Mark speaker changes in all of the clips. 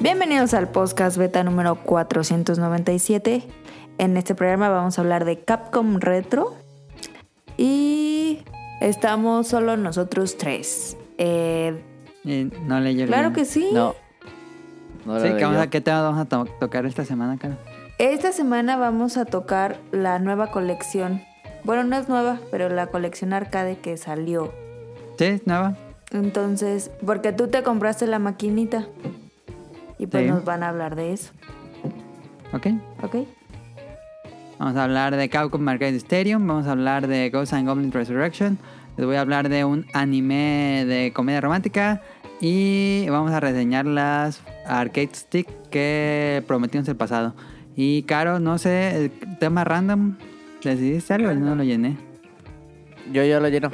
Speaker 1: Bienvenidos al podcast beta número 497. En este programa vamos a hablar de Capcom Retro y estamos solo nosotros tres. Eh,
Speaker 2: Y no leí el
Speaker 1: Claro
Speaker 2: guión.
Speaker 1: que sí.
Speaker 3: No. No la
Speaker 2: Sí,
Speaker 3: leí
Speaker 2: ¿qué, vamos
Speaker 3: yo.
Speaker 2: a, ¿qué tema vamos a to- tocar esta semana, cara?
Speaker 1: Esta semana vamos a tocar la nueva colección. Bueno, no es nueva, pero la colección arcade que salió.
Speaker 2: Sí, es nueva.
Speaker 1: Entonces, porque tú te compraste la maquinita. Y pues
Speaker 2: Sí.
Speaker 1: nos van a hablar de eso,
Speaker 2: Ok.
Speaker 1: ¿ok?
Speaker 2: Vamos a hablar de Capcom Arcade Stadium. Vamos a hablar de Ghosts and Goblins Resurrection. Les voy a hablar de un anime de comedia romántica. Y vamos a reseñar las arcade stick que prometimos el pasado. Y Caro, no sé, el tema random. ¿Decidiste algo? No lo llené.
Speaker 3: Yo, yo lo lleno.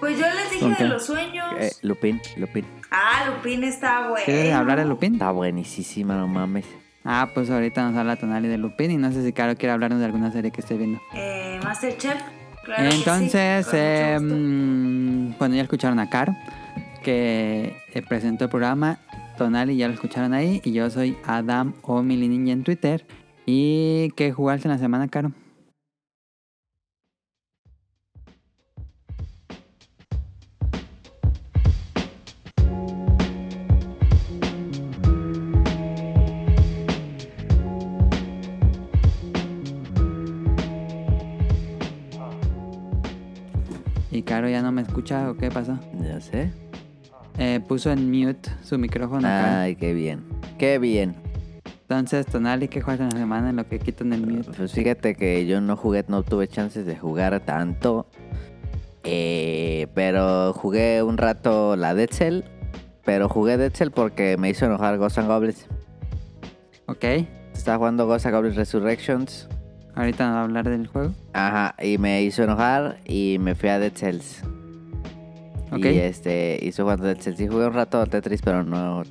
Speaker 1: Pues yo les dije
Speaker 2: ¿Con qué?
Speaker 1: de los sueños.
Speaker 3: Eh, Lupin, Lupin.
Speaker 1: Ah, Lupín está bueno.
Speaker 2: ¿Quieres hablar de Lupin?
Speaker 3: Está buenísima, no mames.
Speaker 2: Ah, pues ahorita nos habla Tonali de Lupin. Y no sé si Caro quiere hablarnos de alguna serie que esté viendo.
Speaker 1: Eh, Masterchef. Claro
Speaker 2: Entonces,
Speaker 1: que sí,
Speaker 2: eh,
Speaker 1: con mucho gusto.
Speaker 2: mm, bueno, ya escucharon a Caro, que eh, presentó el programa. Tonali ya lo escucharon ahí. Y yo soy Adam o Mili Ninja en Twitter. ¿Y qué jugaste en la semana, Caro? ¿Y Caro ya no me escucha o qué pasó?
Speaker 3: Ya sé.
Speaker 2: Eh, puso en mute su micrófono. Caro.
Speaker 3: Ay, qué bien. Qué bien.
Speaker 2: Entonces, Tonali, ¿qué jugaste en la semana en lo que quitan el mute?
Speaker 3: Pues fíjate que yo no jugué, no tuve chances de jugar tanto. Eh, pero jugué un rato la Dead Cell. Pero jugué Dead Cell porque me hizo enojar Ghosts and Goblins.
Speaker 2: Ok,
Speaker 3: Estaba jugando Ghosts and Goblins Resurrections.
Speaker 2: ahorita nos va a hablar del juego.
Speaker 3: Ajá, y me hizo enojar y me fui a Dead Cells.
Speaker 2: Ok.
Speaker 3: Y este, hizo jugando Dead Cells. Sí jugué un rato al Tetris, pero no,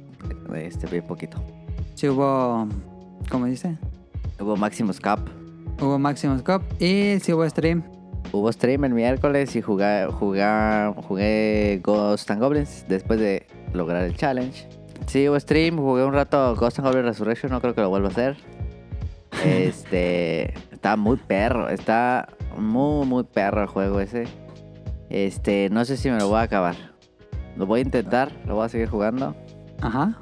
Speaker 3: este, bien poquito.
Speaker 2: Si hubo, ¿cómo dice?
Speaker 3: Hubo Maximus Cup.
Speaker 2: Hubo Maximus Cup y si hubo stream.
Speaker 3: Hubo stream el miércoles y jugué, jugué, jugué Ghost and Goblins después de lograr el challenge. Sí, hubo stream, jugué un rato Ghost and Goblins Resurrection, no creo que lo vuelva a hacer. Este, está muy perro, está muy, muy perro el juego ese. Este, no sé si me lo voy a acabar. Lo voy a intentar, lo voy a seguir jugando.
Speaker 2: Ajá.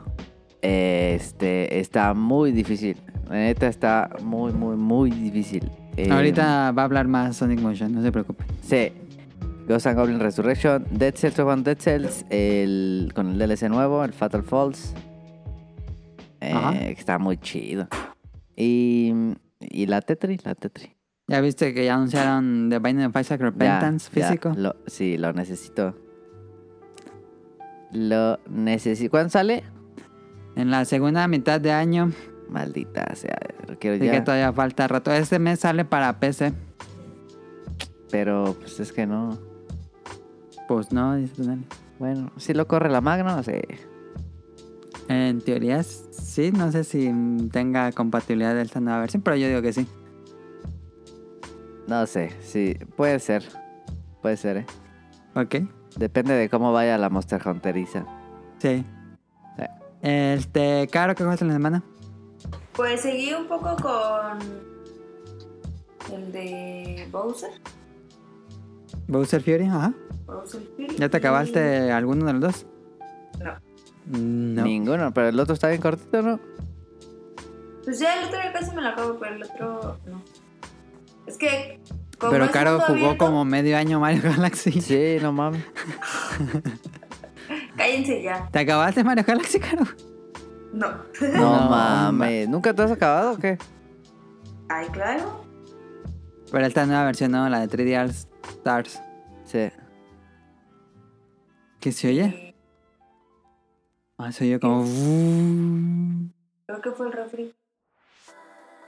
Speaker 3: Este, está muy difícil. La neta está muy, muy, muy difícil. Eh,
Speaker 2: Ahorita va a hablar más Sonic Motion, no se preocupe.
Speaker 3: Sí. Ghost and Goblin Resurrection, Dead Cells, estoy jugando Dead Cells, el, con el DLC nuevo, el Fatal Falls. Eh,
Speaker 2: Ajá.
Speaker 3: que está muy chido. Y, y la Tetri, la Tetri.
Speaker 2: Ya viste que ya anunciaron The Binding of Isaac
Speaker 3: Ya,
Speaker 2: Repentance
Speaker 3: ya,
Speaker 2: físico.
Speaker 3: lo- sí, lo necesito. Lo necesito. ¿Cuándo sale?
Speaker 2: En la segunda mitad de año,
Speaker 3: Maldita sea, lo quiero
Speaker 2: así que
Speaker 3: ya.
Speaker 2: todavía falta rato. Este mes sale para PC.
Speaker 3: Pero pues es que no.
Speaker 2: Pues no, dice Tonali.
Speaker 3: Bueno, si lo corre la Magno, sí.
Speaker 2: En teoría sí, no sé si tenga compatibilidad de esta nueva versión, pero yo digo que sí.
Speaker 3: No sé, sí, puede ser. Puede ser, ¿eh?
Speaker 2: Ok.
Speaker 3: Depende de cómo vaya la Monster Hunteriza.
Speaker 2: Sí.
Speaker 3: Sí.
Speaker 2: Este, Caro, ¿qué jugaste en la semana?
Speaker 1: Pues seguí un poco con el de Bowser.
Speaker 2: Bowser Fury, ajá.
Speaker 1: Bowser Fury.
Speaker 2: ¿Ya te acabaste alguno de los dos?
Speaker 1: No.
Speaker 2: No.
Speaker 3: Ninguno, pero el otro está bien cortito, ¿no?
Speaker 1: Pues ya el otro día casi me lo acabo, pero el otro no. Es que. como
Speaker 2: Pero
Speaker 1: es
Speaker 2: Caro
Speaker 1: mundo
Speaker 2: jugó
Speaker 1: abierto-
Speaker 2: como medio año Mario Galaxy.
Speaker 3: Sí, no mames.
Speaker 1: Cállense ya.
Speaker 2: ¿Te acabaste Mario Galaxy, Caro?
Speaker 1: No.
Speaker 3: No,
Speaker 2: No,
Speaker 3: mames. ¿Nunca te has acabado o qué?
Speaker 1: Ay, claro.
Speaker 2: Pero esta nueva versión, no, la de 3D Stars.
Speaker 3: Sí.
Speaker 2: ¿Qué se oye?
Speaker 1: Eh,
Speaker 2: Ah, se oye como...
Speaker 1: Creo que fue el refri.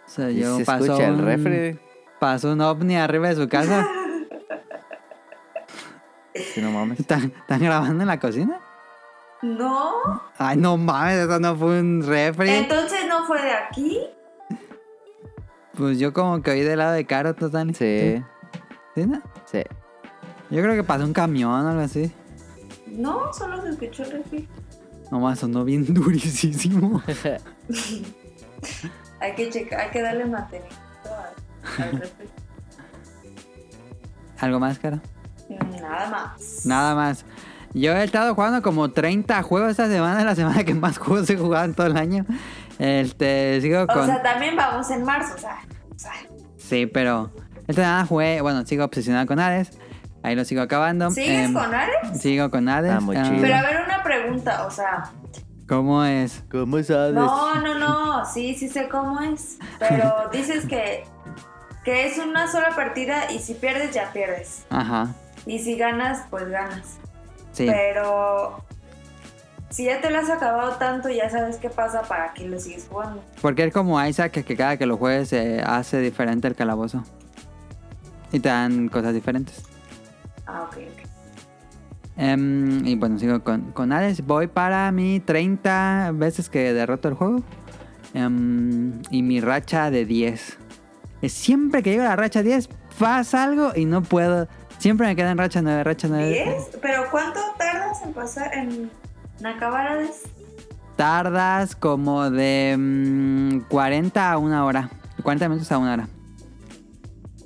Speaker 2: Se
Speaker 3: Y
Speaker 2: oyó,
Speaker 3: se
Speaker 2: pasó
Speaker 3: escucha el
Speaker 2: un-
Speaker 3: refri.
Speaker 2: Pasó un ovni arriba de su casa.
Speaker 3: Sí, no mames.
Speaker 2: ¿Están, están grabando en la cocina?
Speaker 1: No.
Speaker 2: Ay, no mames, eso no fue un refri.
Speaker 1: Entonces no fue de aquí.
Speaker 2: Pues yo como que oí del lado de Caro, total.
Speaker 3: Sí,
Speaker 2: ¿Sí, no?
Speaker 3: sí.
Speaker 2: Yo creo que pasó un camión o algo así.
Speaker 1: No, solo se escuchó el refri.
Speaker 2: Nomás sonó bien durísimo.
Speaker 1: Hay que checar, hay que darle mantenimiento a- al respecto.
Speaker 2: ¿Algo más, cara?
Speaker 1: Nada más.
Speaker 2: Nada más. Yo he estado jugando como 30 juegos esta semana, es la semana que más juegos he jugado en todo el año. Este, sigo
Speaker 1: O
Speaker 2: con...
Speaker 1: sea, también vamos en marzo, o sea. o sea,
Speaker 2: Sí, pero esta semana jugué, bueno, sigo obsesionado con Hades. Ahí lo sigo acabando.
Speaker 1: ¿Sigues
Speaker 2: Em,
Speaker 1: con Ares?
Speaker 2: Sigo con Hades.
Speaker 3: Ah, muy
Speaker 2: Ah,
Speaker 3: chido.
Speaker 1: Pero a ver, una pregunta, o sea.
Speaker 2: ¿Cómo es?
Speaker 3: ¿Cómo
Speaker 2: Pues,
Speaker 3: sabes?
Speaker 1: No, no, no, sí, sí sé cómo es. Pero dices que, que es una sola partida y si pierdes, ya pierdes.
Speaker 2: Ajá.
Speaker 1: Y si ganas, pues ganas.
Speaker 2: Sí.
Speaker 1: Pero si ya te lo has acabado tanto, ya sabes qué pasa para que lo sigues jugando.
Speaker 2: Porque es como Isaac, que, que cada que lo juegues eh, hace diferente el calabozo. Y te dan cosas diferentes.
Speaker 1: Ah, ok, ok.
Speaker 2: Em, y bueno, sigo con, con Hades. Voy para mi 30 veces que derroto el juego. Em, y mi racha de 10. Eh, Siempre que llego a la racha 10, pasa algo y no puedo. Siempre me queda en racha 9, racha 9.
Speaker 1: ¿Diez? ¿Pero cuánto tardas en pasar en, en acabar Hades?
Speaker 2: Tardas como de mm, 40 a una hora. 40 minutos a una hora.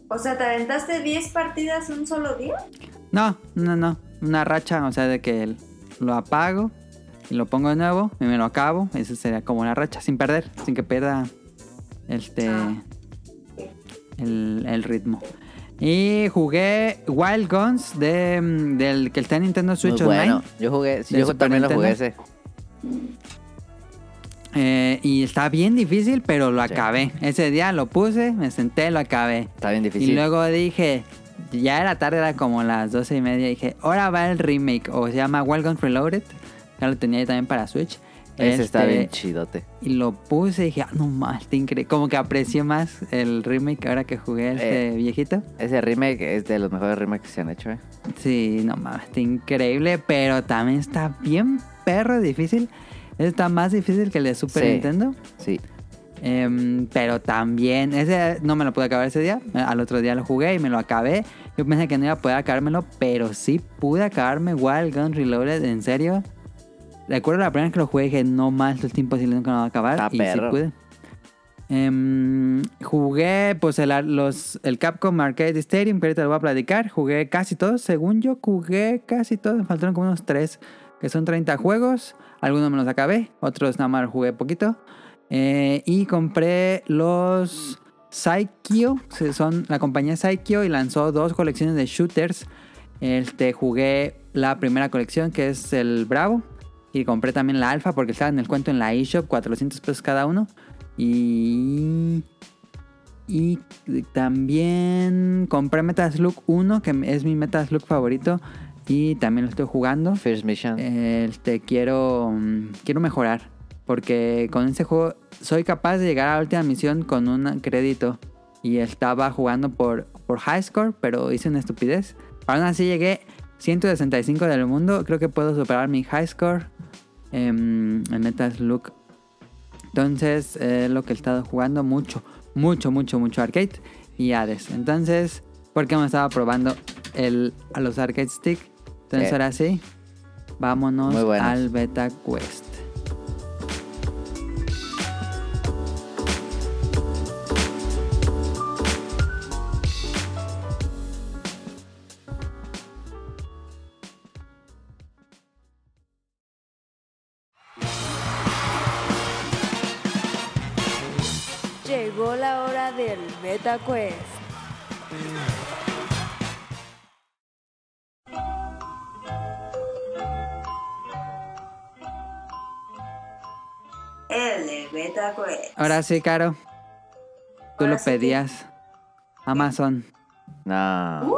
Speaker 1: O sea, ¿te aventaste 10 partidas un solo día?
Speaker 2: No, no, no. Una racha, o sea, de que el- lo apago y lo pongo de nuevo y me lo acabo. Esa sería como una racha, sin perder, sin que pierda este
Speaker 1: Ah.
Speaker 2: el, el ritmo. Y jugué Wild Guns de, mm, del que está en Nintendo
Speaker 3: Muy
Speaker 2: Switch
Speaker 3: bueno.
Speaker 2: Online.
Speaker 3: Yo jugué, sí,
Speaker 2: ¿De
Speaker 3: yo
Speaker 2: Super
Speaker 3: también lo jugué ese.
Speaker 2: Nintendo? Eh, y está bien difícil, pero lo acabé. Ese día lo puse, me senté, lo acabé.
Speaker 3: Está bien
Speaker 2: Y
Speaker 3: difícil.
Speaker 2: luego dije, ya era tarde, era como las doce y media. Dije, ahora va el remake, o se llama Welcome Reloaded. Ya lo tenía ahí también para Switch.
Speaker 3: ese está
Speaker 2: Este,
Speaker 3: bien chidote.
Speaker 2: Y lo puse y dije, ah, no más, está increíble. Como que aprecié más el remake ahora que jugué este
Speaker 3: Eh.
Speaker 2: viejito.
Speaker 3: Ese remake es de los mejores remakes que se han hecho, eh.
Speaker 2: Sí, no mames, está increíble, pero también está bien perro difícil. Está más difícil que el de Super
Speaker 3: Sí.
Speaker 2: Nintendo.
Speaker 3: Sí.
Speaker 2: Em, pero también, ese no me lo pude acabar ese día. eh, Al otro día lo jugué y me lo acabé. Yo pensé que no iba a poder acabármelo, pero sí pude acabarme Wild Gun Reloaded, en serio. Recuerdo la primera vez que lo jugué y dije, no más, esto es imposible, nunca lo voy a acabar.
Speaker 3: Está
Speaker 2: y
Speaker 3: perro.
Speaker 2: sí pude. Em, jugué pues el, ar- los, el Capcom Arcade Stadium, que ahorita lo voy a platicar. Jugué casi todos, según yo jugué casi todos, me faltaron como unos 3, que son 30 juegos. Algunos me los acabé, otros nada más los jugué poquito. Eh, y compré los Saikyo, se- son la compañía Saikyo y lanzó dos colecciones de shooters. Este, jugué la primera colección que es el Bravo y compré también la Alpha porque estaba en el cuento en la eShop, 400 pesos cada uno. Y. Y también compré Metal Slug 1, que es mi Metal Slug favorito. Y también lo estoy jugando.
Speaker 3: First Mission.
Speaker 2: Este, quiero, mm, quiero mejorar. Porque con este juego soy capaz de llegar a la última misión con un crédito. Y estaba jugando por, por high score, pero hice una estupidez. Aún así llegué 165 del mundo. Creo que puedo superar mi high score em, en Metal Slug entonces, eh, lo que he estado jugando mucho, mucho, mucho, mucho arcade y Hades. Entonces, porque me estaba probando el, a los arcade stick. Entonces,
Speaker 3: Sí.
Speaker 2: ahora sí, vámonos
Speaker 3: Muy buenos.
Speaker 2: al beta quest.
Speaker 1: Llegó la hora del Beta Quest. El Beta
Speaker 4: E.
Speaker 1: Quest.
Speaker 2: Ahora sí, Caro. Tú
Speaker 1: Ahora
Speaker 2: lo
Speaker 1: sí que-
Speaker 2: pedías. Amazon.
Speaker 3: No.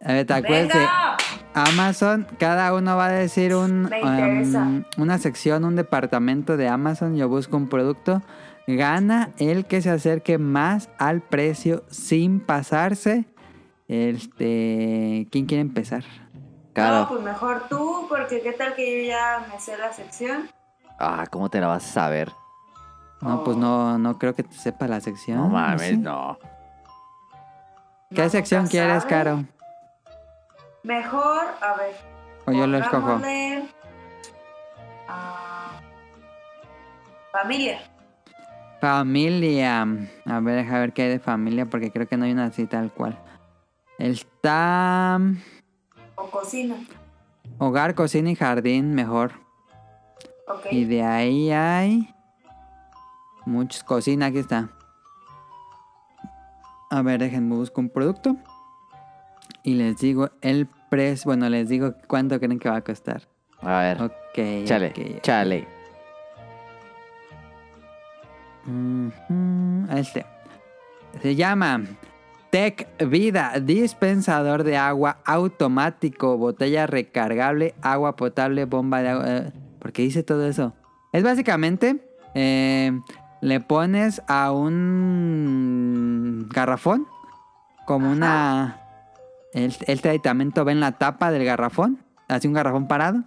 Speaker 2: El beta quest de
Speaker 1: ¡Venga!
Speaker 2: Amazon. Cada uno va a decir un,
Speaker 1: Me interesa.
Speaker 2: em, una sección, un departamento de Amazon. Yo busco un producto. Gana el que se acerque más al precio sin pasarse. Este, ¿quién quiere empezar?
Speaker 1: No,
Speaker 3: Claro.
Speaker 1: pues mejor tú, porque qué tal que yo ya me sé la sección.
Speaker 3: Ah, ¿cómo te la vas a saber?
Speaker 2: No, pues no, no creo que te sepa la sección.
Speaker 3: No mames,
Speaker 2: sé.
Speaker 3: no.
Speaker 2: ¿Qué
Speaker 1: No,
Speaker 2: sección
Speaker 1: nunca
Speaker 2: quieres,
Speaker 1: sabe.
Speaker 2: Caro?
Speaker 1: Mejor, a ver.
Speaker 2: O Pues yo lo escojo.
Speaker 1: pongámosle,
Speaker 4: Ah, familia.
Speaker 2: Familia. A ver, deja ver qué hay de familia porque creo que no hay una así tal cual. Está mm,
Speaker 4: O cocina.
Speaker 2: hogar, cocina y jardín mejor.
Speaker 4: Ok.
Speaker 2: Y de ahí hay muchos cocina, aquí está. A ver, déjenme buscar un producto. Y les digo el precio, bueno, les digo cuánto creen que va a costar.
Speaker 3: A ver.
Speaker 2: Ok.
Speaker 3: Chale,
Speaker 2: ok.
Speaker 3: chale.
Speaker 2: Ujú, Este. Se llama Tech Vida, dispensador de agua automático, botella recargable, agua potable, bomba de agua. eh, ¿Por qué dice todo eso? Es básicamente, eh, le pones a un garrafón, como una... El, este aditamento va en la tapa del garrafón, así un garrafón parado,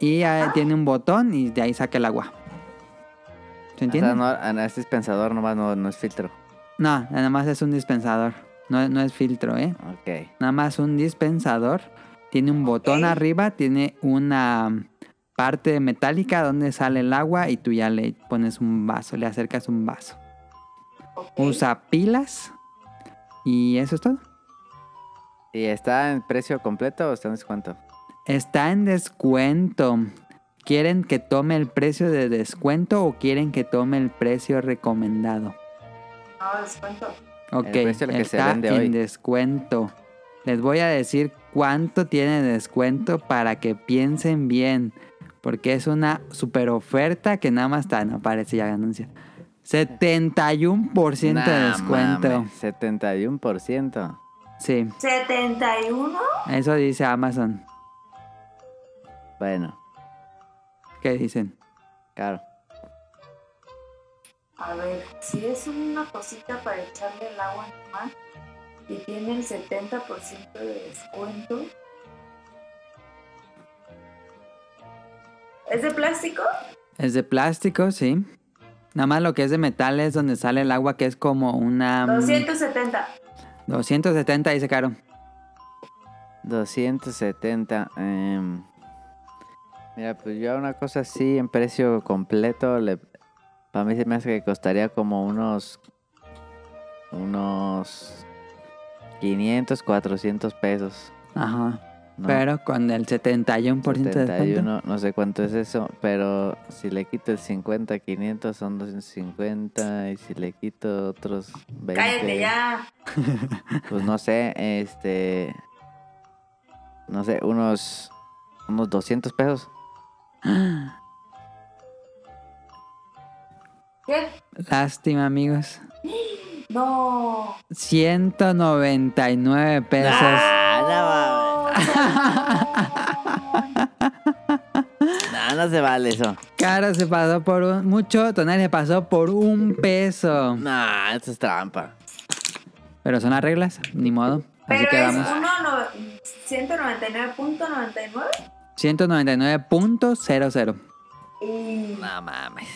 Speaker 2: y eh,
Speaker 3: Ah.
Speaker 2: tiene un botón y de ahí saca el agua. ¿Se
Speaker 3: O
Speaker 2: entiende?
Speaker 3: sea, no, ah, este dispensador nomás no, no es filtro.
Speaker 2: No, nada más es un dispensador. No, no es filtro, ¿eh?
Speaker 3: Ok.
Speaker 2: Nada más un dispensador. Tiene un botón
Speaker 4: Ok.
Speaker 2: arriba, tiene una parte metálica donde sale el agua y tú ya le pones un vaso, le acercas un vaso.
Speaker 4: ok.
Speaker 2: Usa pilas y eso es todo.
Speaker 3: ¿Y está en precio completo o está en descuento?
Speaker 2: Está en descuento. ¿Quieren que tome el precio de descuento o quieren que tome el precio recomendado?
Speaker 4: No, descuento.
Speaker 2: Ok,
Speaker 3: precio al que se
Speaker 2: está
Speaker 3: vende
Speaker 2: en
Speaker 3: hoy.
Speaker 2: descuento. Les voy a decir cuánto tiene descuento para que piensen bien. Porque es una super oferta que nada más está, no aparece ya anuncia. 71% de
Speaker 3: Nah,
Speaker 2: descuento.
Speaker 3: mames, 71%.
Speaker 2: Sí,
Speaker 4: 71.
Speaker 2: eso dice Amazon.
Speaker 3: Bueno,
Speaker 2: ¿Qué dicen?
Speaker 3: claro.
Speaker 4: A ver, si es una cosita para echarle el agua normal y tiene el 70% de descuento. ¿Es de plástico?
Speaker 2: Es de plástico, sí. Nada más lo que es de metal es donde sale el agua, que es como una... mm,
Speaker 4: 270.
Speaker 2: 270, dice Caro.
Speaker 3: 270. em, mira, pues yo una cosa así en precio completo, le, para mí se me hace que costaría como unos... Unos... 500, 400 pesos.
Speaker 2: Ajá.
Speaker 3: ¿no?
Speaker 2: Pero con el 71% de descuento.
Speaker 3: 71, no sé cuánto es eso, pero si le quito el 50, 500 son 250 y si le quito otros 20,
Speaker 4: Cállate ya.
Speaker 3: pues no sé, este no sé, unos unos 200 pesos.
Speaker 4: ¿Qué?
Speaker 2: Lástima, amigos.
Speaker 4: No.
Speaker 2: 199 pesos.
Speaker 4: Ah.
Speaker 3: No, no se vale eso.
Speaker 2: Caro se pasó por un. Mucho, Tonal se pasó por un peso.
Speaker 3: No, eso es trampa.
Speaker 2: Pero son las reglas, ni modo. Así
Speaker 4: Pero
Speaker 2: que
Speaker 4: es
Speaker 2: vamos.
Speaker 4: uno no- 199.99.
Speaker 2: 199.00.
Speaker 4: Y
Speaker 3: No mames.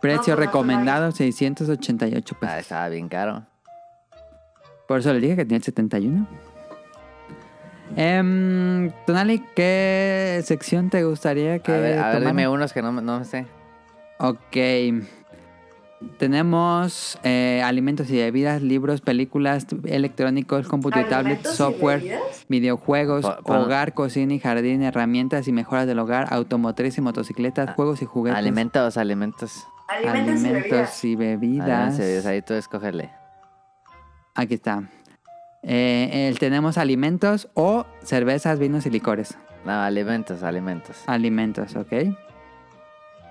Speaker 2: Precio
Speaker 4: No, pues,
Speaker 2: recomendado 688
Speaker 3: Ah,
Speaker 2: pesos.
Speaker 3: estaba bien caro.
Speaker 2: Por eso le dije que tenía el 71. Em, Tonali, ¿qué sección te gustaría que
Speaker 3: A ver, a ver,
Speaker 2: tomara?
Speaker 3: dime unos que no, no sé.
Speaker 2: Ok. Tenemos eh, alimentos y bebidas, libros, películas, t- electrónicos, computer, tablet,
Speaker 4: alimentos y
Speaker 2: software,
Speaker 4: bebidas.
Speaker 2: videojuegos,
Speaker 3: Pa- pa-
Speaker 2: hogar, cocina y jardín, herramientas y mejoras del hogar, automotriz y motocicletas, juegos y juguetes.
Speaker 3: Ah, Alimentos, alimentos.
Speaker 4: Alimentos y bebidas.
Speaker 2: alimentos y bebidas.
Speaker 3: Alimentos, ahí tú escógele.
Speaker 2: Aquí está. Eh, el- tenemos alimentos o cervezas, vinos y licores.
Speaker 3: No, alimentos, alimentos.
Speaker 2: Ah, Alimentos, ¿ok?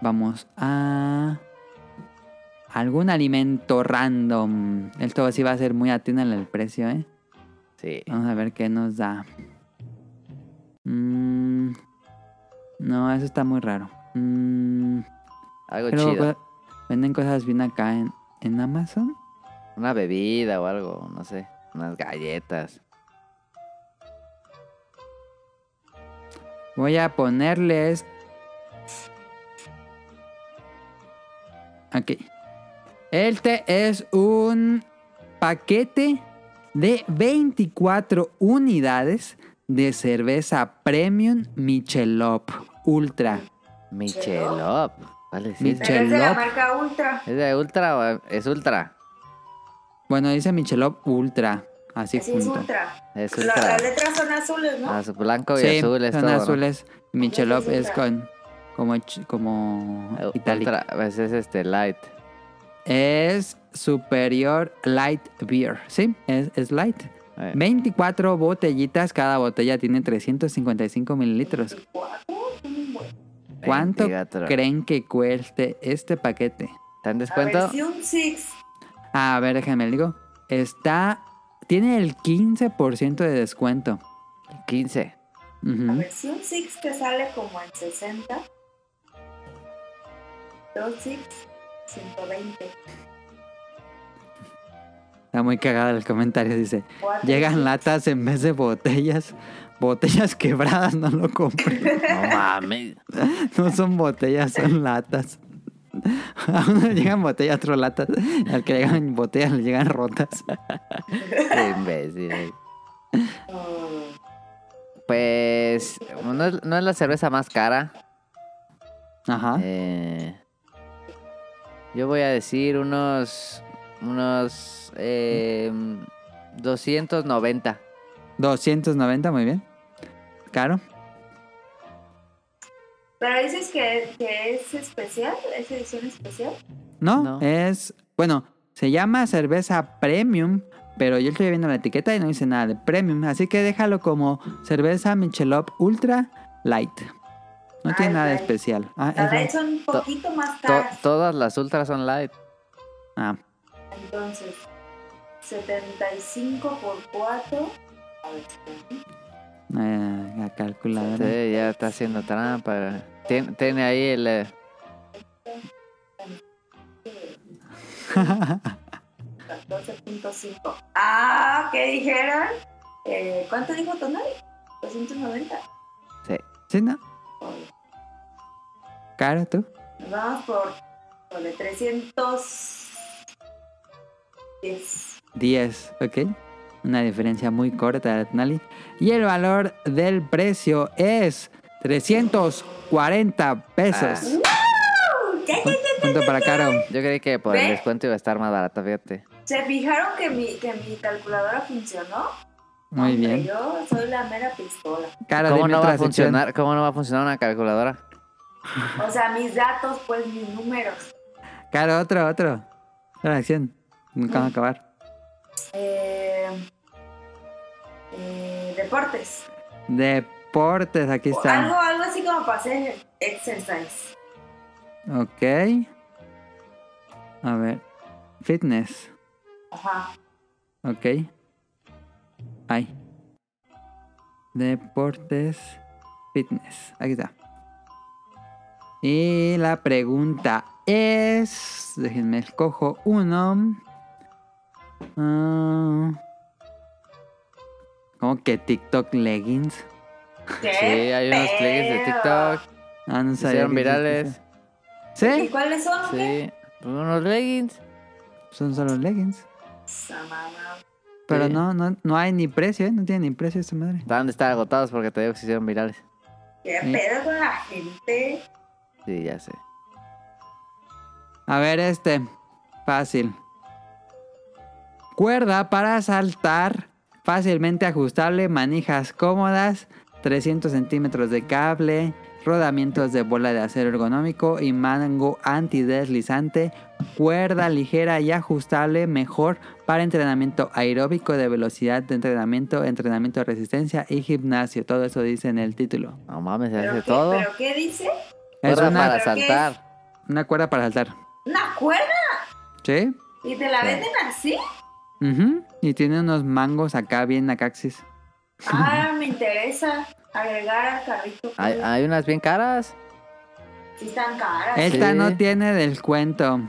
Speaker 2: Vamos a... Algún alimento random. Esto sí va a ser muy atino en el precio, ¿eh?
Speaker 3: Sí.
Speaker 2: Vamos a ver qué nos da. Mm, No, eso está muy raro. Mm,
Speaker 3: Algo
Speaker 2: creo
Speaker 3: chido.
Speaker 2: que Venden cosas bien acá en, en Amazon.
Speaker 3: Una bebida o algo, no sé. Unas galletas.
Speaker 2: Voy a ponerles... Aquí. Este es un paquete de 24 unidades de cerveza Premium Michelob Ultra
Speaker 3: Michelop. ¿Cuál es
Speaker 2: Miche-
Speaker 3: esa?
Speaker 4: Pero es de la
Speaker 2: Chelop.
Speaker 4: marca Ultra.
Speaker 3: ¿Es de Ultra o es Ultra?
Speaker 2: Bueno, dice Michelob Ultra. Así
Speaker 4: Sí, es
Speaker 2: junto.
Speaker 4: Ultra.
Speaker 3: Es
Speaker 4: La-
Speaker 3: Ultra.
Speaker 4: las letras son azules, ¿no?
Speaker 3: Ah, su blanco y
Speaker 2: sí, eh,
Speaker 3: azul es
Speaker 2: son
Speaker 3: todo, ¿no?
Speaker 2: azules. Michelob
Speaker 4: Ultra.
Speaker 2: es con. Como. ch- como
Speaker 3: Eh,
Speaker 2: itálico.
Speaker 3: Ultra, pues es este light.
Speaker 2: Es superior light beer. Sí, es, es light.
Speaker 3: Eh,
Speaker 2: 24 botellitas. Cada botella tiene 355 mililitros.
Speaker 4: 24, un buen.
Speaker 2: ¿Cuánto
Speaker 3: 24.
Speaker 2: creen que cueste este paquete?
Speaker 3: ¿Está en
Speaker 4: A ver,
Speaker 3: descuento?
Speaker 4: si un six.
Speaker 2: A ver, déjame, le digo. Está. Tiene el 15% de descuento.
Speaker 3: 15.
Speaker 2: Ujú.
Speaker 4: La versión Six que sale como en 60. Dos Six, 120.
Speaker 2: Está muy cagada el comentario, dice.
Speaker 4: Cuatro
Speaker 2: Llegan
Speaker 4: Six,
Speaker 2: latas en vez de botellas. Botellas quebradas, no lo compré.
Speaker 3: No mames.
Speaker 2: No son botellas, son latas. A uno le llegan botellas, a otro latas. Al que le llegan botellas le llegan rotas.
Speaker 3: Qué imbécil.
Speaker 4: oh,
Speaker 3: Pues no es, no es la cerveza más cara.
Speaker 2: Ajá.
Speaker 3: Eh, yo voy a decir unos. Unos. eh, 290.
Speaker 2: 290, muy bien. Caro.
Speaker 4: Pero dices que, que es especial, es edición especial.
Speaker 2: No,
Speaker 3: No.
Speaker 2: es. Bueno, se llama cerveza premium. Pero yo estoy viendo la etiqueta y no dice nada de premium. Así que déjalo como cerveza Michelob Ultra Light. No
Speaker 4: Ah,
Speaker 2: tiene
Speaker 4: es
Speaker 2: nada de
Speaker 4: light.
Speaker 2: especial. Ah, es
Speaker 4: Cada
Speaker 2: light.
Speaker 4: vez son un poquito más
Speaker 3: To-
Speaker 4: caras.
Speaker 3: todas las ultras son light.
Speaker 2: Ah,
Speaker 4: Entonces, 75 por 4.
Speaker 2: eh, la calculadora.
Speaker 3: Sí, ya está haciendo trampa. Tien- tiene ahí el. eh,
Speaker 4: eh, 14.5. Ah, ¿qué dijeron? Eh, ¿Cuánto dijo Tonali? 290.
Speaker 2: ¿Sí, no? ¿Caro tú?
Speaker 4: Nos vamos por, por el 310.
Speaker 2: 10, ¿ok? Una diferencia muy corta de Tonali. Y el valor del precio es 340 pesos.
Speaker 4: Ya, ya, ya.
Speaker 2: Punto para Caro.
Speaker 3: Yo creí que por
Speaker 4: ¿Ve?
Speaker 3: el descuento iba a estar más barato, fíjate.
Speaker 4: ¿Se fijaron que mi, que mi calculadora funcionó?
Speaker 2: Muy
Speaker 4: Hombre,
Speaker 2: bien.
Speaker 4: Yo soy la mera pistola.
Speaker 2: Caro,
Speaker 3: ¿Cómo
Speaker 2: dime
Speaker 3: no, va
Speaker 2: otra
Speaker 3: a
Speaker 2: sección.
Speaker 3: funcionar, ¿Cómo no va a funcionar una calculadora?
Speaker 4: O sea, mis datos, pues mis números.
Speaker 2: Caro, otro, otro. Otra acción. Nunca va a acabar.
Speaker 4: Eh, eh, deportes.
Speaker 2: Deportes, aquí
Speaker 4: O
Speaker 2: está.
Speaker 4: Algo, algo así como para hacer exercise.
Speaker 2: Ok. A ver. Fitness.
Speaker 4: Ajá.
Speaker 2: Ok. Ay. Deportes. Fitness. Aquí está. Y la pregunta es. Déjenme escojo uno. Ah, ¿Cómo que TikTok leggings?
Speaker 4: ¿Qué
Speaker 3: Sí, hay unos clics de
Speaker 4: pedo?
Speaker 3: TikTok.
Speaker 2: Ah, no
Speaker 3: Se
Speaker 2: sabía
Speaker 3: hicieron
Speaker 2: que existía.
Speaker 3: virales.
Speaker 4: ¿Y
Speaker 2: ¿Sí?
Speaker 4: cuáles son? o qué?
Speaker 3: Sí. Unos leggings.
Speaker 2: Son solo leggings.
Speaker 4: Esa mamá.
Speaker 2: Pero
Speaker 3: Sí.
Speaker 2: no, no, no hay ni precio, ¿eh? No tiene ni precio esta madre.
Speaker 3: Estaban de estar agotados porque te digo que se hicieron virales.
Speaker 4: ¿Qué
Speaker 2: Sí.
Speaker 4: pedo con la gente?
Speaker 3: Sí, ya sé.
Speaker 2: A ver, este. Fácil. Cuerda para saltar. Fácilmente ajustable. Manijas cómodas. 300 centímetros de cable. Rodamientos de bola de acero ergonómico. Y mango antideslizante. Cuerda ligera y ajustable. Mejor para entrenamiento aeróbico de velocidad de entrenamiento, entrenamiento de resistencia y gimnasio. Todo eso dice en el título.
Speaker 3: No mames, se
Speaker 4: ¿Pero
Speaker 3: hace
Speaker 4: qué,
Speaker 3: todo.
Speaker 4: ¿Pero qué dice?
Speaker 2: Es
Speaker 3: Cuerda
Speaker 2: una,
Speaker 3: para
Speaker 4: ¿Pero qué es?
Speaker 3: saltar.
Speaker 2: una cuerda para saltar.
Speaker 4: ¿Una cuerda?
Speaker 2: ¿Sí?
Speaker 4: ¿Y te la
Speaker 3: Sí.
Speaker 4: venden así?
Speaker 2: Ujú, Y tiene unos mangos acá bien acaxis.
Speaker 4: Ah, me interesa agregar al carrito. que
Speaker 3: Hay, hay unas bien caras.
Speaker 2: ah.
Speaker 4: Sí están caras.
Speaker 3: Eh,
Speaker 2: Esta
Speaker 3: Sí.
Speaker 2: no tiene descuento.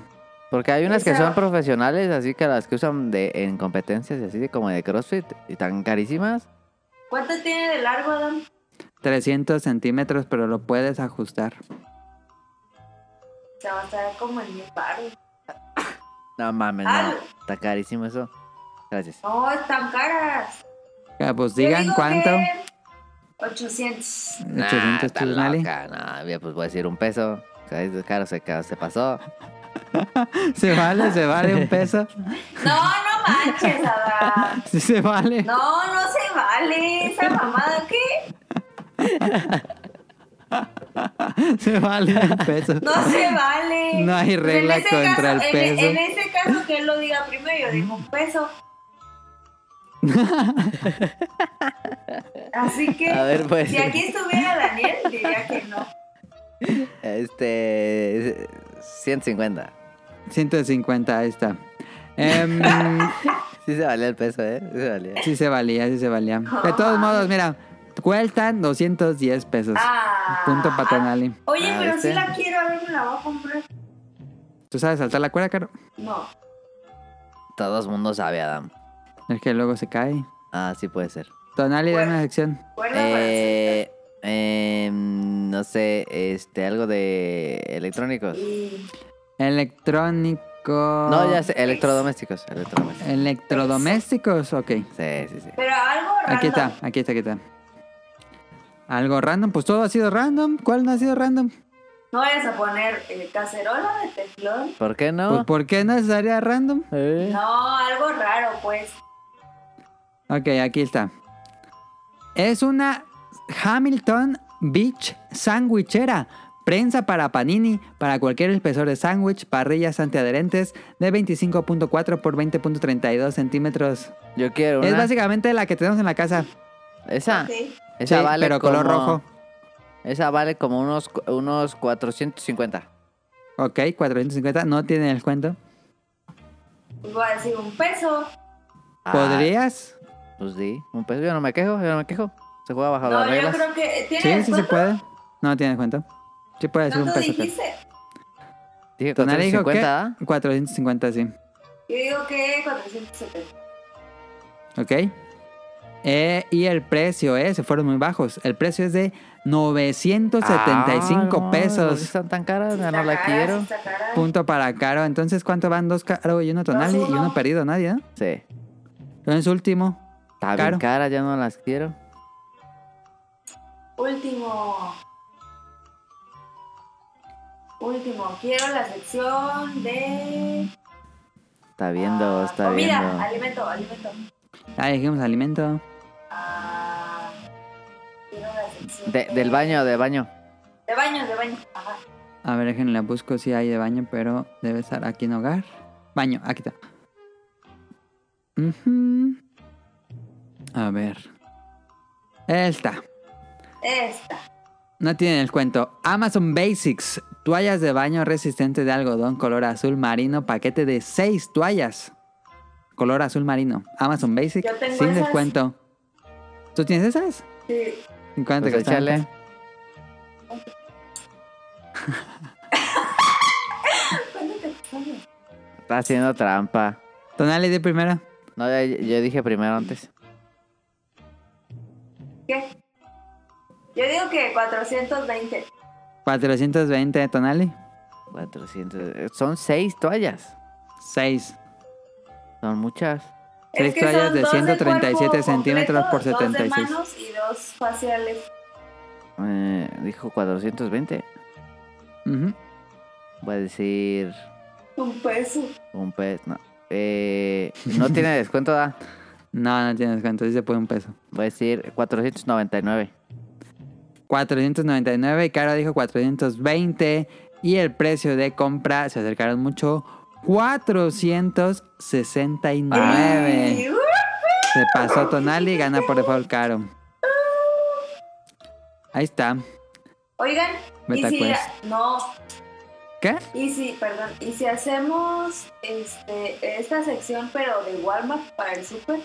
Speaker 3: Porque hay unas que
Speaker 4: Esa-
Speaker 3: son profesionales, así que las que usan de, en competencias y así de- como de CrossFit. Y tan carísimas.
Speaker 4: ¿Cuánto tiene de largo, Adam?
Speaker 2: 300 centímetros, pero lo puedes ajustar.
Speaker 4: O sea, va a estar como en mi paro.
Speaker 3: No mames,
Speaker 4: Ah.
Speaker 3: no. Está carísimo eso. Gracias.
Speaker 4: No, están caras.
Speaker 2: Ah, Pues
Speaker 4: Yo
Speaker 2: digan
Speaker 4: digo
Speaker 2: cuánto.
Speaker 4: que 800.
Speaker 3: Nah,
Speaker 2: 800
Speaker 3: está
Speaker 2: pesos, Nali.
Speaker 3: loca, nah, bien, pues voy a decir un peso. Es caro, se, se pasó.
Speaker 2: Se vale, se vale un peso.
Speaker 4: No, no manches, Adán.
Speaker 2: Sí, se vale.
Speaker 4: No, no se vale. Esa mamada, ¿qué?
Speaker 2: Se vale un peso.
Speaker 4: No se vale. Pues
Speaker 2: No hay regla
Speaker 4: En ese
Speaker 2: contra
Speaker 4: caso-
Speaker 2: el
Speaker 4: en-
Speaker 2: peso.
Speaker 4: En, ese caso, que él lo diga primero, yo digo un peso. Así que,
Speaker 3: A ver, pues.
Speaker 4: si aquí estuviera Daniel, diría que no.
Speaker 3: Este. 150.
Speaker 2: 150, ahí está. Em,
Speaker 3: Sí se valía el peso, ¿eh? Sí se valía.
Speaker 2: sí se valía, sí se valía. De todos modos, mira, cuestan 210 pesos.
Speaker 4: Ah.
Speaker 2: Punto este. patonali.
Speaker 4: Oye,
Speaker 3: Ah,
Speaker 4: pero
Speaker 3: ¿viste?
Speaker 4: si la quiero, a ver, me la voy a comprar.
Speaker 2: ¿Tú sabes saltar la cuerda, Caro?
Speaker 4: No.
Speaker 3: Todo el mundo sabe, Adam.
Speaker 2: Es que luego se cae.
Speaker 3: Ah, sí puede ser.
Speaker 2: Tonali,
Speaker 4: Pues
Speaker 2: dame una sección.
Speaker 4: Cuerda
Speaker 3: Eh, em, no sé, este, algo de
Speaker 4: para
Speaker 3: electrónicos.
Speaker 4: Y
Speaker 2: Electrónico.
Speaker 3: No, ya sé, electrodomésticos. Electrodomésticos.
Speaker 2: Electrodomésticos, ok.
Speaker 3: Sí, sí, sí.
Speaker 4: Pero algo raro.
Speaker 2: Aquí está, aquí está, aquí está. Algo random, pues todo ha sido random. ¿Cuál no ha sido random?
Speaker 4: No vayas a poner eh, cacerola de teflón.
Speaker 3: ¿Por qué
Speaker 2: Pues
Speaker 3: no?
Speaker 2: ¿por qué no sería random?
Speaker 3: Eh.
Speaker 4: No, algo raro, pues.
Speaker 2: Ok, aquí está. Es una Hamilton Beach sandwichera. Prensa para panini, para cualquier espesor de sándwich, parrillas antiadherentes de 25.4 por 20.32 centímetros.
Speaker 3: Yo quiero una.
Speaker 2: Es básicamente la que tenemos en la casa.
Speaker 3: Esa,
Speaker 4: Ok.
Speaker 3: esa
Speaker 2: Sí,
Speaker 3: vale
Speaker 2: pero color
Speaker 3: como-
Speaker 2: rojo.
Speaker 3: Esa vale como unos, unos 450.
Speaker 2: Ok, 450, no tiene descuento.
Speaker 4: Pues voy a decir un peso.
Speaker 3: Ah,
Speaker 2: ¿Podrías?
Speaker 3: Pues sí, un peso. Yo no me quejo, yo no me quejo. Se juega bajo las
Speaker 4: No, yo
Speaker 3: reglas.
Speaker 4: creo que. ¿Tiene
Speaker 2: Sí, sí se
Speaker 4: descuento?
Speaker 2: puede. No tiene descuento. Sí puede ser un
Speaker 4: ¿Cuánto
Speaker 2: peso.
Speaker 4: dijiste?
Speaker 3: Dije
Speaker 2: Tonali dijo que
Speaker 3: 450, ¿ah?
Speaker 2: 450, sí.
Speaker 4: Yo digo que 470.
Speaker 2: ¿Ok? Eh, y el precio, ¿eh? Se fueron muy bajos. El precio es de 975
Speaker 3: Ah, no, ¿por qué
Speaker 2: pesos.
Speaker 3: Están tan caras, ya
Speaker 4: Está
Speaker 3: no la
Speaker 4: cara, sí
Speaker 3: quiero.
Speaker 4: está cara.
Speaker 2: Punto para Caro. Entonces, ¿cuánto van dos Caro y uno Tonali
Speaker 4: Dos,
Speaker 2: y
Speaker 4: uno.
Speaker 2: uno perdido? Nadie, ¿no?
Speaker 3: Sí,
Speaker 2: Entonces, último.
Speaker 3: está
Speaker 2: Caro.
Speaker 3: bien cara, ya no las quiero.
Speaker 4: Último. Último. Quiero la sección de.
Speaker 3: Está viendo,
Speaker 4: ah,
Speaker 3: está
Speaker 4: comida,
Speaker 3: viendo.
Speaker 4: alimento, alimento.
Speaker 2: Ah, dijimos alimento.
Speaker 4: Ah, quiero la sección.
Speaker 3: De- del baño, del baño.
Speaker 4: De baño, de baño. Ajá.
Speaker 2: A ver, déjenla, busco si hay de baño, pero debe estar aquí en hogar. Baño, aquí está. Ujú. A ver. Esta.
Speaker 4: Esta.
Speaker 2: No tienen el cuento. Amazon Basics. Toallas de baño resistente de algodón color azul marino. Paquete de 6 toallas. Color azul marino. Amazon Basics.
Speaker 4: Yo tengo
Speaker 2: Sin
Speaker 4: esas.
Speaker 2: descuento. ¿Tú tienes esas?
Speaker 4: Sí.
Speaker 2: ¿En cuánto te
Speaker 3: Pues
Speaker 2: costaron?
Speaker 3: échale.
Speaker 4: ¿Cuánto te pones?
Speaker 3: Está haciendo trampa.
Speaker 2: Tonali de primera.
Speaker 3: No, yo, yo dije primero antes.
Speaker 4: ¿Qué? Yo digo que 420.
Speaker 2: 420 de Tonali.
Speaker 3: 400. eh, Son seis toallas.
Speaker 2: 6.
Speaker 3: Son muchas.
Speaker 2: Seis
Speaker 4: es que
Speaker 2: toallas
Speaker 4: son
Speaker 2: de
Speaker 4: dos
Speaker 2: 137
Speaker 4: cuerpo
Speaker 2: centímetros por
Speaker 4: completo, Dos
Speaker 2: 76.
Speaker 4: de manos y dos faciales.
Speaker 3: Eh, dijo 420.
Speaker 2: Ujú.
Speaker 3: Voy a decir
Speaker 4: Un peso.
Speaker 3: un pez. No. Eh, no tiene descuento, da.
Speaker 2: No, no tiene descuento. Sí se puede un peso.
Speaker 3: Voy a decir 499.
Speaker 2: 499 y Caro dijo 420 y el precio de compra se acercaron mucho 469
Speaker 4: Y, uh,
Speaker 2: se pasó Tonali y gana por default Caro ahí está
Speaker 4: Oigan, y
Speaker 2: Beta
Speaker 4: si
Speaker 2: Quest.
Speaker 4: no,
Speaker 2: ¿qué?
Speaker 4: y si, perdón, y si hacemos este esta sección pero de Walmart para el super,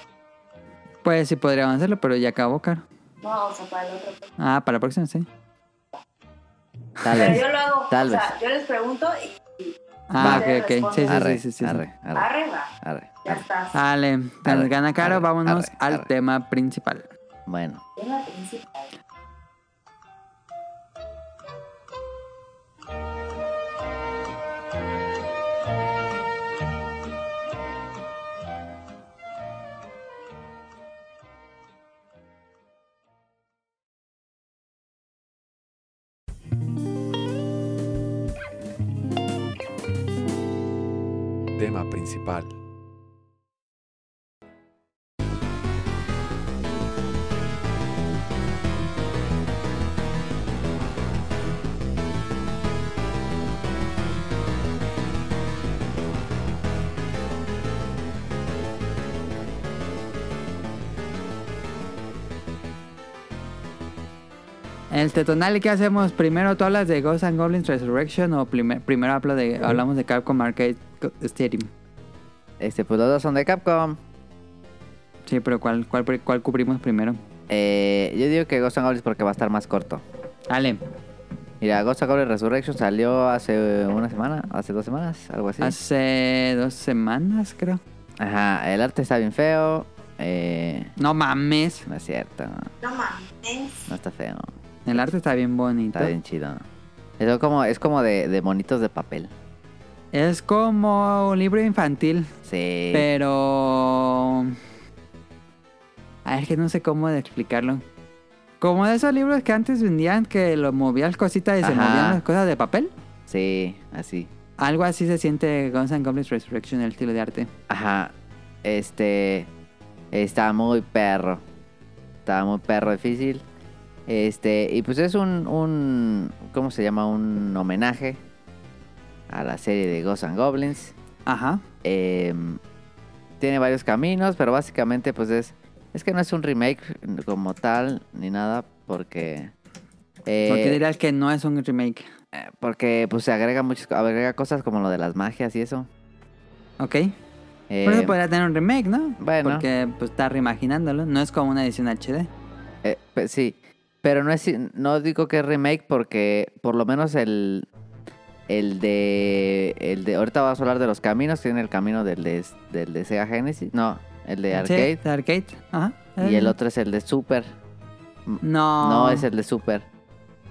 Speaker 2: pues sí podríamos hacerlo pero ya acabó Caro
Speaker 4: no, o sea, para el otro.
Speaker 2: ah para la próxima sí
Speaker 3: Tal
Speaker 4: Pero
Speaker 3: vez.
Speaker 4: yo lo hago,
Speaker 3: Tal
Speaker 4: o sea, yo les pregunto y
Speaker 2: ah
Speaker 4: Vale,
Speaker 2: ok ok sí sí,
Speaker 3: Arre,
Speaker 2: sí, sí, sí, sí.
Speaker 3: arre, arre,
Speaker 4: arriba,
Speaker 3: arre,
Speaker 4: ya
Speaker 3: arre.
Speaker 4: está.
Speaker 2: Dale, entonces
Speaker 3: Arre,
Speaker 2: gana Caro
Speaker 3: arre,
Speaker 2: vámonos
Speaker 3: arre,
Speaker 2: al
Speaker 3: arre.
Speaker 2: tema principal
Speaker 3: Bueno,
Speaker 4: Es la principal.
Speaker 5: trama principal.
Speaker 2: El Tetonali, este ¿qué hacemos? ¿Primero tú hablas de Ghosts and Goblins Resurrection o primer- primero habla de, hablamos de Capcom Arcade Co- Stadium?
Speaker 3: Este, pues los dos son de Capcom.
Speaker 2: Sí, pero ¿cuál, cuál, pri- cuál cubrimos primero?
Speaker 3: Eh, yo digo que Ghost and Goblins porque va a estar más corto.
Speaker 2: Ale,
Speaker 3: Mira, Ghost and Goblins Resurrection salió hace una semana, hace dos semanas, algo así.
Speaker 2: hace dos semanas creo.
Speaker 3: Ajá, el arte está bien feo. Eh,
Speaker 2: No mames,
Speaker 3: no es cierto, no
Speaker 4: No mames.
Speaker 3: está feo.
Speaker 2: el arte está bien bonito.
Speaker 3: Está bien chido. Eso como, es como de, de monitos de papel.
Speaker 2: Es como un libro infantil,
Speaker 3: Sí.
Speaker 2: pero... A ver, que no sé cómo de explicarlo. Como de esos libros que antes vendían que lo movías cositas y se
Speaker 3: Ajá.
Speaker 2: movían las cosas de papel.
Speaker 3: Sí, así.
Speaker 2: Algo así se siente Guns N' Goblins Resurrection, el estilo de arte.
Speaker 3: Ajá. Este. Está muy perro. Está muy perro difícil. Este. Y pues es un. un ¿Cómo se llama? Un homenaje a la serie de Ghosts and Goblins.
Speaker 2: Ajá.
Speaker 3: Em, tiene varios caminos, pero básicamente, pues es. Es que no es un remake como tal, ni nada, porque. eh,
Speaker 2: Porque dirías que no es un remake.
Speaker 3: eh, porque pues se agrega muchas agrega cosas como lo de las magias y eso.
Speaker 2: ¿Ok?
Speaker 3: Eh,
Speaker 2: Por eso podría tener un remake, ¿no?
Speaker 3: bueno.
Speaker 2: Porque pues, está reimaginándolo. No es como una edición HD.
Speaker 3: Eh, pe- sí, pero no es no digo que es remake porque por lo menos el el de el de ahorita vamos a hablar de los caminos, tiene el camino del de, del de Sega Genesis, no, el de arcade
Speaker 2: Sí, Ah. de arcade. Ajá.
Speaker 3: y el otro es el de Super.
Speaker 2: No.
Speaker 3: No, es el de Super.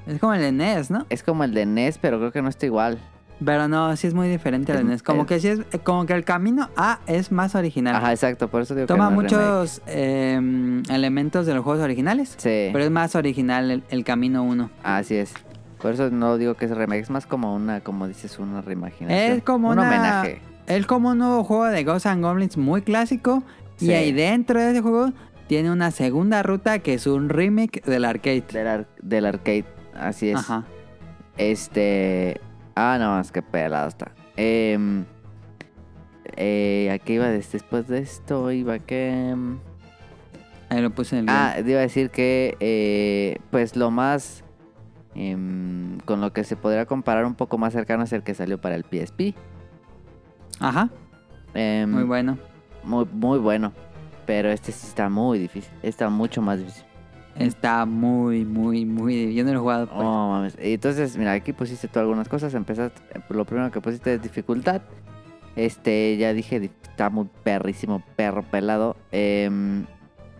Speaker 2: Es como el de NES, ¿no?
Speaker 3: Es como el de NES, pero creo que no está igual.
Speaker 2: Pero no, sí es muy diferente al de
Speaker 3: Es-
Speaker 2: NES. Como
Speaker 3: es-
Speaker 2: que sí es... eh, Como que el camino A es más original.
Speaker 3: Ajá, exacto, por eso digo
Speaker 2: Ah. Toma
Speaker 3: que no es remake.
Speaker 2: muchos eh, elementos de los juegos originales.
Speaker 3: Sí,
Speaker 2: Pero es más original el, el camino 1.
Speaker 3: así es. Por eso no digo que es remake, es más como una, como dices, una reimaginación.
Speaker 2: Es como
Speaker 3: un
Speaker 2: una-
Speaker 3: homenaje.
Speaker 2: Es como un nuevo juego de Ghosts and Goblins muy clásico.
Speaker 3: Sí.
Speaker 2: Y ahí dentro de ese juego tiene una segunda ruta que es un remake del arcade.
Speaker 3: Del, ar- del arcade, así es.
Speaker 2: Ajá.
Speaker 3: Este. Ah, no, más que pelado está. Em, eh, ¿A qué iba des- después de esto? Iba que. em,
Speaker 2: Ahí lo puse en el guión.
Speaker 3: Ah, te iba a decir que. eh, pues lo más. em, con lo que se podría comparar un poco más cercano es el que salió para el PSP.
Speaker 2: Ajá.
Speaker 3: Em,
Speaker 2: Muy bueno.
Speaker 3: muy, muy bueno. Pero este sí está muy difícil. Está mucho más difícil.
Speaker 2: Está muy, muy, muy. Yo no lo he jugado. pues.
Speaker 3: Oh, mames. Y Entonces, mira, aquí pusiste tú algunas cosas. Empezaste, lo primero que pusiste es dificultad. Este, ya dije, di- está muy perrísimo, perro pelado. Em,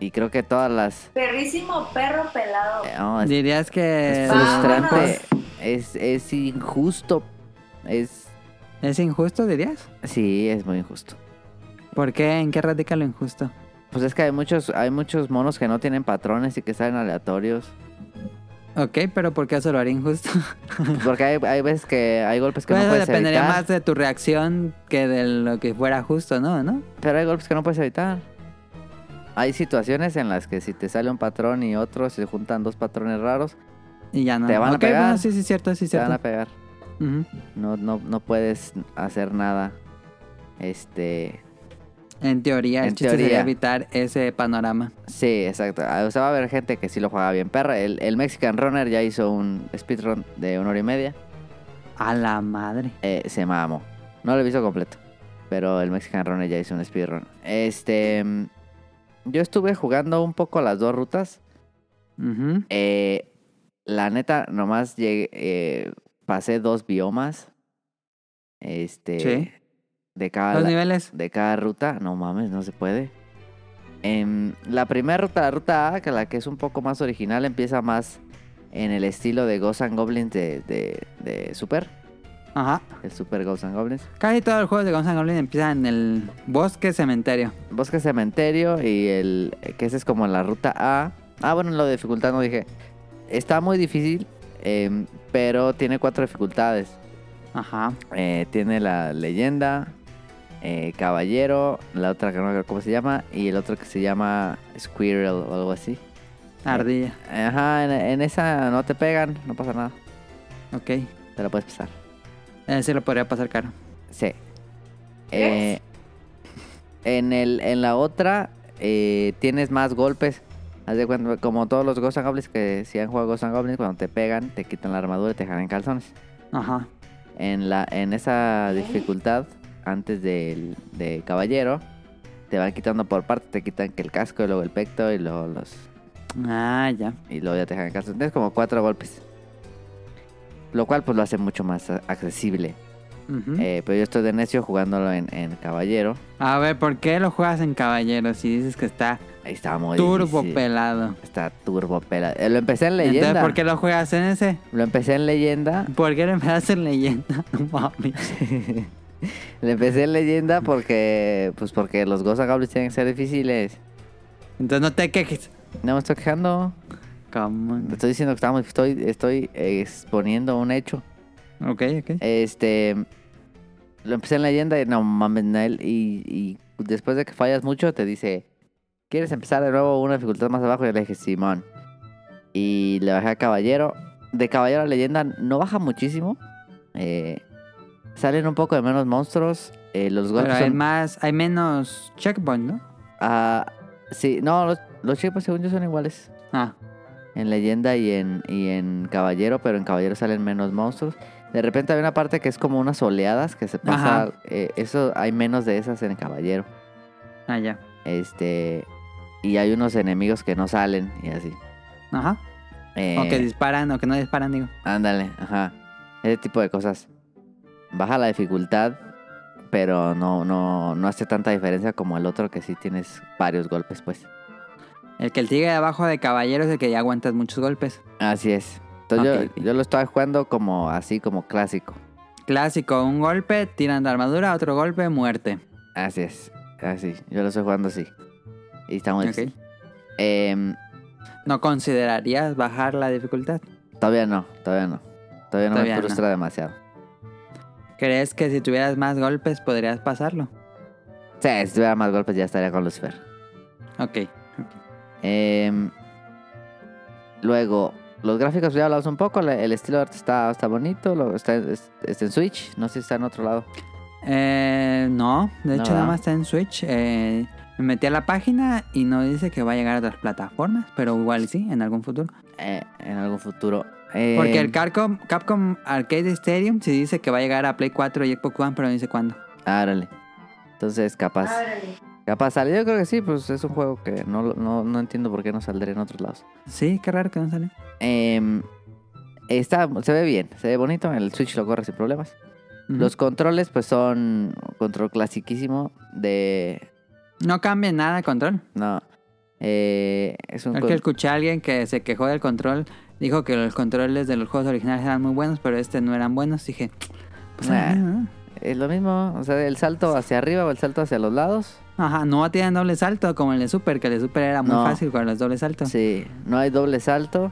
Speaker 3: y creo que todas las.
Speaker 4: Perrísimo perro pelado.
Speaker 3: eh, no, es,
Speaker 2: Dirías que.
Speaker 3: es
Speaker 4: Vámonos.
Speaker 3: frustrante. Es, es injusto. Es.
Speaker 2: ¿Es injusto, dirías?
Speaker 3: Sí, es muy injusto.
Speaker 2: ¿Por qué? ¿En qué radica lo injusto?
Speaker 3: Pues es que hay muchos, hay muchos monos que no tienen patrones y que salen aleatorios.
Speaker 2: Ok, pero ¿por qué eso lo haría injusto?
Speaker 3: Porque hay, hay veces que hay golpes que
Speaker 2: Pues
Speaker 3: no
Speaker 2: eso
Speaker 3: puedes
Speaker 2: dependería
Speaker 3: evitar.
Speaker 2: más de tu reacción que de lo que fuera justo, ¿no? ¿No?
Speaker 3: Pero hay golpes que no puedes evitar. Hay situaciones en las que si te sale un patrón y otro, se juntan dos patrones raros,
Speaker 2: Y ya no.
Speaker 3: Te van a
Speaker 2: Ok,
Speaker 3: pegar.
Speaker 2: bueno, sí, sí, cierto, sí,
Speaker 3: se van
Speaker 2: cierto.
Speaker 3: a pegar.
Speaker 2: Ujú.
Speaker 3: No, no, no puedes hacer nada. Este.
Speaker 2: En teoría, el
Speaker 3: En
Speaker 2: chiste sería
Speaker 3: teoría.
Speaker 2: evitar ese panorama.
Speaker 3: Sí, exacto. Ah, O sea, va a haber gente que sí lo juega bien perra. El, el Mexican Runner ya hizo un speedrun de una hora y media.
Speaker 2: A la madre.
Speaker 3: Eh, se mamó. No lo he visto completo. Pero el Mexican Runner ya hizo un speedrun. Este. mm, Yo estuve jugando un poco las dos rutas.
Speaker 2: Ujú.
Speaker 3: Eh, la neta, nomás llegué, eh, pasé dos biomas. Este.
Speaker 2: Sí.
Speaker 3: De cada,
Speaker 2: Los niveles.
Speaker 3: de cada ruta. No mames, no se puede. Em, la primera ruta, la ruta A, que la que es un poco más original, empieza más en el estilo de Ghosts and Goblins de, de, de Super.
Speaker 2: Ajá.
Speaker 3: El Super Ghosts and Goblins.
Speaker 2: Casi todos los juegos de Guns N' Goblins empiezan en el bosque cementerio.
Speaker 3: Bosque Cementerio y el. que esa es como la ruta A. Ah, bueno, lo de dificultad no dije. Está muy difícil, em, pero tiene cuatro dificultades.
Speaker 2: Ajá.
Speaker 3: Eh, tiene la leyenda, eh, Caballero, la otra que no recuerdo cómo se llama, y el otro que se llama Squirrel o algo así. Eh.
Speaker 2: Ardilla.
Speaker 3: Ajá, en, en esa no te pegan, no pasa nada,
Speaker 2: Ok. Eh,
Speaker 3: te la puedes pasar.
Speaker 2: sí lo podría pasar caro.
Speaker 3: Sí. Eh, en, el, en la otra eh, tienes más golpes. Haz de cuenta, como todos los Ghost and Goblins que si han jugado Ghost and Goblins, cuando te pegan, te quitan la armadura y te dejan en calzones.
Speaker 2: Ajá.
Speaker 3: En, la, en esa
Speaker 4: Ok.
Speaker 3: dificultad, antes del de caballero, te van quitando por parte, te quitan que el casco y luego el pecto y luego los,
Speaker 2: Ah, ya.
Speaker 3: y luego ya te dejan en calzón. Tienes como cuatro golpes. Lo cual pues lo hace mucho más a- accesible.
Speaker 2: Ujú.
Speaker 3: Eh, pero yo estoy de necio jugándolo en, en caballero.
Speaker 2: A ver, ¿por qué lo juegas en caballero si dices que está
Speaker 3: Ahí está muy
Speaker 2: turbo
Speaker 3: difícil.
Speaker 2: pelado?
Speaker 3: Está turbo pela. Eh, lo empecé en
Speaker 2: Entonces,
Speaker 3: leyenda.
Speaker 2: ¿por qué lo juegas en ese?
Speaker 3: Lo empecé en leyenda.
Speaker 2: ¿Por qué lo empezaste en leyenda? No mames.
Speaker 3: lo empecé en leyenda porque pues porque los Ghost and Goblins tienen que ser difíciles.
Speaker 2: Entonces no te quejes.
Speaker 3: No me estoy quejando.
Speaker 2: Come
Speaker 3: Te estoy diciendo que estamos, estoy, estoy exponiendo un hecho.
Speaker 2: on. Ok, ok.
Speaker 3: Este. Lo empecé en leyenda y no mames, Nael. Y, y después de que fallas mucho, te dice: ¿Quieres empezar de nuevo una dificultad más abajo? Y yo le dije: Simón. Y le bajé a caballero. De caballero a leyenda no baja muchísimo. Eh, salen un poco de menos monstruos. eh, los
Speaker 2: Pero
Speaker 3: golpes
Speaker 2: hay
Speaker 3: son-
Speaker 2: más, hay menos checkpoint, ¿no?
Speaker 3: ah, sí, no, los, los chicos según yo son iguales.
Speaker 2: Ah,
Speaker 3: En leyenda y en, y en caballero, pero en caballero salen menos monstruos. De repente hay una parte que es como unas oleadas que se pasa.
Speaker 2: Ajá.
Speaker 3: eh, eso hay menos de esas en caballero.
Speaker 2: ah, ya.
Speaker 3: Este. Y hay unos enemigos que no salen y así.
Speaker 2: Ajá.
Speaker 3: Eh,
Speaker 2: O que disparan o que no disparan, digo.
Speaker 3: Ándale, ajá. Ese tipo de cosas. Baja la dificultad, pero no, no, no hace tanta diferencia como el otro que sí tienes varios golpes, pues.
Speaker 2: El que sigue abajo de caballero es el que ya aguantas muchos golpes.
Speaker 3: Así es. Entonces yo-
Speaker 2: Ok.
Speaker 3: yo, lo estaba jugando como así, como clásico.
Speaker 2: Clásico, un golpe, tiran de armadura, otro golpe, muerte.
Speaker 3: Así es, así. Yo lo estoy jugando así. Y está muy
Speaker 2: Ok.
Speaker 3: difícil. Em,
Speaker 2: ¿No considerarías bajar la dificultad?
Speaker 3: todavía no, todavía no. Todavía no
Speaker 2: Todavía
Speaker 3: me
Speaker 2: no.
Speaker 3: frustra demasiado.
Speaker 2: ¿Crees que si tuvieras más golpes podrías pasarlo?
Speaker 3: O sea, si tuviera más golpes ya estaría con Lucifer.
Speaker 2: Ok.
Speaker 3: Em, luego, los gráficos ya hablamos un poco. la- El estilo de arte está, está bonito. lo- está, es- está en Switch. No sé si está en otro lado.
Speaker 2: Eh, no, de
Speaker 3: No,
Speaker 2: hecho nada
Speaker 3: ¿verdad?
Speaker 2: más está en Switch. Eh, me metí a la página y no dice que va a llegar a otras plataformas, pero igual sí, en algún futuro.
Speaker 3: Eh, en algún futuro. Em,
Speaker 2: Porque el Capcom, Capcom Arcade Stadium sí dice que va a llegar a Play 4 y Xbox One, pero no dice cuándo.
Speaker 3: Árale. Entonces,
Speaker 2: Eh,
Speaker 3: capaz.
Speaker 4: Árale.
Speaker 3: Capaz sale. Yo creo que sí, pues es un juego que no, lo- no, no entiendo por qué no saldría en otros lados.
Speaker 2: Sí, qué raro que no sale.
Speaker 3: Em, está, se ve bien, se ve bonito. El Switch lo corre sin problemas.
Speaker 2: Ujú.
Speaker 3: Los controles, pues son control clasiquísimo de.
Speaker 2: No cambia nada el control.
Speaker 3: No. eh, es un
Speaker 2: Es
Speaker 3: con-
Speaker 2: que escuché a alguien que se quejó del control. Dijo que los controles de los juegos originales eran muy buenos, pero este no eran buenos. Dije, pues,
Speaker 3: Nah.
Speaker 2: ah, ¿no?
Speaker 3: es lo mismo. O sea, el salto hacia arriba o el salto hacia los lados.
Speaker 2: Ajá, no tienen doble salto como el de Super, que el de Super era muy
Speaker 3: No.
Speaker 2: fácil con los dobles saltos.
Speaker 3: Sí, no hay doble salto.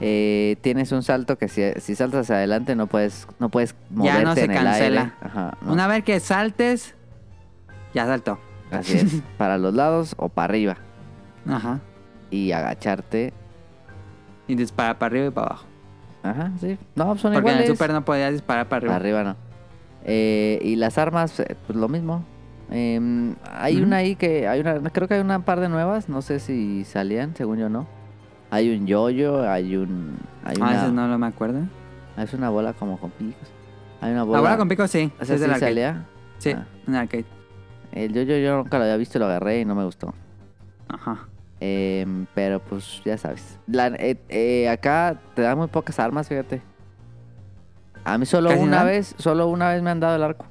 Speaker 3: eh, tienes un salto que si, si saltas hacia adelante no puedes, no puedes moverte
Speaker 2: no se
Speaker 3: en el
Speaker 2: cancela.
Speaker 3: aire. Ajá, no.
Speaker 2: Una vez que saltes, ya saltó.
Speaker 3: Así es. para los lados o para arriba.
Speaker 2: Ajá.
Speaker 3: Y agacharte.
Speaker 2: Y dispara para arriba y para abajo.
Speaker 3: Ajá, sí. No, son
Speaker 2: Porque en el
Speaker 3: iguales.
Speaker 2: Super no podías disparar para arriba.
Speaker 3: Arriba no. Eh, y las armas, eh, pues lo mismo. Eh, hay
Speaker 2: Ujú.
Speaker 3: una ahí que hay una, creo que hay una par de nuevas, no sé si salían, según yo no. Hay un yoyo, hay un, hay
Speaker 2: Ah,
Speaker 3: una,
Speaker 2: eso no lo me acuerdo.
Speaker 3: es una bola como con picos. Hay una bola.
Speaker 2: La bola con pico sí.
Speaker 3: ¿Esa
Speaker 2: sí es
Speaker 3: sí
Speaker 2: del arcade.
Speaker 3: salía?
Speaker 2: Sí,
Speaker 3: Ah.
Speaker 2: en el arcade.
Speaker 3: El yoyo yo nunca lo había visto, lo agarré y no me gustó.
Speaker 2: Ajá.
Speaker 3: Eh, pero pues ya sabes. La- eh, eh, acá te dan muy pocas armas, fíjate. A mí solo
Speaker 2: ¿Casi
Speaker 3: una
Speaker 2: nada?
Speaker 3: vez, solo una vez me han dado el arco.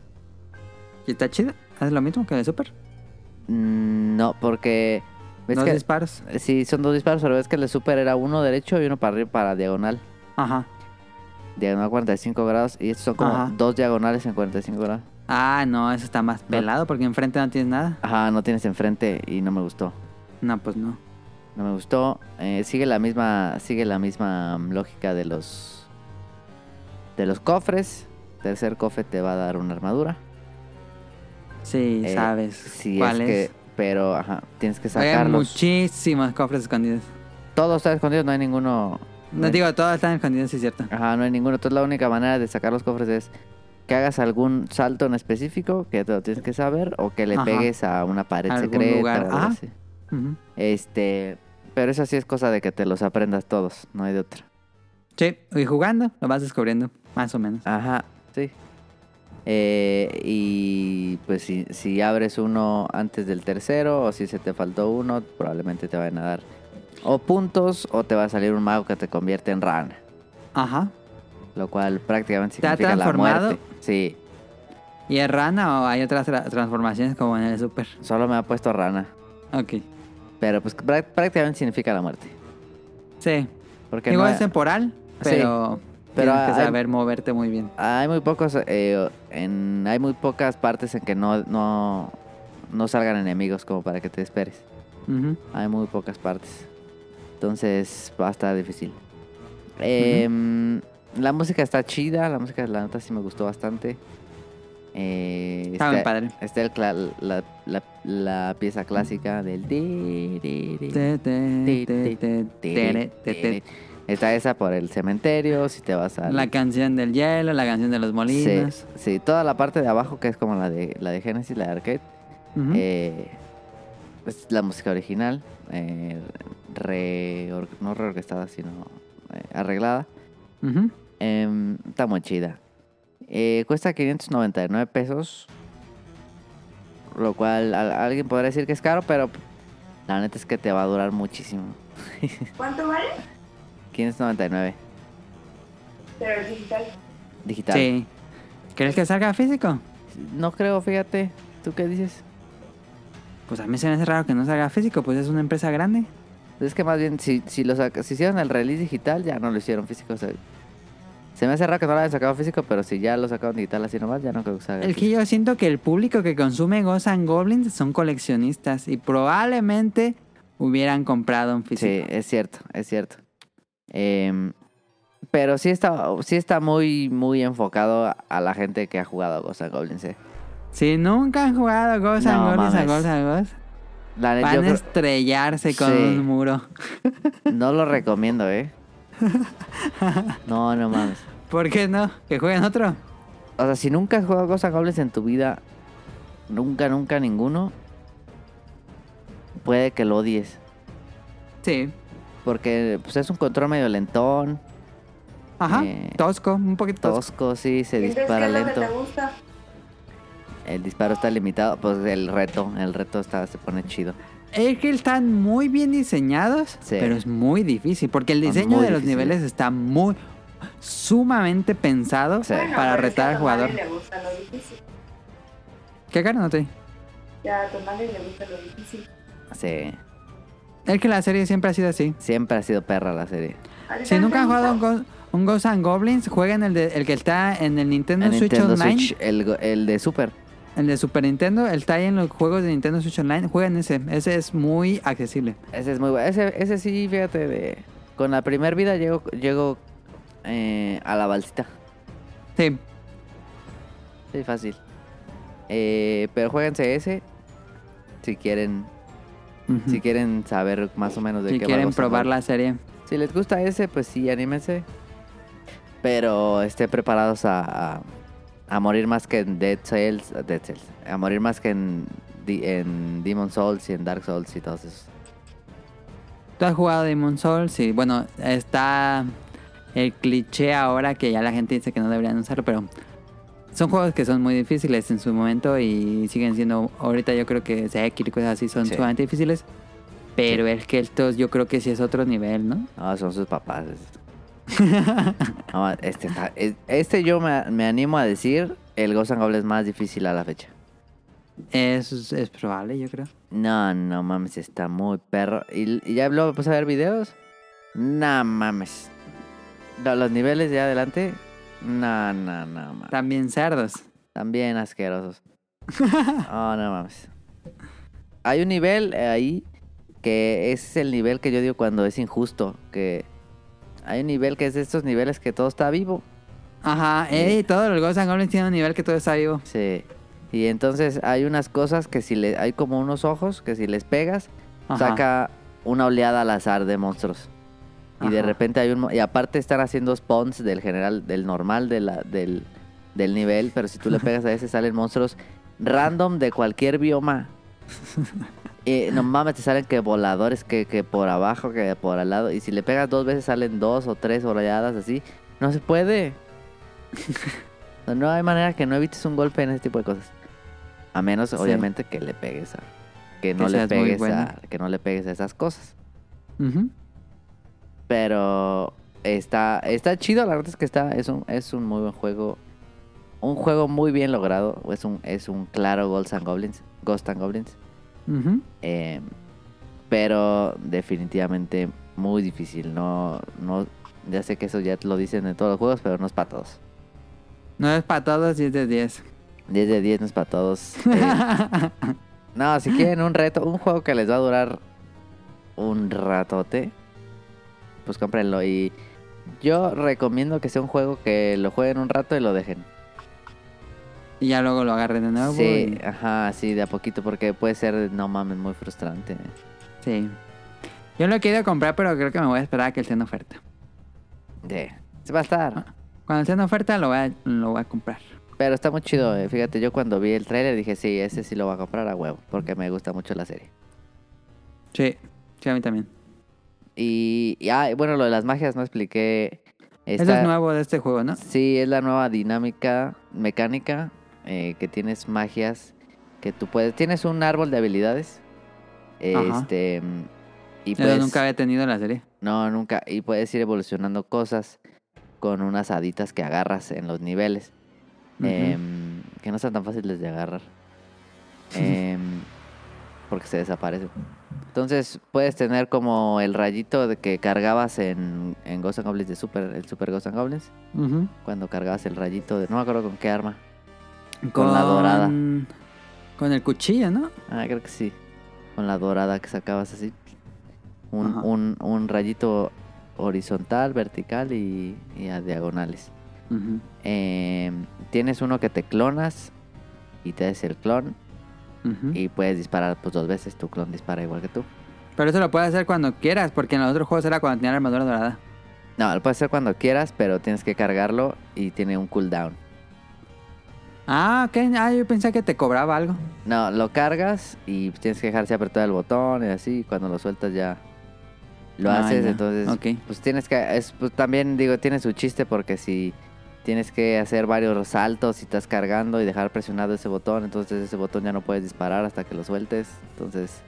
Speaker 2: ¿Y está chido? ¿Haces lo mismo que en el Super?
Speaker 3: Mm, No, porque ves
Speaker 2: Dos
Speaker 3: que
Speaker 2: disparos.
Speaker 3: Sí, son dos disparos, pero ves que el de super era uno derecho y uno para arriba para diagonal.
Speaker 2: Ajá.
Speaker 3: Diagonal 45 grados. Y estos son como
Speaker 2: Ajá.
Speaker 3: dos diagonales en 45 grados.
Speaker 2: Ah, no, eso está más pelado porque enfrente no tienes nada.
Speaker 3: Ajá, no tienes enfrente y no me gustó.
Speaker 2: No, pues no.
Speaker 3: No me gustó. Eh, sigue la misma. Sigue la misma mm, lógica de los. De los cofres. Tercer cofre te va a dar una armadura.
Speaker 2: Sí,
Speaker 3: Eh,
Speaker 2: sabes
Speaker 3: Si
Speaker 2: cuál
Speaker 3: es,
Speaker 2: es.
Speaker 3: que, pero ajá, tienes que
Speaker 2: Hay
Speaker 3: sacarlos.
Speaker 2: muchísimos cofres escondidos.
Speaker 3: Todos están escondidos, no hay ninguno.
Speaker 2: No
Speaker 3: hay-
Speaker 2: digo, todos están escondidos, sí es cierto.
Speaker 3: Ajá, no hay ninguno. Entonces la única manera de sacar los cofres es que hagas algún salto en específico que te lo tienes que saber o que le
Speaker 2: Ajá.
Speaker 3: pegues a una pared
Speaker 2: Algún
Speaker 3: secreta.
Speaker 2: lugar. Ah.
Speaker 3: o algo
Speaker 2: Ajá.
Speaker 3: así.
Speaker 2: Ujú.
Speaker 3: Este, pero eso sí es cosa de que te los aprendas todos, no hay de otra.
Speaker 2: Sí, y jugando lo vas descubriendo, más o menos.
Speaker 3: Ajá, sí. Eh, y pues si, si abres uno antes del tercero o si se te faltó uno, probablemente te van a dar o puntos o te va a salir un mago que te convierte en rana,
Speaker 2: Ajá.
Speaker 3: lo cual prácticamente
Speaker 2: ¿Te ha
Speaker 3: significa la
Speaker 2: transformado?
Speaker 3: muerte. Sí,
Speaker 2: ¿Y es rana o hay otras tra- transformaciones como en el super?
Speaker 3: solo me ha puesto rana,
Speaker 2: Ok.
Speaker 3: pero pues prá- prácticamente significa la muerte.
Speaker 2: Sí.
Speaker 3: Porque
Speaker 2: Digo,
Speaker 3: no-
Speaker 2: es em-, temporal,
Speaker 3: Sí,
Speaker 2: pero,
Speaker 3: pero
Speaker 2: tienes que
Speaker 3: hay-
Speaker 2: saber moverte muy bien.
Speaker 3: hay muy pocos, eh, en, hay muy pocas partes en que no, no, no salgan enemigos como para que te esperes.
Speaker 2: Ujú.
Speaker 3: Hay muy pocas partes. Entonces va a estar difícil. Em, La música está chida. La música, la nota sí me gustó bastante. Eh,
Speaker 2: Está bien padre.
Speaker 3: está el cla- la, la- la pieza clásica del... di, di, di,
Speaker 2: Te, te,
Speaker 3: ti,
Speaker 2: te,
Speaker 3: ti,
Speaker 2: te,
Speaker 3: ti,
Speaker 2: tere, te,
Speaker 3: ti,
Speaker 2: te.
Speaker 3: di. Está esa por el cementerio, si te vas a...
Speaker 2: La canción del hielo, la canción de los
Speaker 3: sí,
Speaker 2: molinos.
Speaker 3: sí, toda la parte de abajo que es como la de, la de Genesis, la de Arcade.
Speaker 2: Ujú.
Speaker 3: Eh, es la música original, eh, reor- no reorquestada, sino eh, arreglada.
Speaker 2: Ujú.
Speaker 3: Em, está muy chida. Eh, cuesta 599 pesos, lo cual a- alguien podrá decir que es caro, pero la neta es que te va a durar muchísimo.
Speaker 4: ¿Cuánto vale?
Speaker 3: 599
Speaker 4: Pero el digital.
Speaker 3: digital.
Speaker 2: Sí. ¿Crees que salga físico?
Speaker 3: No creo, fíjate. ¿Tú qué dices?
Speaker 2: Pues a mí se me hace raro que no salga físico, pues es una empresa grande.
Speaker 3: Es que más bien, si, si, lo saca- si hicieron el release digital, ya no lo hicieron físico. o sea, se me hace raro que no lo hayan sacado físico, pero si ya lo sacaron digital así nomás, ya no creo que se haga
Speaker 2: El que
Speaker 3: físico.
Speaker 2: yo siento que el público que consume Ghosts and Goblins son coleccionistas y probablemente hubieran comprado un
Speaker 3: Sí, eh.
Speaker 2: físico.
Speaker 3: es cierto, es cierto. Em, pero sí está, sí está muy, muy enfocado a- a la gente que ha jugado Ghost and Goblins. eh.
Speaker 2: Si nunca han jugado Ghosts and
Speaker 3: No
Speaker 2: Goblins a
Speaker 3: mames.
Speaker 2: Ghosts and Ghosts,
Speaker 3: La neta, yo
Speaker 2: van a
Speaker 3: creo-
Speaker 2: estrellarse con
Speaker 3: Sí.
Speaker 2: un muro.
Speaker 3: no lo recomiendo, ¿eh? No, no mames.
Speaker 2: ¿Por qué no? ¿Que jueguen otro?
Speaker 3: O sea, si nunca has jugado Ghost and Goblins en tu vida, nunca, nunca ninguno, puede que lo odies.
Speaker 2: Sí.
Speaker 3: Porque pues, es un control medio lentón,
Speaker 2: Ajá.
Speaker 3: Eh,
Speaker 2: tosco, un poquito tosco.
Speaker 3: tosco, sí, se
Speaker 4: Entonces, ¿qué
Speaker 3: dispara
Speaker 4: es lo Pues, que
Speaker 3: lento.
Speaker 4: te gusta?
Speaker 3: El disparo está limitado, pues el reto, el reto está, se pone chido.
Speaker 2: Es que están muy bien diseñados,
Speaker 3: Sí.
Speaker 2: pero es muy difícil. Porque el
Speaker 3: Son
Speaker 2: diseño
Speaker 3: muy
Speaker 2: de los
Speaker 3: difíciles.
Speaker 2: niveles está muy sumamente pensado
Speaker 3: Sí.
Speaker 4: Bueno,
Speaker 2: para
Speaker 4: pero es que
Speaker 2: retar
Speaker 4: a
Speaker 2: al
Speaker 4: Tomás
Speaker 2: jugador.
Speaker 4: le gusta lo difícil.
Speaker 2: ¿Qué cara no te?
Speaker 4: Ya a Tomás le gusta lo difícil.
Speaker 3: Sí,
Speaker 2: Es que la serie siempre ha sido así.
Speaker 3: siempre ha sido perra la serie.
Speaker 4: ¿A ti
Speaker 2: Si
Speaker 4: también
Speaker 2: nunca
Speaker 4: te
Speaker 2: han jugado un,
Speaker 4: gusta?
Speaker 2: Go- un Ghosts and Goblins, jueguen el, de- el que está en el Nintendo
Speaker 3: El
Speaker 2: Switch
Speaker 3: Nintendo
Speaker 2: Online,
Speaker 3: Switch, el, go- el de Super.
Speaker 2: el de Super Nintendo, el está ahí en los juegos de Nintendo Switch Online, jueguen ese, ese es muy accesible.
Speaker 3: Ese es muy bueno. Ese, ese sí, fíjate, de... con la primera vida llego, llego eh, a la balsita.
Speaker 2: Sí,
Speaker 3: Sí, fácil. Eh, pero jueguense ese si quieren,
Speaker 2: Ujú.
Speaker 3: si quieren saber más o menos de
Speaker 2: si
Speaker 3: qué va
Speaker 2: quieren
Speaker 3: Ghost and
Speaker 2: probar la serie.
Speaker 3: Si les gusta ese, pues sí, anímense. Pero estén preparados a, a, a morir más que en Dead Cells. Dead Cells. A morir más que en, Di- en Demon Souls y en Dark Souls y todos esos.
Speaker 2: ¿Tú has jugado Demon Souls? Sí, bueno, está el cliché ahora que ya la gente dice que no deberían usarlo, pero son juegos que son muy difíciles en su momento y siguen siendo, ahorita yo creo que Sekiro y cosas así son
Speaker 3: Sí.
Speaker 2: sumamente difíciles, pero el que estos yo creo que sí es otro nivel, ¿no?
Speaker 3: No, son sus papás. No, este, está- es- este yo me, me animo a decir el Ghost and Goblins más difícil a la fecha.
Speaker 2: Es, es probable, yo creo.
Speaker 3: No, no mames, está muy perro. ¿Y, y ya luego me puse a ver videos? No mames. Lo- Los niveles de adelante. No, no, no mames.
Speaker 2: También cerdos.
Speaker 3: También asquerosos. Oh, no mames. Hay un nivel eh, ahí que es el nivel que yo digo cuando es injusto. Que hay un nivel que es de estos niveles que todo está vivo.
Speaker 2: Ajá, ey, todos los Ghosts and Goblins tienen un nivel que todo está vivo.
Speaker 3: Sí. Y entonces hay unas cosas que si le... Hay como unos ojos que si les pegas,
Speaker 2: Ajá.
Speaker 3: saca una oleada al azar de monstruos. Y de
Speaker 2: Ajá.
Speaker 3: repente hay un... mo- Y aparte están haciendo spawns del general, del normal, de la, del, del nivel. Pero si tú le pegas a ese salen monstruos random de cualquier bioma. Eh, no mames, te salen que voladores, que, que por abajo, que por al lado. Y si le pegas dos veces salen dos o tres oleadas así. No se puede. No, no hay manera que no evites un golpe en ese tipo de cosas. A menos,
Speaker 2: Sí.
Speaker 3: obviamente, que le pegues a... Que no, le
Speaker 2: seas muy
Speaker 3: pegues
Speaker 2: bueno.
Speaker 3: a, que no le pegues a esas cosas.
Speaker 2: Ujú.
Speaker 3: Pero está, está chido, la verdad es que está, es un, es un muy buen juego. Un juego muy bien logrado. Es un, es un claro Ghosts and Goblins. Ghost and Goblins.
Speaker 2: Ujú.
Speaker 3: Eh, pero definitivamente muy difícil. No, no, ya sé que eso ya lo dicen en todos los juegos, pero no es para todos.
Speaker 2: No es para todos 10 de 10.
Speaker 3: 10 de 10 no es para todos. Eh, no, si quieren un reto, un juego que les va a durar un ratote, pues cómprenlo. Y yo recomiendo que sea un juego que lo jueguen un rato y lo dejen.
Speaker 2: y ya luego lo agarren de nuevo.
Speaker 3: sí,
Speaker 2: y-
Speaker 3: ajá, sí, de a poquito, porque puede ser, no mames, muy frustrante.
Speaker 2: sí. Yo lo he querido comprar, pero creo que me voy a esperar a que esté en oferta.
Speaker 3: Sí, se va a estar.
Speaker 2: Cuando esté en oferta lo voy a, lo voy a comprar.
Speaker 3: Pero está muy chido, eh. fíjate, yo cuando vi el tráiler dije, sí, ese sí lo voy a comprar a huevo, porque me gusta mucho la serie.
Speaker 2: Sí, sí, a mí también.
Speaker 3: Y, y, ah, bueno, lo de las magias no expliqué.
Speaker 2: Eso
Speaker 3: Está-
Speaker 2: es nuevo de este juego, ¿no?
Speaker 3: Sí, es la nueva dinámica mecánica eh, que tienes magias que tú puedes. Tienes un árbol de habilidades.
Speaker 2: Ajá.
Speaker 3: Este. mm, Y
Speaker 2: Yo
Speaker 3: puedes,
Speaker 2: nunca había tenido la serie.
Speaker 3: No, nunca. Y puedes ir evolucionando cosas con unas haditas que agarras en los niveles.
Speaker 2: Ujú.
Speaker 3: em, que no están tan fáciles de agarrar. Em, porque se desaparecen. Entonces puedes tener como el rayito de que cargabas en, en Ghost and Goblins de Super, el Super Ghost and Goblins
Speaker 2: Ujú.
Speaker 3: cuando cargabas el rayito de no me acuerdo con qué arma. Con la dorada.
Speaker 2: Con el cuchillo, ¿no?
Speaker 3: Ah, creo que sí. Con la dorada que sacabas así. Un,
Speaker 2: Ajá.
Speaker 3: un, un rayito horizontal, vertical y, y a diagonales.
Speaker 2: Ujú.
Speaker 3: Eh, tienes uno que te clonas y te des el clon
Speaker 2: Ujú.
Speaker 3: y puedes disparar pues dos veces. Tu clon dispara igual que tú.
Speaker 2: Pero eso lo puedes hacer cuando quieras, porque en los otros juegos era cuando tenía la armadura dorada.
Speaker 3: No, lo puedes hacer cuando quieras, pero tienes que cargarlo y tiene un cooldown.
Speaker 2: Ah, ok. Ah, yo pensé que te cobraba algo.
Speaker 3: No, lo cargas y tienes que dejarse apretar el botón y así. y Cuando lo sueltas ya lo
Speaker 2: Ah,
Speaker 3: haces.
Speaker 2: ya.
Speaker 3: Entonces,
Speaker 2: Ok.
Speaker 3: pues tienes que. Es, pues, también digo, tiene su chiste porque si tienes que hacer varios saltos y estás cargando y dejar presionado ese botón, entonces ese botón ya no puedes disparar hasta que lo sueltes. Entonces,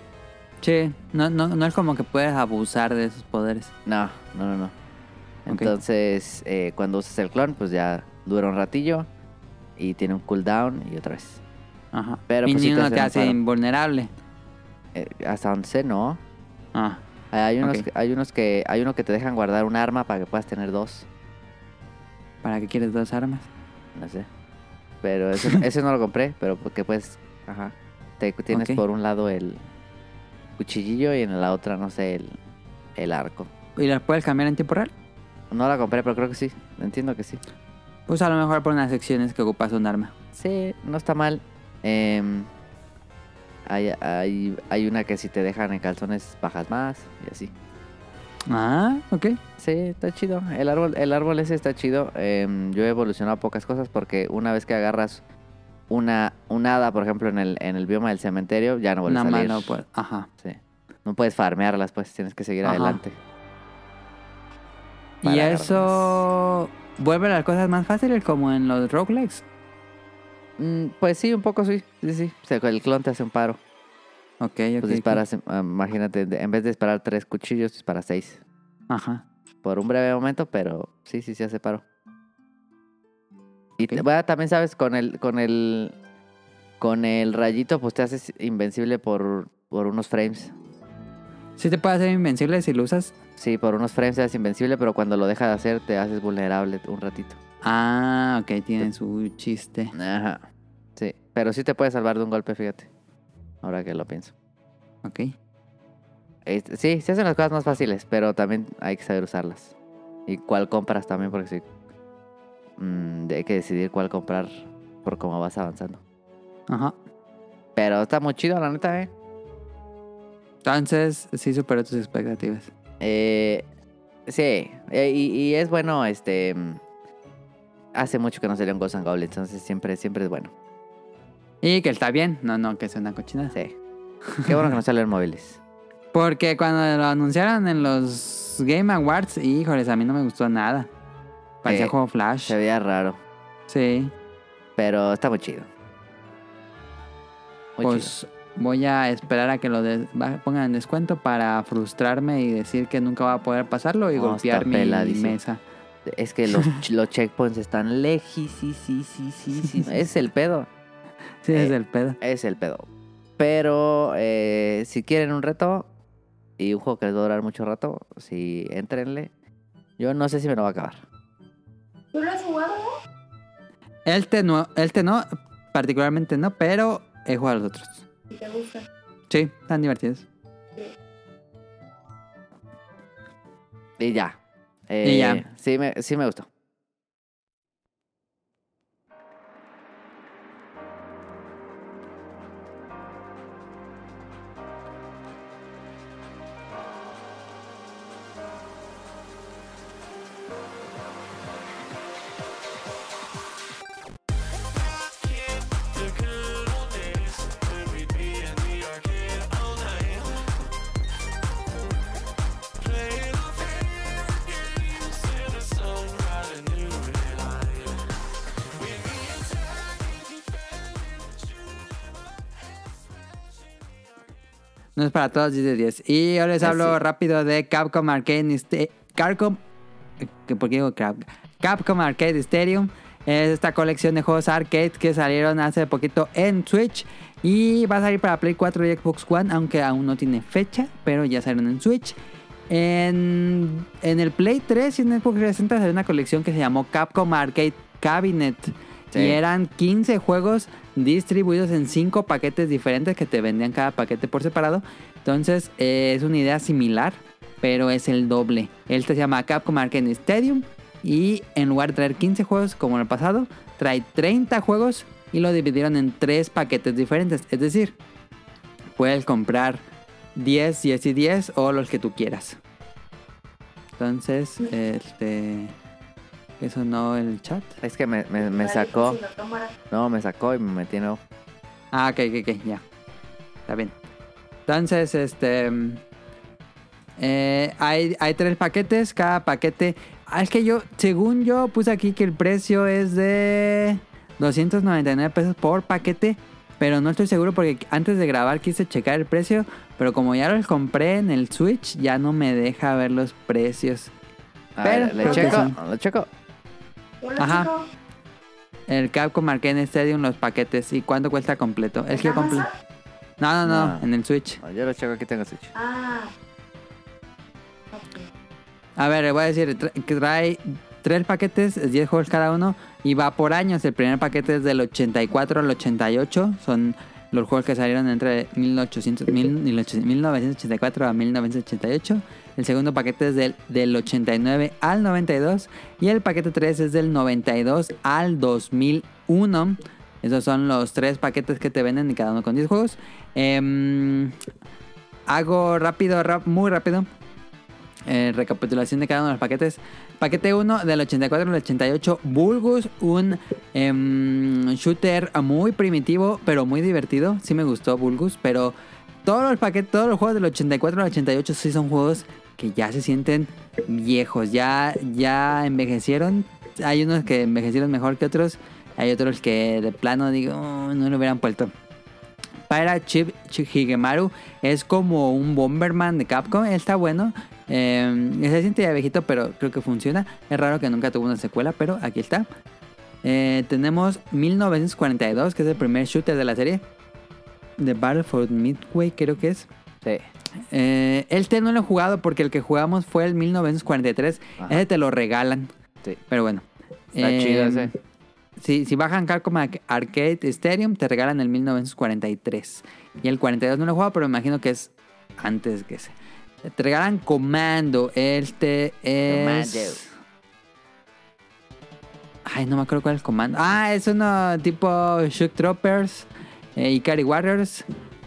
Speaker 2: Sí, no, no, no es como que puedes abusar de esos poderes.
Speaker 3: no, no, no, no.
Speaker 2: Ok.
Speaker 3: Entonces, eh, cuando usas el clon, pues ya dura un ratillo y tiene un cooldown y otra vez.
Speaker 2: Ajá.
Speaker 3: Pero
Speaker 2: y
Speaker 3: pues sí
Speaker 2: ni
Speaker 3: te
Speaker 2: uno
Speaker 3: hacen
Speaker 2: te
Speaker 3: un
Speaker 2: hace
Speaker 3: paro.
Speaker 2: invulnerable.
Speaker 3: Eh, hasta 11, no.
Speaker 2: Ah,
Speaker 3: Hay unos,
Speaker 2: Ok.
Speaker 3: que- hay unos que hay uno que te dejan guardar un arma para que puedas tener dos.
Speaker 2: ¿para qué quieres dos armas?
Speaker 3: No sé. Pero ese, ese no lo compré, pero porque pues, ajá. Te tienes
Speaker 2: Ok.
Speaker 3: por un lado el cuchillillo y en la otra, no sé, el, el arco.
Speaker 2: ¿Y las puedes cambiar en tiempo real?
Speaker 3: No la compré, pero creo que sí. Entiendo que sí.
Speaker 2: Pues a lo mejor por unas secciones que ocupas un arma.
Speaker 3: Sí, no está mal. Em, hay, hay, hay una que si te dejan en calzones bajas más y así.
Speaker 2: Ah, ok.
Speaker 3: Sí, está chido. El árbol, el árbol ese está chido. Em, yo he evolucionado pocas cosas porque una vez que agarras una, una hada, por ejemplo, en el, en el bioma del cementerio, ya no vuelves
Speaker 2: Nada
Speaker 3: a
Speaker 2: más
Speaker 3: salir.
Speaker 2: no puedo. Ajá.
Speaker 3: Sí. No puedes farmearlas, pues tienes que seguir
Speaker 2: Ajá.
Speaker 3: adelante. Para
Speaker 2: Y
Speaker 3: agarrar
Speaker 2: eso vuelve a las cosas más fáciles como en los roguelikes.
Speaker 3: Mm, pues sí, un poco sí. Sí, sí. O sea, el clon te hace un paro.
Speaker 2: Ok, ok. ok.
Speaker 3: Pues disparas, em, ah, imagínate, de- en vez de disparar tres cuchillos, disparas seis.
Speaker 2: Ajá.
Speaker 3: Por un breve momento, pero sí, sí, sí hace paro. Y te-
Speaker 2: Ok.
Speaker 3: bueno, también sabes, con el, con el. Con el rayito, pues te haces invencible por, por unos frames.
Speaker 2: Sí te puede hacer invencible si lo usas.
Speaker 3: Sí, por unos frames te haces invencible, pero cuando lo dejas de hacer, te haces vulnerable un ratito.
Speaker 2: Ah, ok, tiene su chiste.
Speaker 3: Ajá. Sí. Pero sí te puede salvar de un golpe, fíjate. Ahora que lo pienso.
Speaker 2: Ok.
Speaker 3: Este, sí, se hacen las cosas más fáciles, pero también hay que saber usarlas. Y cuál compras también, porque sí. mm, hay que decidir cuál comprar por cómo vas avanzando.
Speaker 2: Ajá.
Speaker 3: Pero está muy chido, la neta, ¿eh?
Speaker 2: Entonces, sí superó tus expectativas.
Speaker 3: Eh, sí, eh, y, y es bueno, este... mm, Hace mucho que no salió un Ghost and Goblins, entonces siempre, siempre es bueno.
Speaker 2: Y que está bien, no, no, que es una cochinada.
Speaker 3: Sí. Qué bueno que no salió en móviles.
Speaker 2: Porque cuando lo anunciaron en los Game Awards, híjoles, a mí no me gustó nada. Parecía
Speaker 3: Eh,
Speaker 2: juego Flash.
Speaker 3: Se veía raro,
Speaker 2: Sí.
Speaker 3: pero está muy chido. Muy
Speaker 2: pues voy a esperar a que lo des- va- pongan en descuento para frustrarme y decir que nunca va a poder pasarlo y
Speaker 3: No,
Speaker 2: golpear
Speaker 3: está
Speaker 2: mi
Speaker 3: peladísimo.
Speaker 2: mesa.
Speaker 3: chido. Es que los, ch- los checkpoints están lejis, sí, sí, sí, sí, sí. Es el pedo.
Speaker 2: Sí, es
Speaker 3: Eh,
Speaker 2: el pedo.
Speaker 3: Es el pedo. Pero eh, si quieren un reto y un juego que les va a durar mucho rato, si entrenle. Yo no sé si me lo va a acabar.
Speaker 4: ¿Tú lo has jugado?
Speaker 2: Este no, este no, particularmente no, pero he jugado a los otros.
Speaker 4: Si te gusta.
Speaker 2: Sí, están divertidos.
Speaker 3: Y ya.
Speaker 2: Y ya.
Speaker 3: Eh, Sí me, sí me gustó.
Speaker 2: No es para todos 10 de 10. Y yo les
Speaker 3: Ah,
Speaker 2: hablo
Speaker 3: sí.
Speaker 2: rápido de Capcom Arcade este, Capcom. ¿qué- ¿Por qué digo Cap- Capcom Arcade Stadium. Es esta colección de juegos arcade que salieron hace poquito en Switch. Y va a salir para Play 4 y Xbox One, aunque aún no tiene fecha, pero ya salieron en Switch. En, en el Play 3 y en Xbox 360 salió una colección que se llamó Capcom Arcade Cabinet.
Speaker 3: Sí.
Speaker 2: Y eran 15 juegos distribuidos en 5 paquetes diferentes que te vendían cada paquete por separado. Entonces eh, es una idea similar, pero es el doble. Este se llama Capcom Arcade Stadium y en lugar de traer 15 juegos como en el pasado, trae 30 juegos y lo dividieron en 3 paquetes diferentes. Es decir, puedes comprar 10, 10 y 10 o los que tú quieras. Entonces, este... ¿Eso sonó el chat?
Speaker 3: Es que me, me- me
Speaker 4: Vale,
Speaker 3: sacó.
Speaker 4: si lo tomara.
Speaker 3: No, me sacó y me metí en nuevo.
Speaker 2: Ah, ok, ok, ok, ya. Está bien. Entonces, este. mm, eh, hay, hay tres paquetes. Cada paquete. Ah, es que yo, según yo, puse aquí que el precio es de 299 pesos por paquete. Pero no estoy seguro porque antes de grabar quise checar el precio. Pero como ya los compré en el Switch, ya no me deja ver los precios.
Speaker 3: A
Speaker 2: Pero
Speaker 3: ver, le
Speaker 2: creo que
Speaker 3: checo,
Speaker 2: sí.
Speaker 3: le checo.
Speaker 4: Hola,
Speaker 2: Ajá.
Speaker 4: chico.
Speaker 2: El Capcom marqué en Stadium los paquetes. ¿Y cuánto cuesta completo? Es que
Speaker 4: ¿En
Speaker 2: comple-
Speaker 4: Amazon?
Speaker 2: No, no, no,
Speaker 3: No.
Speaker 2: en el Switch.
Speaker 3: No, Yo lo checo, aquí tengo Switch.
Speaker 4: Ah. Ok.
Speaker 2: A ver, voy a decir, tra- que trae tres paquetes, 10 juegos cada uno, y va por años. El primer paquete es del 84 al 88, son los juegos que salieron entre 1800, mil- 1800, 1984 a 1988. El segundo paquete es del, del 89 al 92, y el paquete 3 es del 92 al 2001. Esos son los tres paquetes que te venden y cada uno con 10 juegos. Em, hago rápido, rap- muy rápido. Eh, recapitulación de cada uno de los paquetes. Paquete 1 del 84 al 88, Bulgus, un em, shooter muy primitivo, pero muy divertido. Sí me gustó Bulgus, pero todos los paquetes, todos los juegos del 84 al 88 sí son juegos que ya se sienten viejos, ya, ya envejecieron. Hay unos que envejecieron mejor que otros, hay otros que de plano digo, "Oh, no lo hubieran puesto para Chip Higemaru es como un Bomberman de Capcom. Está bueno. Eh, se siente ya viejito, pero creo que funciona. Es raro que nunca tuvo una secuela, pero aquí está. Eh, tenemos 1942, que es el primer shooter de la serie. De Battle for Midway, creo que es.
Speaker 3: Sí.
Speaker 2: Eh, este no lo he jugado porque el que jugamos fue el 1943.
Speaker 3: Ajá.
Speaker 2: Ese te lo regalan.
Speaker 3: Sí.
Speaker 2: Pero bueno.
Speaker 3: Está
Speaker 2: Eh,
Speaker 3: chido ese.
Speaker 2: si, si bajan Capcom Arc- Arcade Stadium, te regalan el 1943. Y el 42 no lo he jugado, pero me imagino que es antes que ese. Te regalan Comando. Este es.
Speaker 3: Commando.
Speaker 2: Ay, no me acuerdo cuál es el comando. Ah, es uno tipo Shoot Troopers. Eh, Ikari Warriors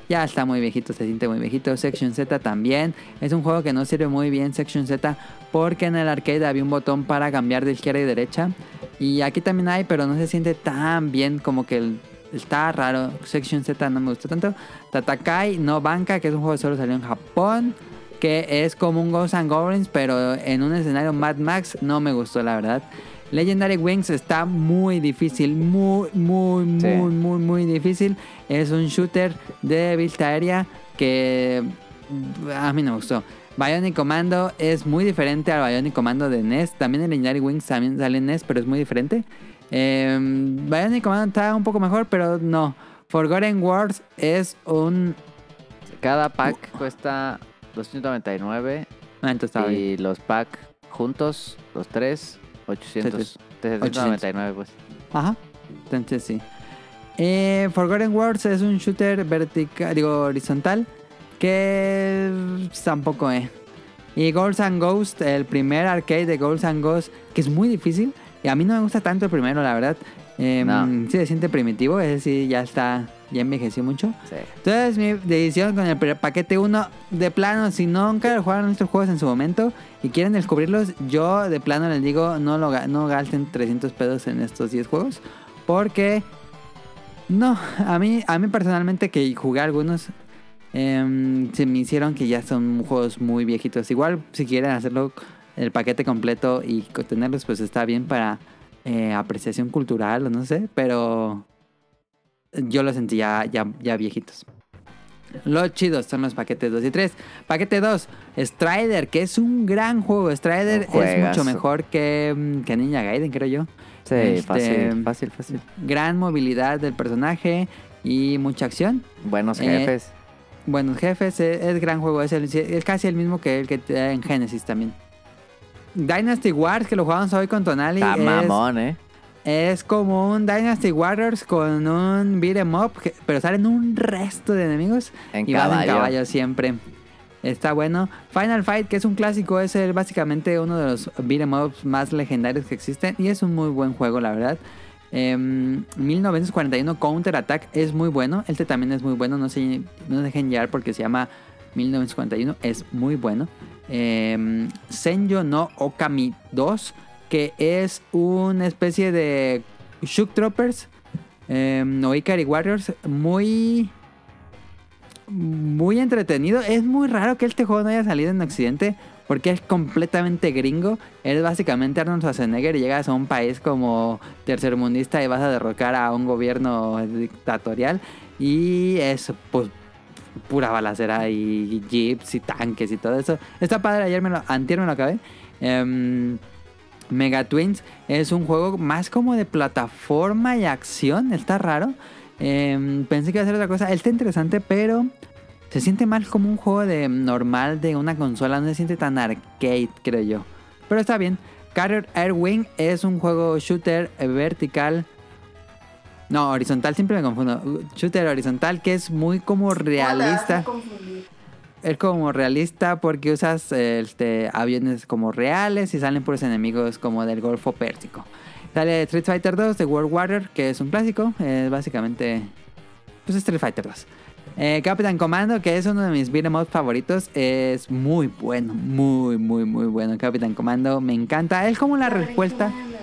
Speaker 2: ya está muy viejito, se siente muy viejito. Section Z también. Es un juego que no sirve muy bien, Section Z, porque en el arcade había un botón para cambiar de izquierda y derecha. Y aquí también hay, pero no se siente tan bien como que el- está raro. Section Z no me gusta tanto. Tatakai no Banca, que es un juego que solo salió en Japón. Que es como un Ghosts and Goblins, pero en un escenario Mad Max no me gustó, la verdad. Legendary Wings está muy difícil, muy, muy,
Speaker 3: Sí.
Speaker 2: muy, muy, muy difícil. Es un shooter de vista aérea que mm, a mí no me gustó. Bionic Commando es muy diferente al Bionic Commando de NES. También en Legendary Wings también sale en NES, pero es muy diferente. Eh, Bionic Commando está un poco mejor, pero no. Forgotten Worlds es un...
Speaker 3: Cada pack cuesta 299
Speaker 2: Ah, entonces estaba bien.
Speaker 3: y los pack juntos, los tres, 800. 399 pues.
Speaker 2: Ajá. Entonces sí. Eh, Forgotten Worlds es un shooter vertical, digo horizontal, que tampoco es. Y Ghosts and Ghosts, el primer arcade de Ghosts and Ghosts, que es muy difícil. Y a mí no me gusta tanto el primero, la verdad. Em,
Speaker 3: No.
Speaker 2: Sí, se siente primitivo, es decir, ya está, ya envejeció mucho.
Speaker 3: Sí.
Speaker 2: Entonces mi decisión con el pre- paquete 1, de plano, si nunca jugaron estos juegos en su momento y quieren descubrirlos, yo de plano les digo, no, lo, ga- no gasten 300 pesos en estos 10 juegos. Porque, no, a mí, a mí personalmente que jugué algunos, em, se me hicieron que ya son juegos muy viejitos. Igual, si quieren hacerlo el paquete completo y co- tenerlos, pues está bien para eh, apreciación cultural o no sé, pero yo los sentí ya, ya, ya viejitos. Los chidos son los paquetes 2 y 3. Paquete 2, Strider, que es un gran juego. Strider
Speaker 3: Un
Speaker 2: es mucho
Speaker 3: juegazo.
Speaker 2: mejor que, mm, que Ninja Gaiden, creo yo.
Speaker 3: Sí,
Speaker 2: Este,
Speaker 3: fácil, fácil, fácil.
Speaker 2: Gran movilidad del personaje y mucha acción.
Speaker 3: Buenos
Speaker 2: eh,
Speaker 3: jefes.
Speaker 2: Buenos jefes, es, es gran juego. Es, el- es casi el mismo que el que te da en Genesis también. Dynasty Wars, que lo jugamos hoy con Tonali.
Speaker 3: Está
Speaker 2: es-
Speaker 3: mamón, ¿eh?
Speaker 2: es como un Dynasty Warriors con un beat em up, que- pero salen un resto de enemigos
Speaker 3: En
Speaker 2: y vas
Speaker 3: caballo.
Speaker 2: en caballo siempre. Está bueno. Final Fight, que es un clásico, es el, básicamente uno de los beat em ups más legendarios que existen y es un muy buen juego, la verdad. Em, 1941 Counter Attack es muy bueno. Este también es muy bueno. No se, no se dejen llevar porque se llama 1941. Es muy bueno. Em, Senyo no Okami 2, que es una especie de Shook Troopers em, o Ikari Warriors. Muy muy entretenido. Es muy raro que este juego no haya salido en Occidente porque es completamente gringo. Eres básicamente Arnold Schwarzenegger y llegas a un país como tercermundista y vas a derrocar a un gobierno dictatorial. Y es pues pura balacera y jeeps y tanques y todo eso. Está padre, ayer me lo, antier me lo acabé. Em, Mega Twins es un juego más como de plataforma y acción, está raro. Em, pensé que iba a ser otra cosa, él está interesante, pero se siente más como un juego de normal de una consola, no se siente tan arcade, creo yo. Pero está bien. Carrier Air Wing es un juego shooter eh, vertical. No, horizontal, siempre me confundo. Shooter horizontal que es muy como realista
Speaker 4: Hola, me confundí.
Speaker 2: es como realista porque usas eh, este, aviones como reales y salen puros enemigos como del Golfo Pérsico. Sale Street Fighter 2 de World Warrior, que es un clásico, es básicamente pues Street Fighter 2. Eh, Captain Commando, que es uno de mis beat'em ups favoritos, es muy bueno, muy, muy, muy bueno. Captain Commando me encanta. Es como la
Speaker 4: Ay,
Speaker 2: respuesta.
Speaker 4: qué mala.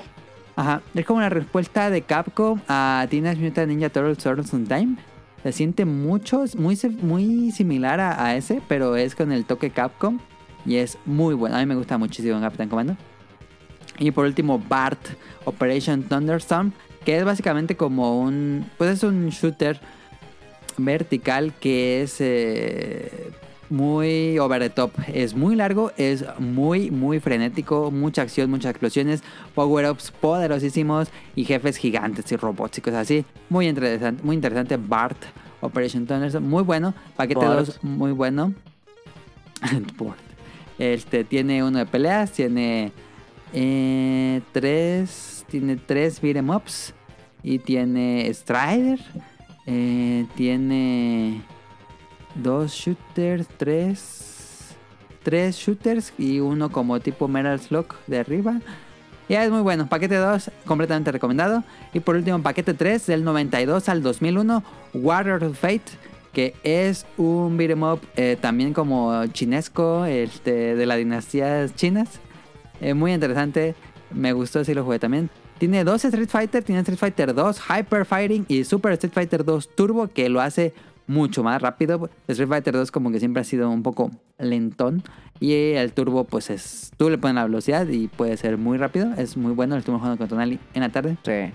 Speaker 2: Ajá, es como la respuesta de Capcom a Teenage Mutant Ninja Turtles Turtles in Time. Se siente mucho, es muy, si- muy similar a, a ese, pero es con el toque Capcom y es muy bueno. A mí me gusta muchísimo Captain Commando. Y por último, BART, Operation Thunderstorm, que es básicamente como un. Pues es un shooter vertical que es eh, muy over the top. Es muy largo, es muy, muy frenético, mucha acción, muchas explosiones, power-ups poderosísimos y jefes gigantes y robots y cosas así. Muy interesante, muy interesante. BART, Operation Thunderstorm, muy bueno. Paquete
Speaker 3: Bart.
Speaker 2: 2, muy bueno. Bart. Este tiene uno de peleas, tiene eh, tres, tiene tres beat 'em ups y tiene Strider, eh, tiene dos shooters, tres, tres shooters y uno como tipo Metal Slug de arriba. Ya es muy bueno. Paquete 2, completamente recomendado. Y por último, paquete 3, del 92 al 2001, Water of Fate, que es un beat'em up eh, también como chinesco, este, de las dinastías chinas. Eh, muy interesante, me gustó si lo jugué también. Tiene dos Street Fighter, tiene Street Fighter 2 Hyper Fighting y Super Street Fighter 2 Turbo, que lo hace mucho más rápido. Street Fighter 2 como que siempre ha sido un poco lentón. Y el turbo, pues es. Tú le pones la velocidad y puede ser muy rápido. Es muy bueno. Lo estuvimos jugando con Tonali en la tarde.
Speaker 3: Sí.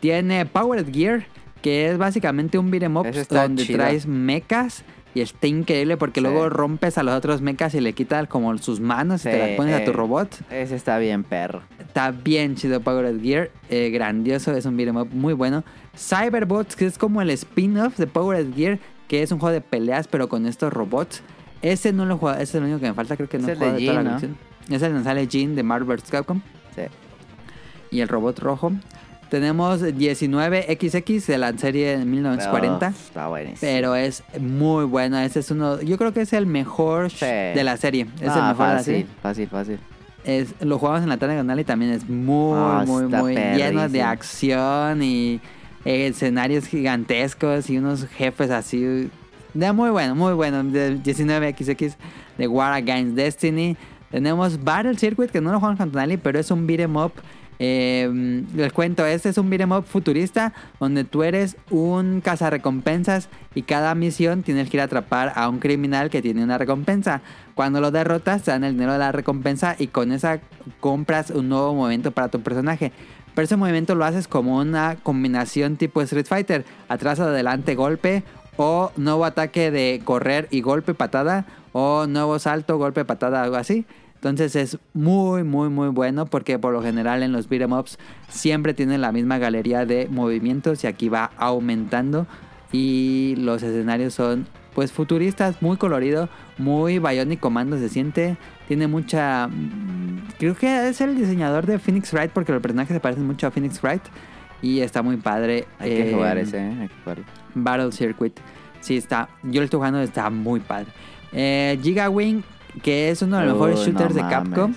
Speaker 2: Tiene Powered Gear, que es básicamente un beat'em up
Speaker 3: Ese está
Speaker 2: donde
Speaker 3: chido.
Speaker 2: traes mechas. Y está increíble porque
Speaker 3: Sí.
Speaker 2: luego rompes a los otros mechas y le quitas como sus manos y te
Speaker 3: Sí,
Speaker 2: las pones a tu
Speaker 3: eh.
Speaker 2: robot.
Speaker 3: Ese está bien, perro.
Speaker 2: Está bien chido Powered Gear, eh, grandioso, es un beat'em up muy bueno. Cyberbots, que es como el spin-off de Powered Gear, que es un juego de peleas, pero con estos robots. Ese no lo he jugado, ese es el único que me falta, creo que
Speaker 3: Es
Speaker 2: no he
Speaker 3: el de
Speaker 2: jugado de toda la
Speaker 3: Jean, ¿no?
Speaker 2: colección. Es el donde sale Jean de Marvel vs. Capcom.
Speaker 3: Sí.
Speaker 2: Y el robot rojo. Tenemos 19XX de la serie de 1940.
Speaker 3: Uf, está buenísimo.
Speaker 2: Pero es muy bueno, ese es uno, yo creo que es el mejor
Speaker 3: Sí.
Speaker 2: de la serie. Es el
Speaker 3: Ah,
Speaker 2: mejor de la serie.
Speaker 3: fácil, fácil, fácil.
Speaker 2: Es- lo jugamos en la tarde con Ale y también es muy,
Speaker 3: Ah,
Speaker 2: muy,
Speaker 3: está
Speaker 2: muy lleno de
Speaker 3: perrísimo.
Speaker 2: acción y eh, escenarios gigantescos y unos jefes así. De muy bueno, muy bueno. De 19XX de War Against Destiny. Tenemos Battle Circuit, que no lo jugamos con Tonali, pero es un beat'em up. Eh, les cuento, este es un beat'em up futurista donde tú eres un cazarrecompensas y cada misión tienes que ir a atrapar a un criminal que tiene una recompensa. Cuando lo derrotas te dan el dinero de la recompensa y con esa compras un nuevo movimiento para tu personaje. Pero ese movimiento lo haces como una combinación tipo Street Fighter. Atrás, adelante, golpe. O nuevo ataque de correr y golpe, patada. O nuevo salto, golpe, patada, algo así. Entonces es muy, muy, muy bueno porque por lo general en los beat'em ups siempre tienen la misma galería de movimientos y aquí va aumentando. Y los escenarios son pues futuristas, muy colorido, muy Bionic Commando se siente. Tiene mucha... mm, Creo que es el diseñador de Phoenix Wright porque los personajes se parecen mucho a Phoenix Wright. Y está muy padre.
Speaker 3: Hay que
Speaker 2: eh,
Speaker 3: jugar ese, ¿eh? Hay que jugarlo.
Speaker 2: Battle Circuit. Sí, está. Yo lo estoy jugando, está muy padre. Eh, Giga Wing, que es uno de los mejores
Speaker 3: Uy,
Speaker 2: shooters
Speaker 3: no
Speaker 2: de Capcom.
Speaker 3: mames.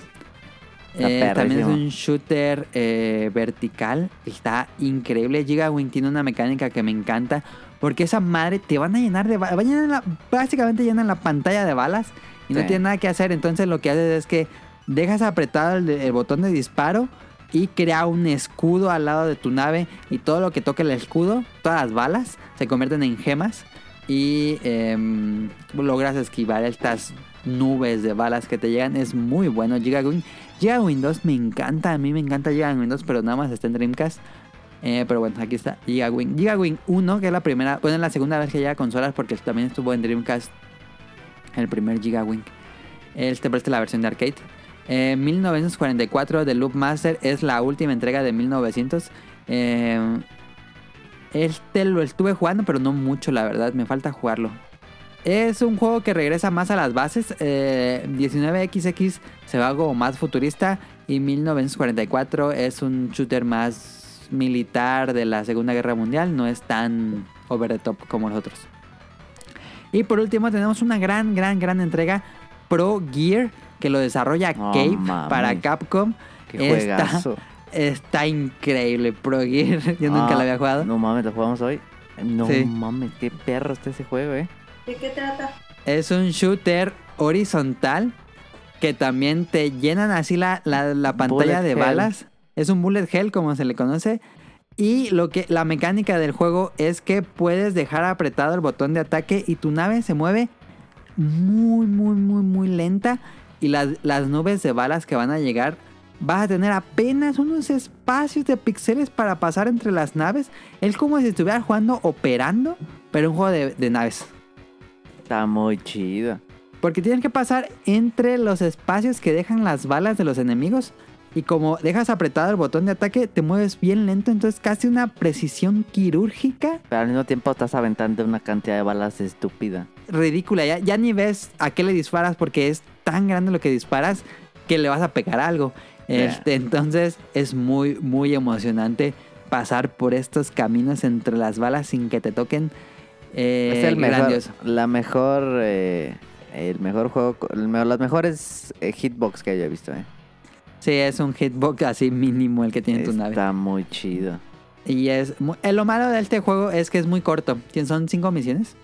Speaker 3: Está
Speaker 2: Eh, también es
Speaker 3: perrísimo.
Speaker 2: un shooter eh, vertical. Está increíble. Giga Wing tiene una mecánica que me encanta. Porque esa madre te van a llenar de balas. básicamente llenan la pantalla de balas. Y no
Speaker 3: Sí.
Speaker 2: tiene nada que hacer. Entonces lo que haces es que dejas apretado el, el botón de disparo. Y crea un escudo al lado de tu nave. Y todo lo que toque el escudo, todas las balas, se convierten en gemas. Y em, logras esquivar estas nubes de balas que te llegan. Es muy bueno. Giga Wing Llega Windows, me encanta, a mí me encanta Llega Windows, pero nada más está en Dreamcast. Eh, pero bueno, aquí está Giga Wing. Giga Wing 1, que es la primera, bueno, es la segunda vez que llega a consolas porque también estuvo en Dreamcast el primer Giga Wing. Este presta la versión de arcade. Eh, 1944 de Loop Master es la última entrega de 1900. Eh, este lo estuve jugando, pero no mucho, la verdad. Me falta jugarlo. Es un juego que regresa más a las bases. eh, 19XX se va como más futurista. Y 1944 es un shooter más militar de la Segunda Guerra Mundial. No es tan over the top como los otros. Y por último tenemos una gran, gran, gran entrega. Pro Gear, que lo desarrolla
Speaker 3: No
Speaker 2: Cave
Speaker 3: mames.
Speaker 2: para Capcom.
Speaker 3: Qué
Speaker 2: Está-
Speaker 3: juegazo.
Speaker 2: Está increíble Pro Gear. Yo nunca
Speaker 3: Ah,
Speaker 2: lo había jugado.
Speaker 3: No mames, lo jugamos hoy. No
Speaker 2: Sí.
Speaker 3: mames, qué perro está ese juego, eh.
Speaker 4: ¿De qué trata?
Speaker 2: Es un shooter horizontal que también te llenan así la, la- la pantalla
Speaker 3: Bullet
Speaker 2: de
Speaker 3: hell.
Speaker 2: balas. Es un bullet hell como se le conoce. Y lo que la mecánica del juego es que puedes dejar apretado el botón de ataque y tu nave se mueve muy, muy, muy, muy lenta. Y las, las nubes de balas que van a llegar, vas a tener apenas unos espacios de píxeles para pasar entre las naves. Es como si estuvieras jugando operando, pero un juego de- de naves.
Speaker 3: Está muy chido.
Speaker 2: Porque tienes que pasar entre los espacios que dejan las balas de los enemigos. Y como dejas apretado el botón de ataque, te mueves bien lento. Entonces casi una precisión quirúrgica
Speaker 3: Pero al mismo tiempo estás aventando una cantidad de balas estúpida.
Speaker 2: ridícula. Ya, ya ni ves a qué le disparas porque es tan grande lo que disparas que le vas a pegar algo.
Speaker 3: Ya.
Speaker 2: Este, entonces es muy, muy emocionante pasar por estos caminos entre las balas sin que te toquen. Eh,
Speaker 3: es el mejor,
Speaker 2: grandioso.
Speaker 3: la mejor, eh, el mejor juego, el me- las mejores eh, hitbox que yo he visto, eh.
Speaker 2: Sí, es un hitbox así mínimo el que tiene tu nave.
Speaker 3: Está muy chido.
Speaker 2: Y es mu- eh, lo malo de este juego es que es muy corto. Tien- Son cinco misiones.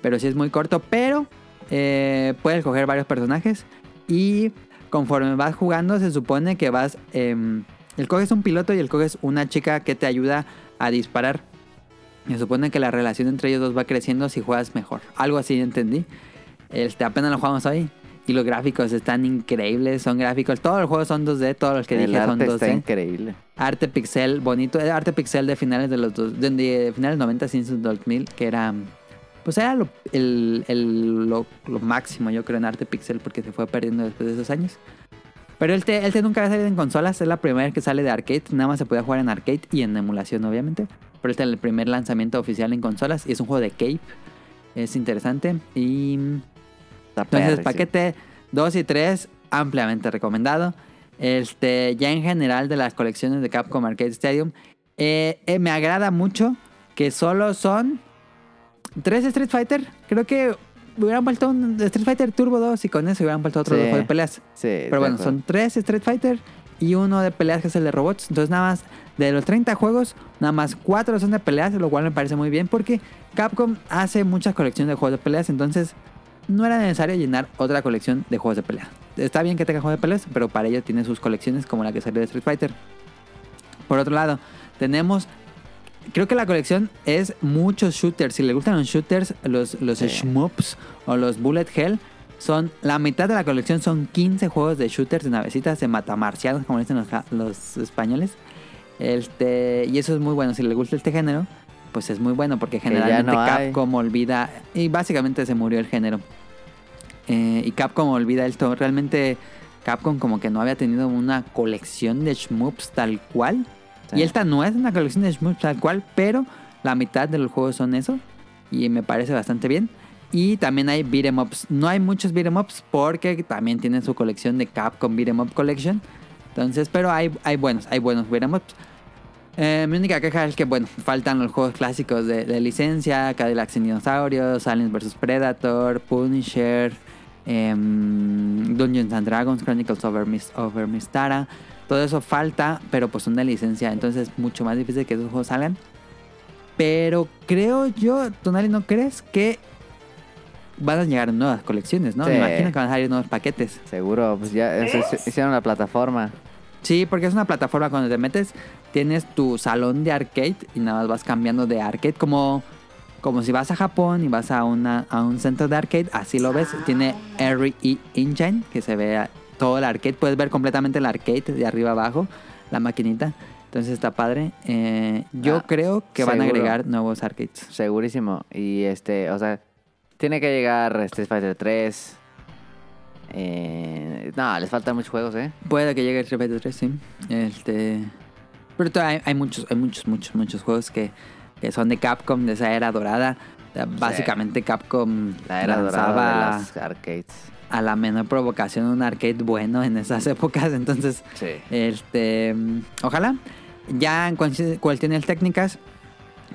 Speaker 2: Pero sí es muy corto. Pero eh, puedes coger varios personajes. Y conforme vas jugando, se supone que vas. em, el coges un piloto y el coges una chica que te ayuda a disparar. Se supone que la relación entre ellos dos va creciendo si juegas mejor. Algo así entendí. Este, apenas lo jugamos hoy. Y los gráficos están increíbles, son gráficos. Todos los juegos son 2D, todos los que
Speaker 3: El
Speaker 2: dije son
Speaker 3: arte
Speaker 2: 2D
Speaker 3: está increíble.
Speaker 2: arte pixel bonito, eh, arte pixel de finales de los dos, de, de finales 90 sin 2000, que era pues era lo, el- el- lo, lo máximo yo creo en arte pixel porque se fue perdiendo después de esos años. Pero el te, el te nunca había salido en consolas, es la primera vez que sale de arcade, nada más se podía jugar en arcade y en emulación obviamente. Pero este es el primer lanzamiento oficial en consolas y es un juego de Cape, es interesante y
Speaker 3: Está
Speaker 2: entonces,
Speaker 3: perrísimo.
Speaker 2: paquete 2 y 3, ampliamente recomendado. Este, ya en general de las colecciones de Capcom Arcade Stadium, eh, eh, me agrada mucho que solo son 3 Street Fighter. Creo que hubieran vuelto un Street Fighter Turbo 2 y con eso hubieran vuelto otro
Speaker 3: Sí.
Speaker 2: juego de peleas.
Speaker 3: Sí, de
Speaker 2: Pero bueno,
Speaker 3: acuerdo.
Speaker 2: son 3 Street Fighter y uno de peleas que es el de robots. Entonces nada más, de los 30 juegos, nada más 4 son de peleas, lo cual me parece muy bien porque Capcom hace muchas colecciones de juegos de peleas, entonces no era necesario llenar otra colección de juegos de pelea. Está bien que tenga juegos de peleas, pero para ello tiene sus colecciones como la que salió de Street Fighter. Por otro lado, tenemos... Creo que la colección es muchos shooters. Si les gustan los shooters, los, los
Speaker 3: Sí.
Speaker 2: shmups o los bullet hell, son la mitad de la colección son 15 juegos de shooters de navecitas de matamarcianos, como dicen los, ja- los españoles. Este, y eso es muy bueno. Si les gusta este género, pues es muy bueno porque
Speaker 3: ya
Speaker 2: generalmente
Speaker 3: no hay.
Speaker 2: Capcom olvida. Y básicamente se murió el género. Eh, y Capcom olvida esto. Realmente Capcom como que no había tenido una colección de shmups tal cual.
Speaker 3: Sí.
Speaker 2: Y esta no es una colección de shmups tal cual, pero la mitad de los juegos son eso. Y me parece bastante bien. Y también hay beat 'em ups. No hay muchos beat 'em ups porque también tienen su colección de Capcom beat 'em up collection. Entonces, pero hay, hay buenos, hay buenos beat 'em ups. Eh, mi única queja es que, bueno, faltan los juegos clásicos de, de licencia, Cadillac sin dinosaurios, Aliens vs. Predator, Punisher, em, Dungeons and Dragons, Chronicles over, Mys- over Mystara. Todo eso falta, pero pues son de licencia, entonces es mucho más difícil que esos juegos salgan. Pero creo yo, Tonali, ¿no crees que van a llegar nuevas colecciones, no? Me
Speaker 3: Sí.
Speaker 2: imagino que van a salir nuevos paquetes.
Speaker 3: Seguro, pues ya eh, se- se hicieron la plataforma.
Speaker 2: Sí, porque es una plataforma cuando te metes, tienes tu salón de arcade y nada más vas cambiando de arcade, como, como si vas a Japón y vas a, una, a un centro de arcade, así lo ves, tiene RE Engine, que se ve a- todo el arcade, puedes ver completamente el arcade de arriba abajo, la maquinita, entonces está padre. Eh, yo
Speaker 3: Ah,
Speaker 2: creo que van a
Speaker 3: seguro.
Speaker 2: agregar nuevos arcades.
Speaker 3: Segurísimo. Y este, o sea, tiene que llegar Street Fighter 3. Eh, no, les faltan muchos juegos, ¿eh?
Speaker 2: Puede que llegue el 3 sí. Este. Pero todavía hay, hay muchos, hay muchos, muchos, muchos juegos que, que son de Capcom, de esa era dorada. Básicamente Capcom
Speaker 3: La era dorada de las arcades.
Speaker 2: a la menor provocación un arcade bueno en esas épocas. Entonces,
Speaker 3: Sí.
Speaker 2: este, mm, ojalá. Ya en cual- cual tiene las técnicas,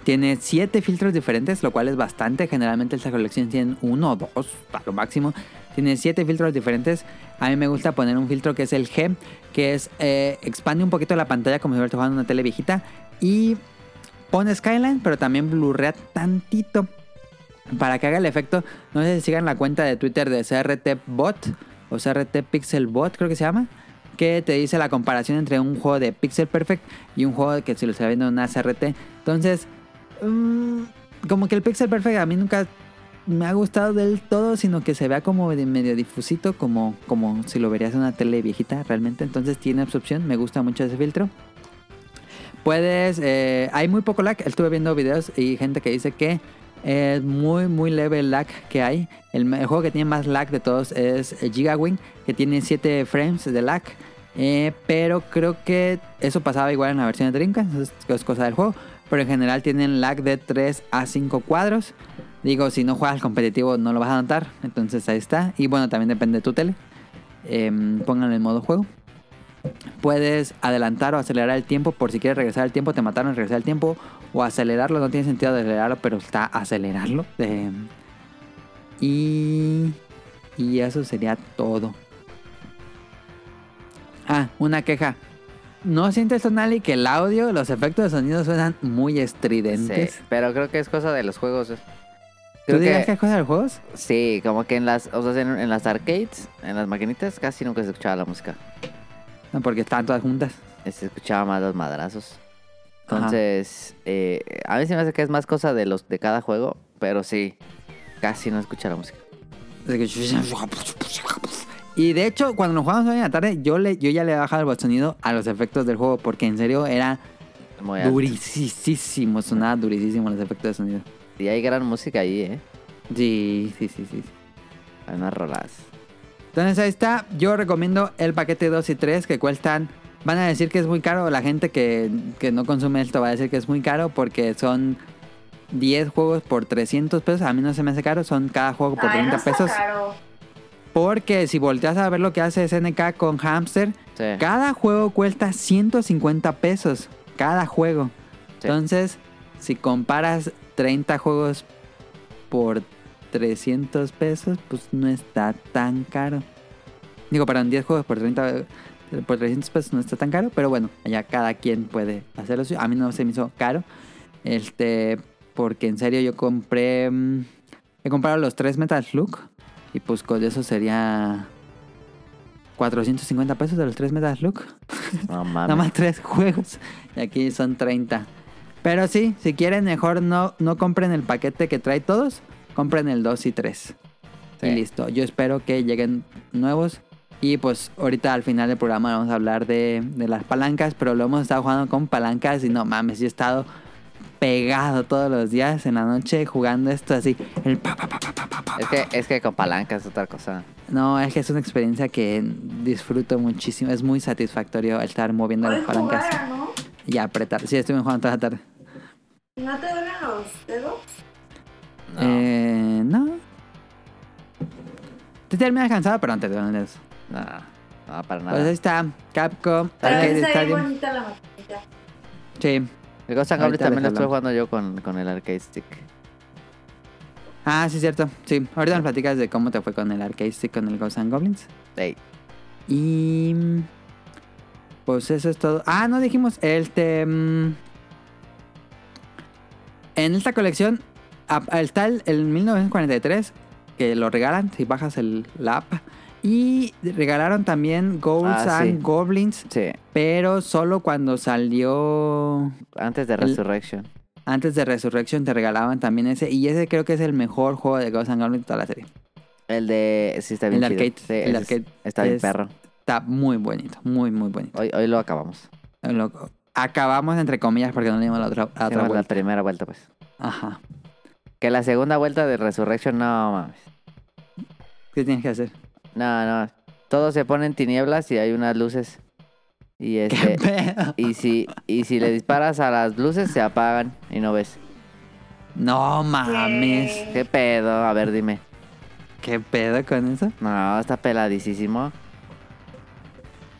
Speaker 2: tiene siete filtros diferentes, lo cual es bastante. Generalmente estas colecciones tienen uno o dos, a lo máximo. Tiene siete filtros diferentes. A mí me gusta poner un filtro que es el G, que es eh, expande un poquito la pantalla como si fuera jugando una tele viejita. Y pone Skyline, pero también blurrea tantito. Para que haga el efecto, no sé si sigan la cuenta de Twitter de CRT Bot o CRT Pixel Bot, creo que se llama, que te dice la comparación entre un juego de Pixel Perfect y un juego que se lo está viendo en una CRT. Entonces, mm, como que el Pixel Perfect a mí nunca me ha gustado del todo, sino que se vea como de medio difusito, como, como si lo verías en una tele viejita realmente. Entonces tiene esa opción, me gusta mucho ese filtro. Puedes, eh, hay muy poco lag, estuve viendo videos y gente que dice que es muy, muy leve el lag que hay. El, el juego que tiene más lag de todos es Gigawing, que tiene 7 frames de lag. Eh, pero creo que eso pasaba igual en la versión de Dreamcast, eso es, es cosa del juego. Pero en general tienen lag de 3 a 5 cuadros. Digo, si no juegas competitivo no lo vas a notar. Entonces ahí está. Y bueno, también depende de tu tele. Em, pónganlo en modo juego. Puedes adelantar o acelerar el tiempo por si quieres regresar al tiempo, te mataron, regresar al tiempo o acelerarlo. No tiene sentido acelerarlo, pero está acelerarlo. Em, y, y eso sería todo. Ah, una queja. ¿No sientes, Tonali, que el audio, los efectos de sonido suenan muy estridentes?
Speaker 3: Sí, pero creo que es cosa de los juegos. es-
Speaker 2: ¿Tú
Speaker 3: Creo
Speaker 2: dirías que...
Speaker 3: que,
Speaker 2: es cosa de los juegos?
Speaker 3: sí, como que en las, o sea, en, en las arcades, en las maquinitas, casi nunca se escuchaba la música.
Speaker 2: No, porque están todas juntas.
Speaker 3: Se escuchaba más los madrazos.
Speaker 2: Ajá.
Speaker 3: Entonces, eh, a mí se me hace que es más cosa de los de cada juego, pero sí, casi no escucha la música.
Speaker 2: Y de hecho, cuando lo jugamos hoy en la tarde, yo, le, yo ya le he bajado el sonido a los efectos del juego, porque en serio era
Speaker 3: Muy alto.
Speaker 2: durisísimo, sonaba durisísimo los efectos de sonido.
Speaker 3: Y hay gran música ahí, ¿eh?
Speaker 2: Sí, sí, sí, sí.
Speaker 3: Hay unas rolas.
Speaker 2: Entonces ahí está, yo recomiendo el paquete 2 y 3 que cuestan, van a decir que es muy caro, la gente que, que no consume esto va a decir que es muy caro porque son 10 juegos por 300 pesos, a mí no se me hace caro, son cada juego por
Speaker 4: Ay, no
Speaker 2: 30
Speaker 4: Ah, está
Speaker 2: pesos.
Speaker 4: caro.
Speaker 2: Porque si volteas a ver lo que hace SNK con Hamster,
Speaker 3: Sí.
Speaker 2: cada juego cuesta 150 pesos. Cada juego.
Speaker 3: Sí.
Speaker 2: Entonces, si comparas 30 juegos por 300 pesos, pues no está tan caro. Digo, perdón, 10 juegos por 30 por 300 pesos no está tan caro, pero bueno, allá cada quien puede hacerlo. A mí no se me hizo caro. Este, porque en serio yo compré mm, he comprado los tres Metal Slug y pues con eso sería 450 pesos de los tres Metal Slug. Nada
Speaker 3: No mames.
Speaker 2: más tres juegos. Y aquí son 30. Pero sí, si quieren, mejor no, no compren el paquete que trae todos. Compren el 2 y 3.
Speaker 3: Sí.
Speaker 2: Y listo. Yo espero que lleguen nuevos. Y pues ahorita al final del programa vamos a hablar de, de las palancas. Pero lo hemos estado jugando con palancas. Y no mames, yo he estado pegado todos los días en la noche jugando esto así. El pa, pa, pa, pa, pa, pa, pa,
Speaker 3: Es que, es que con palanca es otra cosa.
Speaker 2: no, es que es una experiencia que disfruto muchísimo. Es muy satisfactorio estar moviendo
Speaker 4: Hoy
Speaker 2: las palancas
Speaker 4: jugara, ¿no?
Speaker 2: y apretar. Sí, estuvimos jugando toda la tarde.
Speaker 4: ¿No te duelen los dedos?
Speaker 3: No.
Speaker 2: Eh, no. Te terminas cansado, pero antes de eso.
Speaker 3: No, no, para
Speaker 2: Pues ahí
Speaker 3: nada.
Speaker 2: está Capcom
Speaker 4: Pero
Speaker 2: Arcade
Speaker 4: está bien
Speaker 2: Stadium.
Speaker 4: bonita la maquinita.
Speaker 2: Sí.
Speaker 3: El Ghost and Goblins
Speaker 2: ahorita
Speaker 3: también lo
Speaker 2: les
Speaker 3: estoy
Speaker 2: hablamos.
Speaker 3: jugando yo con, con el arcade stick.
Speaker 2: Ah, sí, cierto. Sí. Ahorita nos platicas de cómo te fue con el Arcade Stick, con el Ghosts and Goblins.
Speaker 3: Ey,
Speaker 2: Y. mm, Pues eso es todo. Ah, no dijimos. Este. mm, En esta colección a- a- está el, el 1943, que lo regalan si bajas el, la app. Y regalaron también Golds
Speaker 3: Ah, sí.
Speaker 2: and Goblins,
Speaker 3: Sí,
Speaker 2: pero solo cuando salió.
Speaker 3: antes de
Speaker 2: El-
Speaker 3: Resurrection.
Speaker 2: Antes de Resurrection te regalaban también ese. Y ese creo que es el mejor juego de Ghosts and Goblins de toda la serie.
Speaker 3: El de... Sí, está
Speaker 2: El
Speaker 3: bien
Speaker 2: de
Speaker 3: chido.
Speaker 2: arcade,
Speaker 3: Sí,
Speaker 2: el de
Speaker 3: ese es-
Speaker 2: arcade
Speaker 3: Está bien
Speaker 2: es-
Speaker 3: perro.
Speaker 2: Está muy bonito, muy, muy bonito.
Speaker 3: Hoy, hoy lo acabamos.
Speaker 2: Lo- acabamos entre comillas porque no le dimos la otra, la otra
Speaker 3: Hicimos la
Speaker 2: vuelta.
Speaker 3: primera vuelta, pues.
Speaker 2: Ajá.
Speaker 3: Que la segunda vuelta de Resurrection, no mames.
Speaker 2: ¿Qué tienes que hacer?
Speaker 3: No, no. Todos se ponen tinieblas y hay unas luces. Y
Speaker 2: ¿Qué
Speaker 3: este...
Speaker 2: pedo?
Speaker 3: Y si, y si le disparas a las luces, se apagan y no ves.
Speaker 2: No mames.
Speaker 3: ¿Qué pedo? A ver, dime.
Speaker 2: ¿Qué pedo con eso?
Speaker 3: No, está peladísimo.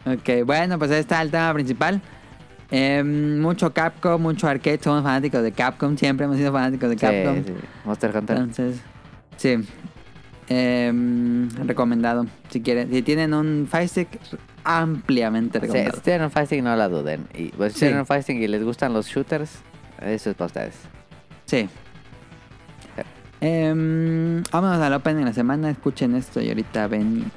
Speaker 2: Ok, bueno, pues ahí está el tema principal. Em, mucho Capcom, mucho arcade. Somos fanáticos de Capcom. Siempre hemos sido fanáticos de
Speaker 3: Sí,
Speaker 2: Capcom.
Speaker 3: sí. Monster Hunter.
Speaker 2: Entonces, sí. Em, recomendado. Si quieren, si tienen un Fire Stick, ampliamente
Speaker 3: Sí,
Speaker 2: recomendado.
Speaker 3: si tienen un fighting, no la duden. Y, pues, si
Speaker 2: Sí.
Speaker 3: tienen un fighting y les gustan los shooters, eso es para ustedes.
Speaker 2: Sí. Em, vámonos al Open en la semana. Escuchen esto y ahorita venimos.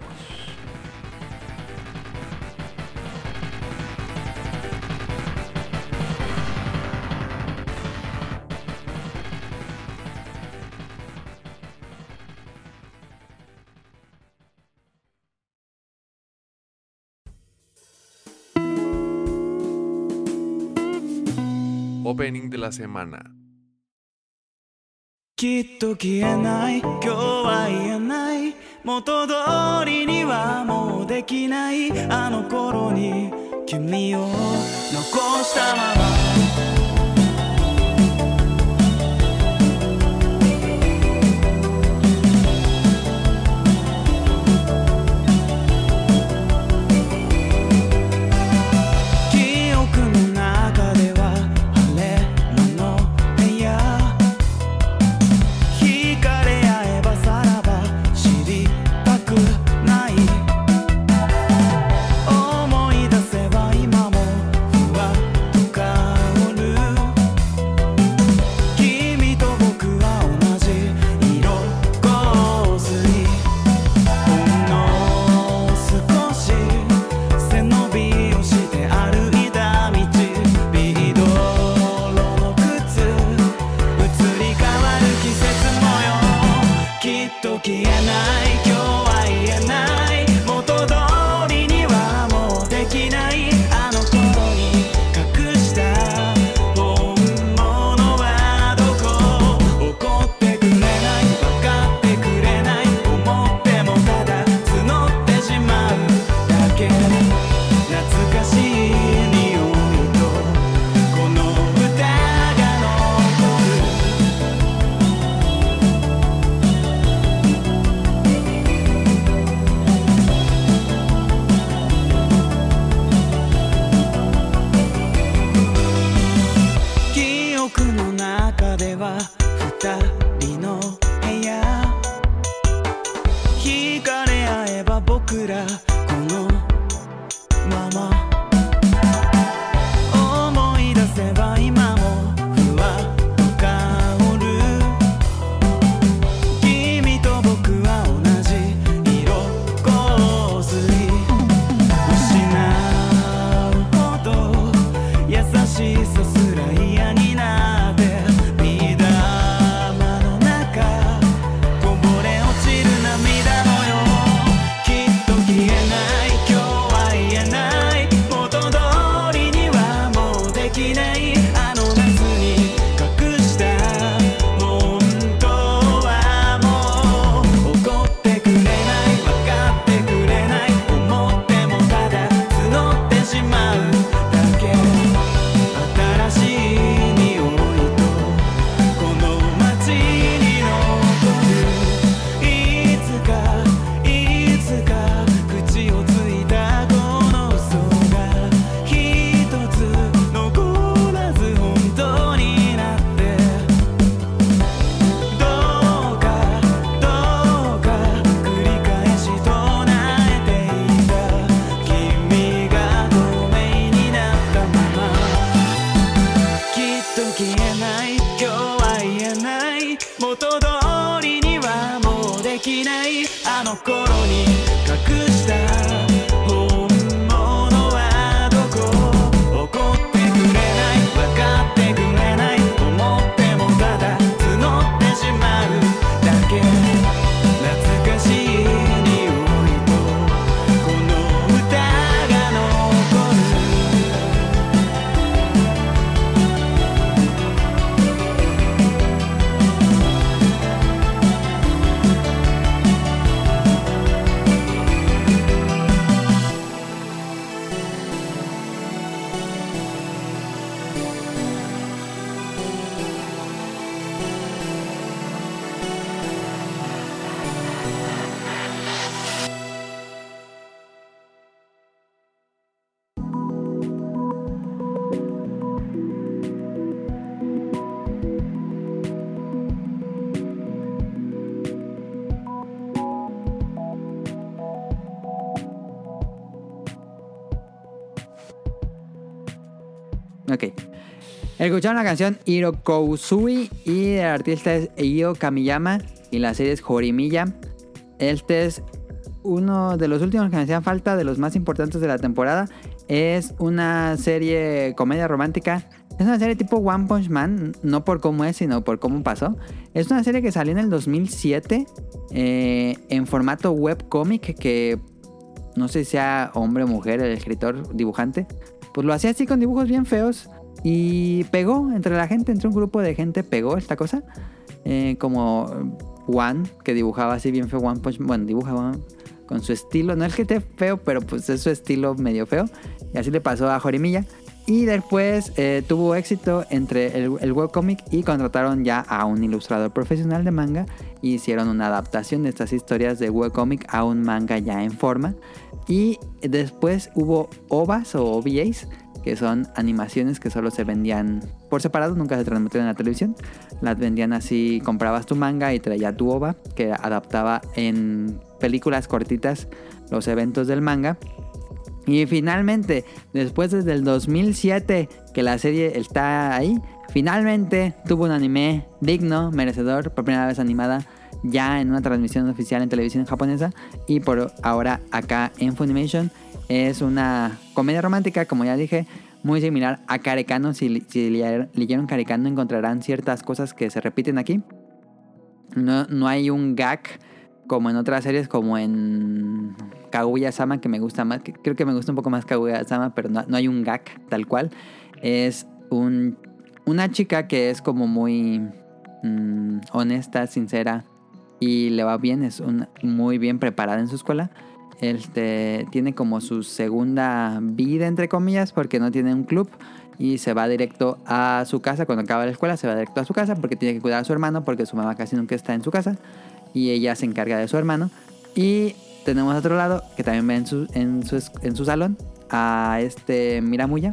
Speaker 5: Opening de la semana.
Speaker 6: きっと消えない今日は言えない元通りにはもうできないあの頃に君を残したまま記憶の中では晴れ間の部屋惹かれ合えばさらば知りたくない思い出は僕らこのまま思い出せば今もふわっと香る君と僕は同じ色香水失うほど優しさすら嫌になってビダマの中こぼれ落ちる涙もよきっと消えない今日は言えない元通りにはもうできないあの夏に隠した本当はもう怒ってくれない分かってくれない思ってもただ募ってしまうだけ新しい匂いとこの街に残るいつかいつか口をついたこの嘘がひとつ残らず本当になってどうかどうか繰り返し唱えていた君が透明になったままきっと消えない今日は言えない元通りにはもうできないあの頃に隠した本物はどこ怒ってくれない分かってくれない思ってもただ募ってしまうだけ懐かしい匂いとこの歌が残る
Speaker 2: Ok. Escucharon la canción Hirokouzui y el artista es Eio Kamiyama y la serie es Horimiya. Este es uno de los últimos que me hacían falta, de los más importantes de la temporada. Es una serie comedia romántica. Es una serie tipo One Punch Man, no por cómo es, sino por cómo pasó. Es una serie que salió en el 2007 eh, en formato webcomic que no sé si sea hombre o mujer, el escritor, dibujante, pues lo hacía así con dibujos bien feos y pegó entre la gente, entre un grupo de gente pegó esta cosa, Eh, como One, que dibujaba así bien feo, One Punch, bueno, dibuja One con su estilo, no es que esté feo, pero pues es su estilo medio feo, y así le pasó a Jorimilla. Y después eh, tuvo éxito entre el, el webcomic y contrataron ya a un ilustrador profesional de manga y hicieron una adaptación de estas historias de webcomic a un manga ya en forma. Y después hubo OVAs o OVAs, que son animaciones que solo se vendían por separado, nunca se transmitían en la televisión. Las vendían así, comprabas tu manga y traía tu OVA, que adaptaba en películas cortitas los eventos del manga. Y finalmente, después desde el 2007 que la serie está ahí, finalmente tuvo un anime digno, merecedor, por primera vez animada ya en una transmisión oficial en televisión japonesa y por ahora acá en Funimation. Es una comedia romántica, como ya dije, muy similar a Carecano. Si, si leyeron Carecano encontrarán ciertas cosas que se repiten aquí. No, no hay un gag como en otras series, como en Kaguya Sama, que me gusta más. que- Creo que me gusta un poco más Kaguya Sama, pero no, no hay un gag tal cual. Es un, una chica que es como muy mm, honesta, sincera y le va bien, es un- muy bien preparada en su escuela. Este, tiene como su segunda vida, entre comillas, porque no tiene un club y se va directo a su casa. Cuando acaba la escuela, se va directo a su casa porque tiene que cuidar a su hermano, porque su mamá casi nunca está en su casa y ella se encarga de su hermano. Y tenemos a otro lado, que también ve en su, en su, es- en su salón, a este Miramuya.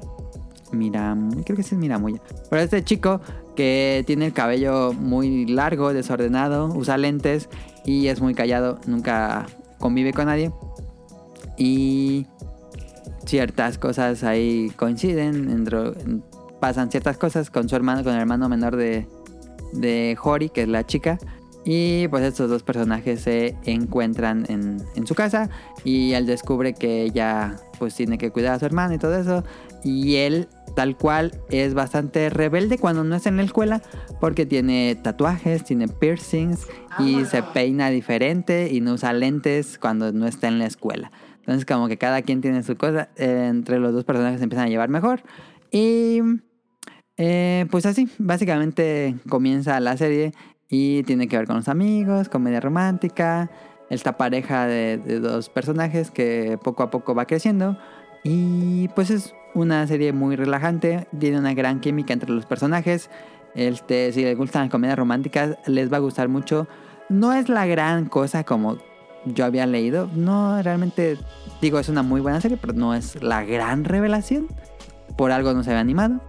Speaker 2: Miramuya, creo que sí es Miramuya. Pero este chico que tiene el cabello muy largo, desordenado, usa lentes y es muy callado, nunca convive con nadie. y ciertas cosas ahí coinciden, dentro- pasan ciertas cosas con su hermano, con el hermano menor de, de Hori, que es la chica. Y pues estos dos personajes se encuentran en, en su casa y él descubre que ella pues tiene que cuidar a su hermano y todo eso. Y él tal cual es bastante rebelde cuando no está en la escuela porque tiene tatuajes, tiene piercings y
Speaker 4: Ah.
Speaker 2: se peina diferente y no usa lentes cuando no está en la escuela. Entonces como que cada quien tiene su cosa, eh, entre los dos personajes se empiezan a llevar mejor. Y eh, pues así, básicamente comienza la serie y tiene que ver con los amigos, comedia romántica, esta pareja de, de dos personajes que poco a poco va creciendo. Y pues es una serie muy relajante, tiene una gran química entre los personajes. Este, si les gustan las comedias románticas, les va a gustar mucho. No es la gran cosa como yo había leído. No, realmente, digo, es una muy buena serie, pero no es la gran revelación. Por algo no se había animado.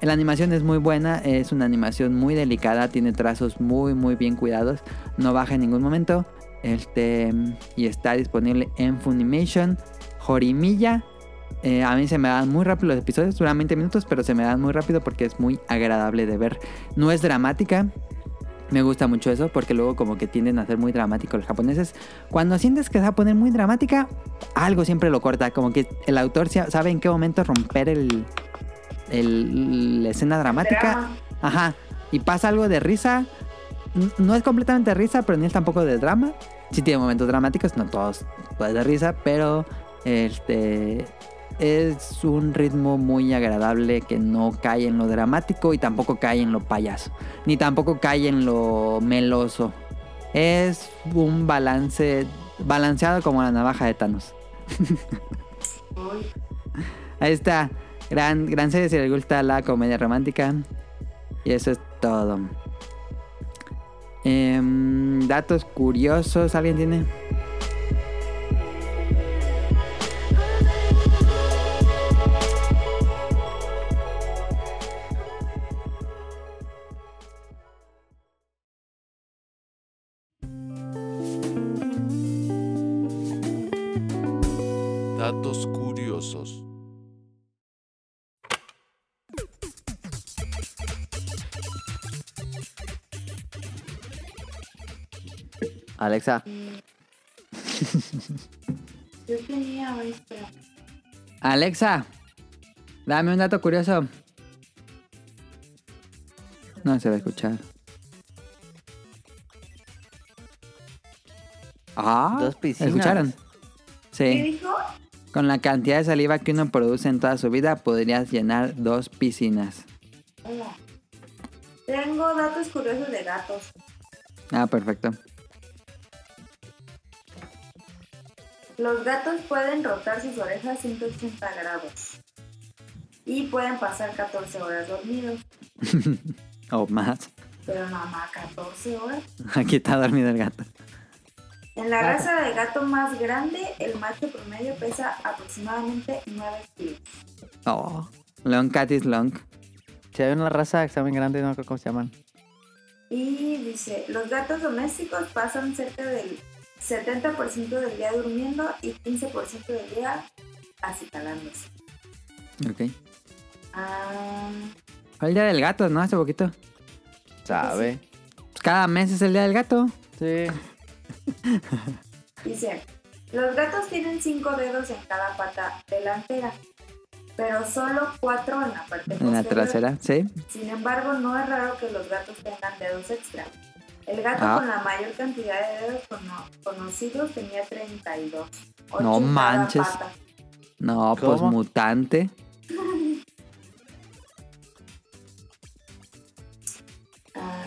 Speaker 2: La animación es muy buena, es una animación muy delicada, tiene trazos muy muy bien cuidados, no baja en ningún momento. Este y está disponible en Funimation, Jorimilla. Eh, a mí se me dan muy rápido los episodios, duran 20 minutos, pero se me dan muy rápido porque es muy agradable de ver. No es dramática. Me gusta mucho eso porque luego como que tienden a ser muy dramáticos los japoneses. Cuando sientes que se va a poner muy dramática, algo siempre lo corta. Como que el autor sa- sabe en qué momento romper el, el- la escena dramática.
Speaker 4: Drama.
Speaker 2: Ajá. Y pasa algo de risa. N- No es completamente risa, pero ni es tampoco de drama. Sí tiene momentos dramáticos, no todos pueden de risa, pero este es un ritmo muy agradable que no cae en lo dramático y tampoco cae en lo payaso, ni tampoco cae en lo meloso. Es un balance balanceado como la navaja de Thanos.
Speaker 4: Uy,
Speaker 2: Ahí está. Gran, gran serie si les gusta la comedia romántica. Y eso es todo. Em, datos curiosos, ¿alguien tiene?
Speaker 5: Datos curiosos.
Speaker 3: Alexa,
Speaker 4: yo tenía hoy, pero
Speaker 2: Alexa, dame un dato curioso. No se va a escuchar. Ah,
Speaker 3: Dos piscinas.
Speaker 2: ¿escucharon?
Speaker 4: ¿qué
Speaker 2: Sí.
Speaker 4: dijo?
Speaker 2: Con la cantidad de saliva que uno produce en toda su vida, podrías llenar dos piscinas.
Speaker 4: Hola. Tengo datos curiosos de gatos.
Speaker 2: Ah, perfecto.
Speaker 4: Los gatos pueden rotar sus orejas 180 grados y pueden pasar 14 horas dormidos,
Speaker 2: O más.
Speaker 4: pero nada más 14 horas.
Speaker 2: Aquí está dormido el gato.
Speaker 4: En la raza de gato más grande, el macho promedio pesa aproximadamente 9 kilos.
Speaker 2: Oh. Long cat is long.
Speaker 3: si hay una raza que está bien grande, no creo cómo se llaman.
Speaker 4: Y dice, los gatos domésticos pasan cerca del 70% del día durmiendo y 15% del día acicalándose.
Speaker 2: Ok.
Speaker 4: Ah,
Speaker 2: Fue el día del gato, ¿no? Hace poquito.
Speaker 3: ¿Sabe?
Speaker 2: Pues cada mes es el día del gato.
Speaker 3: Sí.
Speaker 4: dice, los gatos tienen 5 dedos en cada pata delantera, pero solo 4 en la parte
Speaker 2: En la
Speaker 4: posterior.
Speaker 2: trasera, sí.
Speaker 4: Sin embargo, no es raro que los gatos tengan dedos extra. El gato
Speaker 2: Ah.
Speaker 4: con la mayor cantidad de dedos cono- conocidos tenía 32. ocho
Speaker 2: No
Speaker 4: en cada
Speaker 2: manches.
Speaker 4: pata.
Speaker 2: No,
Speaker 3: ¿Cómo?
Speaker 2: pues mutante.
Speaker 4: Ah,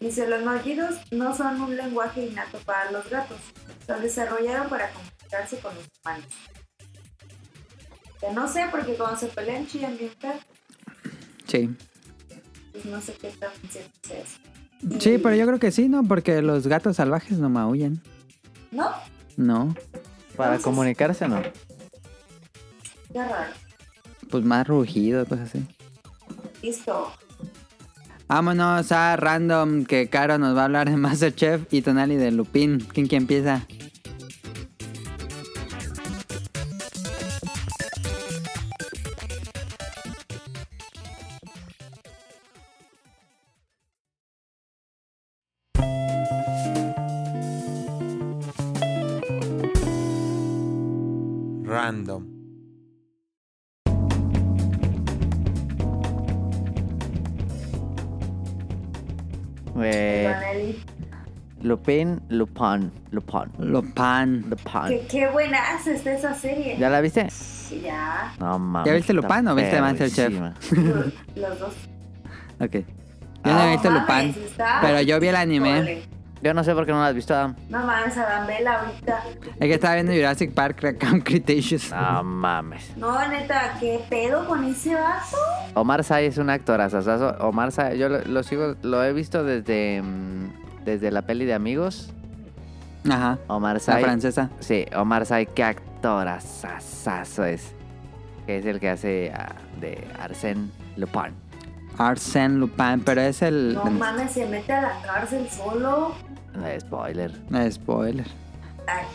Speaker 4: Dice, los maullidos no son un lenguaje innato para los gatos. Los desarrollaron para comunicarse con los humanos. Que no sé, porque cuando se pelean chillan bien feo,
Speaker 2: Sí.
Speaker 4: pues no sé qué tan cierto sea eso.
Speaker 2: Sí, pero yo creo que sí, ¿no? Porque los gatos salvajes no maullan.
Speaker 4: ¿No?
Speaker 2: No.
Speaker 3: ¿Para
Speaker 4: Entonces-
Speaker 3: comunicarse o no?
Speaker 4: Qué raro.
Speaker 2: Pues más rugido, pues así.
Speaker 4: Listo.
Speaker 2: Vámonos a random, que Caro nos va a hablar de Masterchef y Tonali de Lupin. ¿Quién, quién empieza?
Speaker 5: Random.
Speaker 3: Eh,
Speaker 4: Donnelly.
Speaker 3: Lupin, Lupin, Lupin,
Speaker 2: Lupin.
Speaker 3: Lupin.
Speaker 4: Que qué buena está esa serie.
Speaker 3: ¿Ya la viste?
Speaker 4: Ya,
Speaker 3: No mames.
Speaker 2: ¿Ya viste
Speaker 3: está
Speaker 2: Lupin o viste Masterchef?
Speaker 3: perrísima.
Speaker 4: los, los dos.
Speaker 2: Ok. Yo no he visto
Speaker 4: mames,
Speaker 2: Lupin.
Speaker 4: está-
Speaker 2: Pero yo vi el anime.
Speaker 4: Híjole.
Speaker 3: Yo no sé por qué no la has visto, Adam.
Speaker 4: No mames, Adam Bella ahorita.
Speaker 2: Es que estaba viendo Jurassic Park Camp Cretaceous.
Speaker 3: No mames.
Speaker 4: No, neta, ¿qué pedo con ese vato?
Speaker 3: Omar Say es un actor Omar Say, yo lo, lo sigo, lo he visto desde, mm, desde la peli de Amigos.
Speaker 2: Ajá.
Speaker 3: Omar
Speaker 2: La
Speaker 3: Say.
Speaker 2: francesa.
Speaker 3: Sí, Omar Say, qué actor es. Que es el que hace ah, de Arsène Lupin.
Speaker 2: Arsène Lupin. Pero es el.
Speaker 3: Mm.
Speaker 4: No mames, se mete a la cárcel solo.
Speaker 3: No, Spoiler.
Speaker 2: No, Spoiler.
Speaker 4: Ay,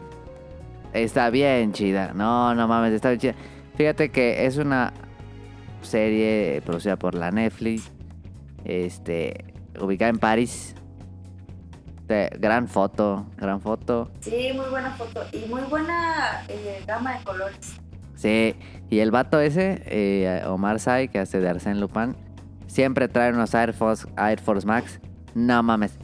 Speaker 3: Está bien chida. No, no mames, está bien chida. Fíjate que es una serie producida por la Netflix. Este, ubicada en París. Te- gran foto, gran foto.
Speaker 4: sí, muy buena foto. Y muy buena eh, gama de colores.
Speaker 3: Sí, y el vato ese, eh, Omar Sai, que hace de Arsène Lupin, siempre trae unos Air Force, Air Force Max. No mames.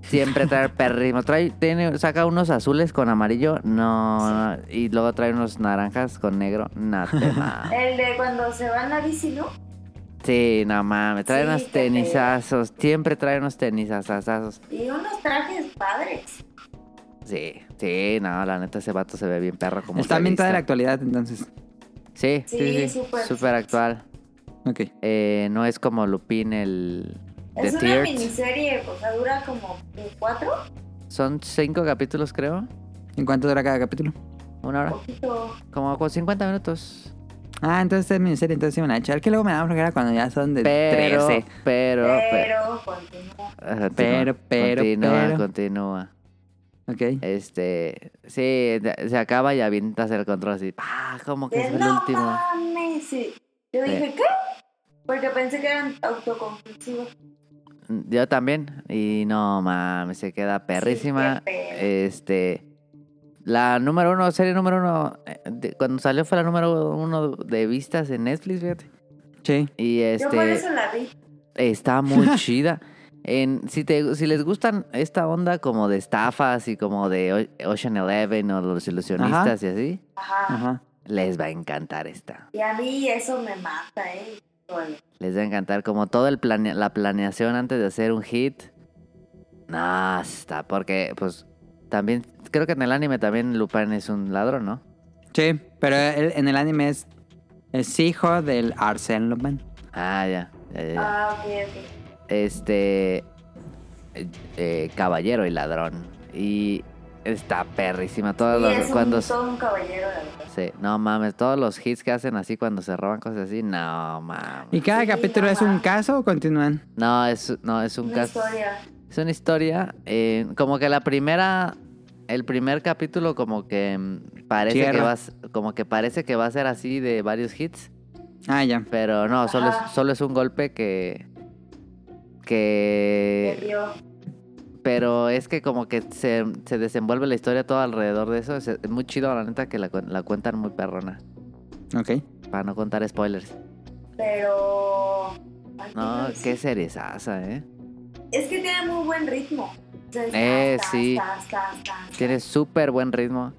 Speaker 3: Siempre trae perrimo. Trae, tiene, saca unos azules con amarillo. No, no. Y luego trae unos naranjas con negro. No te mames.
Speaker 4: El de cuando se va en la bici, ¿no?
Speaker 3: Sí, no mames, trae
Speaker 4: Sí,
Speaker 3: unos
Speaker 4: qué pedo.
Speaker 3: tenisazos, siempre trae unos tenisazazazos.
Speaker 4: Y unos trajes padres.
Speaker 3: Sí, sí, no, la neta ese vato se ve bien perro como
Speaker 2: Está
Speaker 3: se
Speaker 2: ambientada en la
Speaker 3: viste.
Speaker 2: actualidad, entonces.
Speaker 3: Sí,
Speaker 4: Sí, súper.
Speaker 3: súper actual.
Speaker 2: Ok.
Speaker 3: Eh, no es como Lupin el The
Speaker 4: Es una
Speaker 3: Tears.
Speaker 4: miniserie, o sea, dura como ¿qué, cuatro,
Speaker 3: Son cinco capítulos, creo.
Speaker 2: ¿En cuánto dura cada capítulo?
Speaker 3: Una
Speaker 4: Oh.
Speaker 3: hora.
Speaker 4: poquito.
Speaker 3: Como con 50 minutos.
Speaker 2: Ah, entonces es miniserie, entonces sí me la echar. Que luego me da flojera cuando ya son de
Speaker 3: Pero,
Speaker 2: 13.
Speaker 3: pero, pues, pero,
Speaker 4: Pero continúa.
Speaker 3: Ajá,
Speaker 2: Pero, pero,
Speaker 3: continúa,
Speaker 2: pero.
Speaker 3: continúa.
Speaker 2: Ok.
Speaker 3: Este, sí, de- se acaba y avientas el control así. Ah, como que es
Speaker 4: De,
Speaker 3: el
Speaker 4: no
Speaker 3: último.
Speaker 4: mames. sí. Yo
Speaker 3: Sí.
Speaker 4: dije, ¿qué? Porque pensé que eran autoconclusivos.
Speaker 3: Yo también. Y no mames, se queda perrísima.
Speaker 4: Sí, qué pedo.
Speaker 3: este. La número uno, serie número uno. eh, de- cuando salió fue la número uno de vistas en Netflix, fíjate.
Speaker 2: Sí.
Speaker 3: Y
Speaker 4: Yo por
Speaker 3: este.
Speaker 4: eso la vi.
Speaker 3: Está muy chida. En, si, te, si les gustan esta onda como de estafas y como de O- Ocean Eleven o los ilusionistas y así,
Speaker 4: Ajá.
Speaker 2: Ajá.
Speaker 3: les va a encantar esta.
Speaker 4: Y a mí eso me mata, ¿eh? Híjole.
Speaker 3: Les va a encantar como todo el plane- la planeación antes de hacer un hit. No, está, porque pues también creo que en el anime también Lupin es un ladrón, ¿no?
Speaker 2: Sí, pero él en el anime es, es hijo del Arsène Lupin.
Speaker 3: Ah, ya. ya, ya, ya.
Speaker 4: Ah, ok, ok.
Speaker 3: Este eh, eh, caballero y ladrón y está perrísima todos
Speaker 4: Y
Speaker 3: los
Speaker 4: es un,
Speaker 3: cuando
Speaker 4: todo un caballero, la verdad.
Speaker 3: sí, no mames, todos los hits que hacen así cuando se roban cosas así, no mames.
Speaker 2: ¿Y cada
Speaker 4: Sí,
Speaker 2: capítulo
Speaker 4: no
Speaker 2: es un
Speaker 4: mames.
Speaker 2: caso o continúan?
Speaker 3: No, es no es un
Speaker 4: Una
Speaker 3: caso.
Speaker 4: historia.
Speaker 3: Es una historia, eh, como que la primera, el primer capítulo como que mm, parece que
Speaker 2: Cierra.
Speaker 3: va, a s- como que parece que va a ser así de varios hits,
Speaker 2: Ah, ya.
Speaker 3: pero no, solo
Speaker 4: Ajá.
Speaker 3: es, solo es un golpe que
Speaker 4: que
Speaker 3: que
Speaker 4: vio.
Speaker 3: pero es que como que se, se desenvuelve la historia todo alrededor de eso, es, es muy chido la neta que la, cuen- la cuentan muy perrona,
Speaker 2: Ok.
Speaker 3: para no contar spoilers.
Speaker 4: Pero. ay,
Speaker 3: No, qué
Speaker 4: ¿qué te iba a decir?
Speaker 3: seriezaza, eh.
Speaker 4: Es que tiene muy buen ritmo. O sea, es
Speaker 3: Eh,
Speaker 4: tas,
Speaker 3: sí.
Speaker 4: tas, tas, tas, tas.
Speaker 3: Tiene súper buen ritmo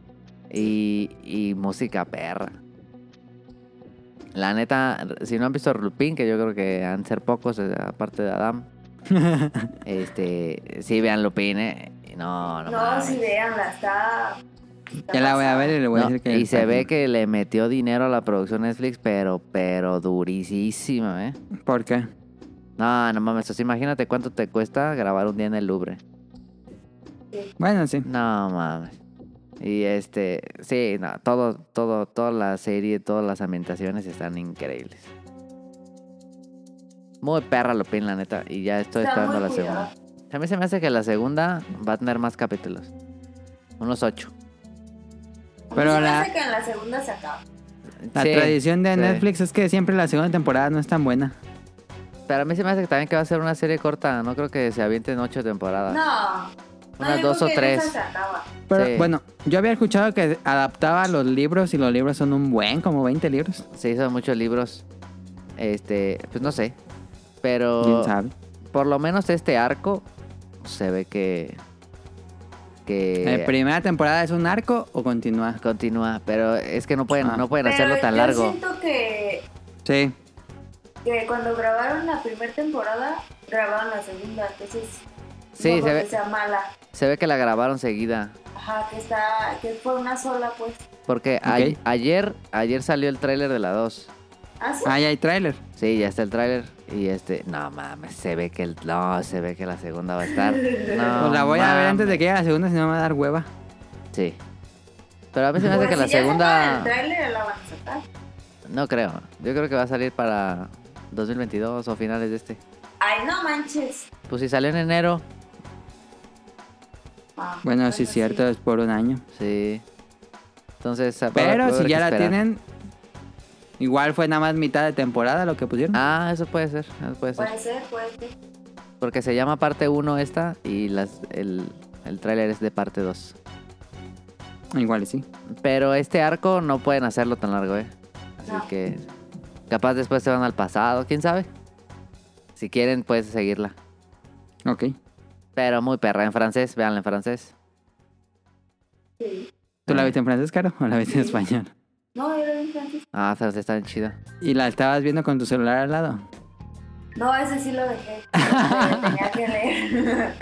Speaker 3: y, y música perra. La neta, si no han visto Lupin, que yo creo que han ser pocos, eh, aparte de Adam, este, sí vean Lupin, eh. No, no.
Speaker 4: No,
Speaker 3: mames.
Speaker 4: si veanla, está. está
Speaker 2: Ya la voy a
Speaker 4: pasada.
Speaker 2: ver y le voy a
Speaker 3: No,
Speaker 2: decir que...
Speaker 3: y se ve que le metió dinero a la producción Netflix, pero, pero durísima, ¿eh?
Speaker 2: ¿Por qué?
Speaker 3: No, no mames, o sea, imagínate cuánto te cuesta grabar un día en el Louvre.
Speaker 2: Bueno, sí.
Speaker 3: No mames. Y este, sí, no, todo, todo, toda la serie, todas las ambientaciones están increíbles. Muy perra Lupin, la neta. Y ya estoy
Speaker 4: Está
Speaker 3: esperando
Speaker 4: muy
Speaker 3: la segunda. A mí se me hace que la segunda va a tener más capítulos. Unos ocho.
Speaker 2: Pero
Speaker 4: Pero se me
Speaker 2: la-
Speaker 4: hace que en la segunda se acaba.
Speaker 2: La
Speaker 3: Sí,
Speaker 2: tradición de
Speaker 3: sí.
Speaker 2: Netflix es que siempre la segunda temporada no es tan buena.
Speaker 3: Pero a mí se me hace que también que va a ser Ah. una serie corta. No creo que se avienten ocho temporadas.
Speaker 4: No. no,
Speaker 3: Unas
Speaker 4: yo
Speaker 3: dos
Speaker 4: creo
Speaker 3: o
Speaker 4: que en esa
Speaker 3: tres.
Speaker 4: se acaba.
Speaker 2: Pero
Speaker 3: Sí.
Speaker 2: bueno, yo había escuchado que adaptaba los libros y los libros son un buen, como 20 libros.
Speaker 3: Se hizo muchos libros. Este, pues no sé. Pero
Speaker 2: ¿Quién sabe?
Speaker 3: por lo menos este arco se ve que que
Speaker 2: ¿La Eh, primera temporada es un arco o continúa?
Speaker 3: continúa, pero es que no pueden
Speaker 2: Ah.
Speaker 3: no pueden
Speaker 4: Pero
Speaker 3: hacerlo tan
Speaker 4: yo
Speaker 3: largo.
Speaker 4: siento que,
Speaker 2: Sí.
Speaker 4: que cuando grabaron la primera temporada, grabaron la segunda, entonces
Speaker 3: Sí,
Speaker 4: no
Speaker 3: se
Speaker 4: creo
Speaker 3: ve-
Speaker 4: que sea mala.
Speaker 3: Se ve que la grabaron seguida,
Speaker 4: Ajá, que está, que fue una sola, pues.
Speaker 3: porque a-
Speaker 2: Ok.
Speaker 3: ayer ayer salió el tráiler de la 2.
Speaker 4: ¿Ah, sí?
Speaker 2: Ahí hay tráiler.
Speaker 3: Sí, ya está el tráiler y este, no mames, se ve que el no, se ve que la segunda va a estar. No,
Speaker 2: Pues la voy a ver antes de
Speaker 3: mames.
Speaker 2: que llegue la segunda, si no me va a dar hueva.
Speaker 3: Sí. Pero a mí se me hace
Speaker 4: Pues
Speaker 3: que
Speaker 4: si
Speaker 3: la
Speaker 4: ya sacaron
Speaker 3: segunda
Speaker 4: el tráiler, la van a sacar.
Speaker 3: no creo. Yo creo que va a salir para 2022 o finales de este.
Speaker 4: Ay, no manches.
Speaker 3: Pues si salió en enero,
Speaker 4: Ah,
Speaker 2: Bueno, sí,
Speaker 4: entonces
Speaker 2: es cierto, es por un año.
Speaker 3: Sí. Entonces, ah, va- va a
Speaker 2: Pero
Speaker 3: haber
Speaker 2: si
Speaker 3: que
Speaker 2: ya la
Speaker 3: esperar.
Speaker 2: tienen, igual fue nada más mitad de temporada lo que pusieron.
Speaker 3: Ah, eso puede ser, eso puede ser.
Speaker 4: Puede ser, puede ser.
Speaker 3: Porque se llama parte 1 esta y las, el, el tráiler es de parte 2.
Speaker 2: Igual y sí.
Speaker 3: Pero este arco no pueden hacerlo tan largo, ¿eh? Así
Speaker 4: No.
Speaker 3: que capaz después se van al pasado, quién sabe. Si quieren, puedes seguirla.
Speaker 2: Ok.
Speaker 3: Pero muy perra en francés, véanla en francés.
Speaker 4: Sí.
Speaker 2: ¿Tú
Speaker 3: Ah.
Speaker 2: la viste en francés, Caro? ¿O la viste en español?
Speaker 4: No, era bien francés.
Speaker 3: Ah, francés está bien chido.
Speaker 2: ¿Y la estabas viendo con tu celular al lado?
Speaker 4: No, ese sí lo dejé. porque Tenía que leer.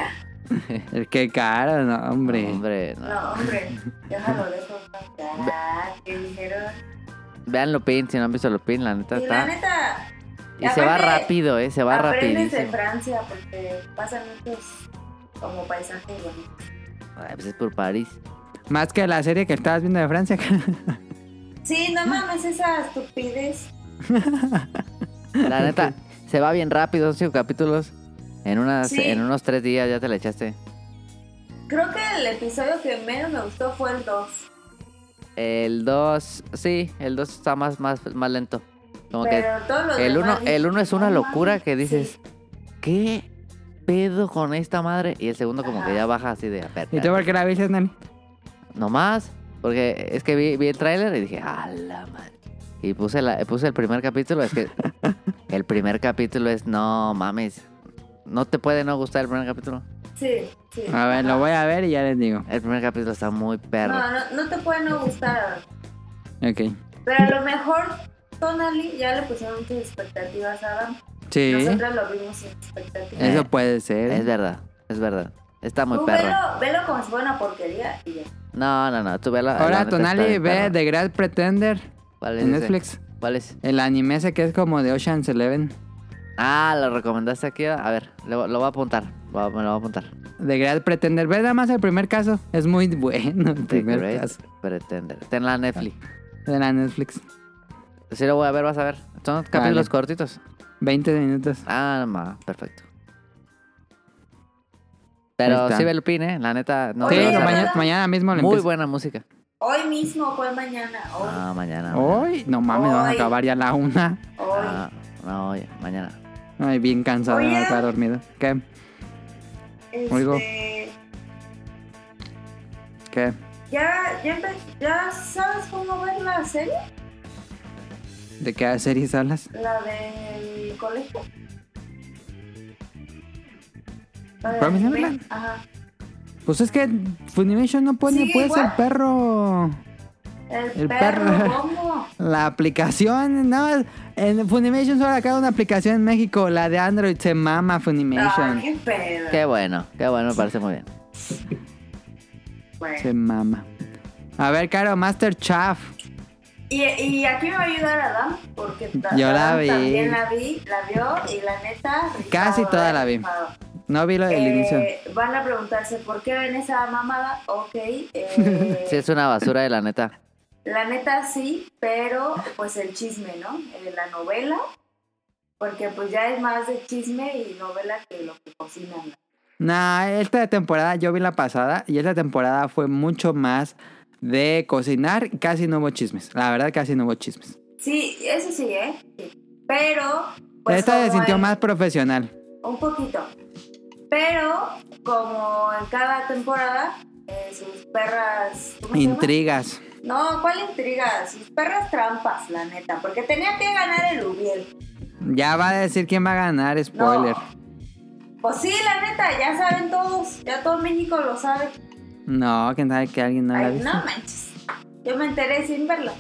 Speaker 2: El que Eh, Caro, no, hombre.
Speaker 3: Hombre, no.
Speaker 4: No, hombre, déjalo, déjalo. Ah, que dijeron.
Speaker 3: Vean Lupin, si no han visto Lupin, la neta
Speaker 4: Y la
Speaker 3: está.
Speaker 4: neta,
Speaker 3: Y se va
Speaker 4: aparte,
Speaker 3: rápido, ¿eh? Se va
Speaker 4: aprendes de
Speaker 3: rapidísimo.
Speaker 4: Francia porque pasan muchos como paisajes bonitos.
Speaker 3: Ay, pues es por París.
Speaker 2: Más que la serie que estabas viendo de Francia, Caro.
Speaker 4: Sí, no mames, esa estupidez.
Speaker 3: La neta, se va bien rápido, son cinco capítulos. En, unas,
Speaker 4: Sí.
Speaker 3: en unos tres días ya te la echaste.
Speaker 4: Creo que el episodio que menos me gustó fue el 2.
Speaker 3: El 2, sí, el 2 está más, más, más lento. Como
Speaker 4: Pero todos los
Speaker 3: que el
Speaker 4: demás
Speaker 3: 1
Speaker 4: dije,
Speaker 3: el uno es una
Speaker 4: "No
Speaker 3: locura
Speaker 4: mames".
Speaker 3: que dices,
Speaker 4: Sí.
Speaker 3: ¿qué pedo con esta madre? Y el segundo como que
Speaker 4: Ajá.
Speaker 3: ya baja así de a ver,
Speaker 2: ¿Y tú por qué la viste, Nani?
Speaker 3: Nomás, porque es que vi, vi el tráiler y dije, a la madre. Y puse, la, puse el primer capítulo, es que el primer capítulo es, no mames, no te puede no gustar el primer capítulo.
Speaker 4: Sí, sí.
Speaker 2: A ver, lo voy a ver y ya les digo.
Speaker 3: El primer capítulo está muy perro.
Speaker 4: No, no, no te puede no gustar.
Speaker 2: Ok.
Speaker 4: Pero a lo mejor Tonali ya le pusieron muchas expectativas a Adam.
Speaker 2: Sí,
Speaker 4: Nosotros lo vimos sin expectativas.
Speaker 2: eso puede ser.
Speaker 3: Es verdad, es verdad. Está muy
Speaker 4: Tú
Speaker 3: perro.
Speaker 4: velo, velo como si fuera una porquería y ya.
Speaker 3: No, no, no, tú velo. la
Speaker 2: Ahora
Speaker 3: neta está
Speaker 2: Tonali
Speaker 3: bien
Speaker 2: ve
Speaker 3: perro.
Speaker 2: The Great Pretender
Speaker 3: ¿Cuál es
Speaker 2: en
Speaker 3: ese?
Speaker 2: Netflix.
Speaker 3: ¿Cuál es?
Speaker 2: El anime ese que es como de Ocean's Eleven.
Speaker 3: Ah, lo recomendaste aquí. A ver, lo, lo voy a apuntar. Lo- me lo voy a apuntar.
Speaker 2: The Great Pretender. Ve nada más el primer caso. Es muy bueno el
Speaker 3: The
Speaker 2: primer
Speaker 3: Great
Speaker 2: caso. Ah.
Speaker 3: Pretender. Está en la Netflix.
Speaker 2: De la Netflix.
Speaker 3: Sí, lo voy a ver, vas a ver. Son
Speaker 2: Dale.
Speaker 3: capítulos cortitos.
Speaker 2: 20 minutos.
Speaker 3: Ah, no, ma, perfecto. Pero
Speaker 2: está.
Speaker 3: sí ve Lupin, ¿eh? La neta, no
Speaker 2: sí,
Speaker 4: Oye,
Speaker 3: te
Speaker 2: lo
Speaker 3: vas a-
Speaker 4: ¿verdad?
Speaker 2: mañana, mañana mismo lo
Speaker 3: Muy
Speaker 2: empiezo.
Speaker 3: buena música.
Speaker 4: Hoy mismo, ¿cuál mañana? Hoy.
Speaker 3: Ah, mañana.
Speaker 2: Hoy, no mames, vamos a
Speaker 4: Hoy.
Speaker 2: acabar ya a la una.
Speaker 4: hoy.
Speaker 3: Ah, no, oye, mañana.
Speaker 2: Ay, bien cansado,
Speaker 4: Oye.
Speaker 2: no está dormido. ¿Qué?
Speaker 4: este,
Speaker 2: oigo. ¿Qué?
Speaker 4: ¿ya, ya, empe- ¿Ya sabes cómo ver la serie?
Speaker 2: ¿De qué series hablas?
Speaker 4: La del colegio. La del
Speaker 2: ¿Promising
Speaker 4: anime.
Speaker 2: Neverland?
Speaker 4: Ajá.
Speaker 2: Pues es que Funimation no pone
Speaker 4: Sigue
Speaker 2: pues
Speaker 4: igual.
Speaker 2: el perro.
Speaker 4: El,
Speaker 2: El
Speaker 4: perro,
Speaker 2: perro.
Speaker 4: ¿cómo?
Speaker 2: La aplicación, no, en Funimation solo acaba una aplicación en México, la de Android se mama
Speaker 4: Ay,
Speaker 2: Funimation.
Speaker 4: qué pedo.
Speaker 3: Qué bueno, qué bueno, me parece muy bien.
Speaker 4: Bueno.
Speaker 2: Se mama. A ver, Caro, Master Chef.
Speaker 4: Y, y aquí me va a ayudar Adam, porque ta-
Speaker 2: Yo la
Speaker 4: Adam
Speaker 2: vi.
Speaker 4: también la vi, la vio y la neta.
Speaker 2: Casi
Speaker 4: rifado,
Speaker 2: toda
Speaker 4: eh,
Speaker 2: la vi.
Speaker 4: rifado.
Speaker 2: No vi lo del
Speaker 4: Eh,
Speaker 2: inicio.
Speaker 4: Van a preguntarse por qué ven esa mamada. Ok, eh,
Speaker 3: Sí, es una basura de la neta.
Speaker 4: la neta sí, pero pues el chisme, ¿no? Eh, la novela, porque pues ya es más de chisme y novela que lo que cocinan.
Speaker 2: Nah, esta temporada yo vi la pasada y esta temporada fue mucho más de cocinar. Casi no hubo chismes. La verdad, casi no hubo chismes.
Speaker 4: Sí, eso sí, ¿eh? Sí. Pero. Pues,
Speaker 2: esta se
Speaker 4: como
Speaker 2: sintió
Speaker 4: en-
Speaker 2: más profesional.
Speaker 4: Un poquito. Pero, como en cada temporada, eh, sus perras. ¿cómo se llama?
Speaker 2: Intrigas.
Speaker 4: No, ¿cuál intriga? Sus perras trampas, la neta. Porque tenía que ganar el Ubiel.
Speaker 2: Ya va a decir quién va a ganar, spoiler.
Speaker 4: Pues sí, la neta, ya saben todos. Ya todo México lo sabe.
Speaker 2: No, quién sabe que alguien no la ha
Speaker 4: Ay,
Speaker 2: visto.
Speaker 4: no manches. Yo me enteré sin verla.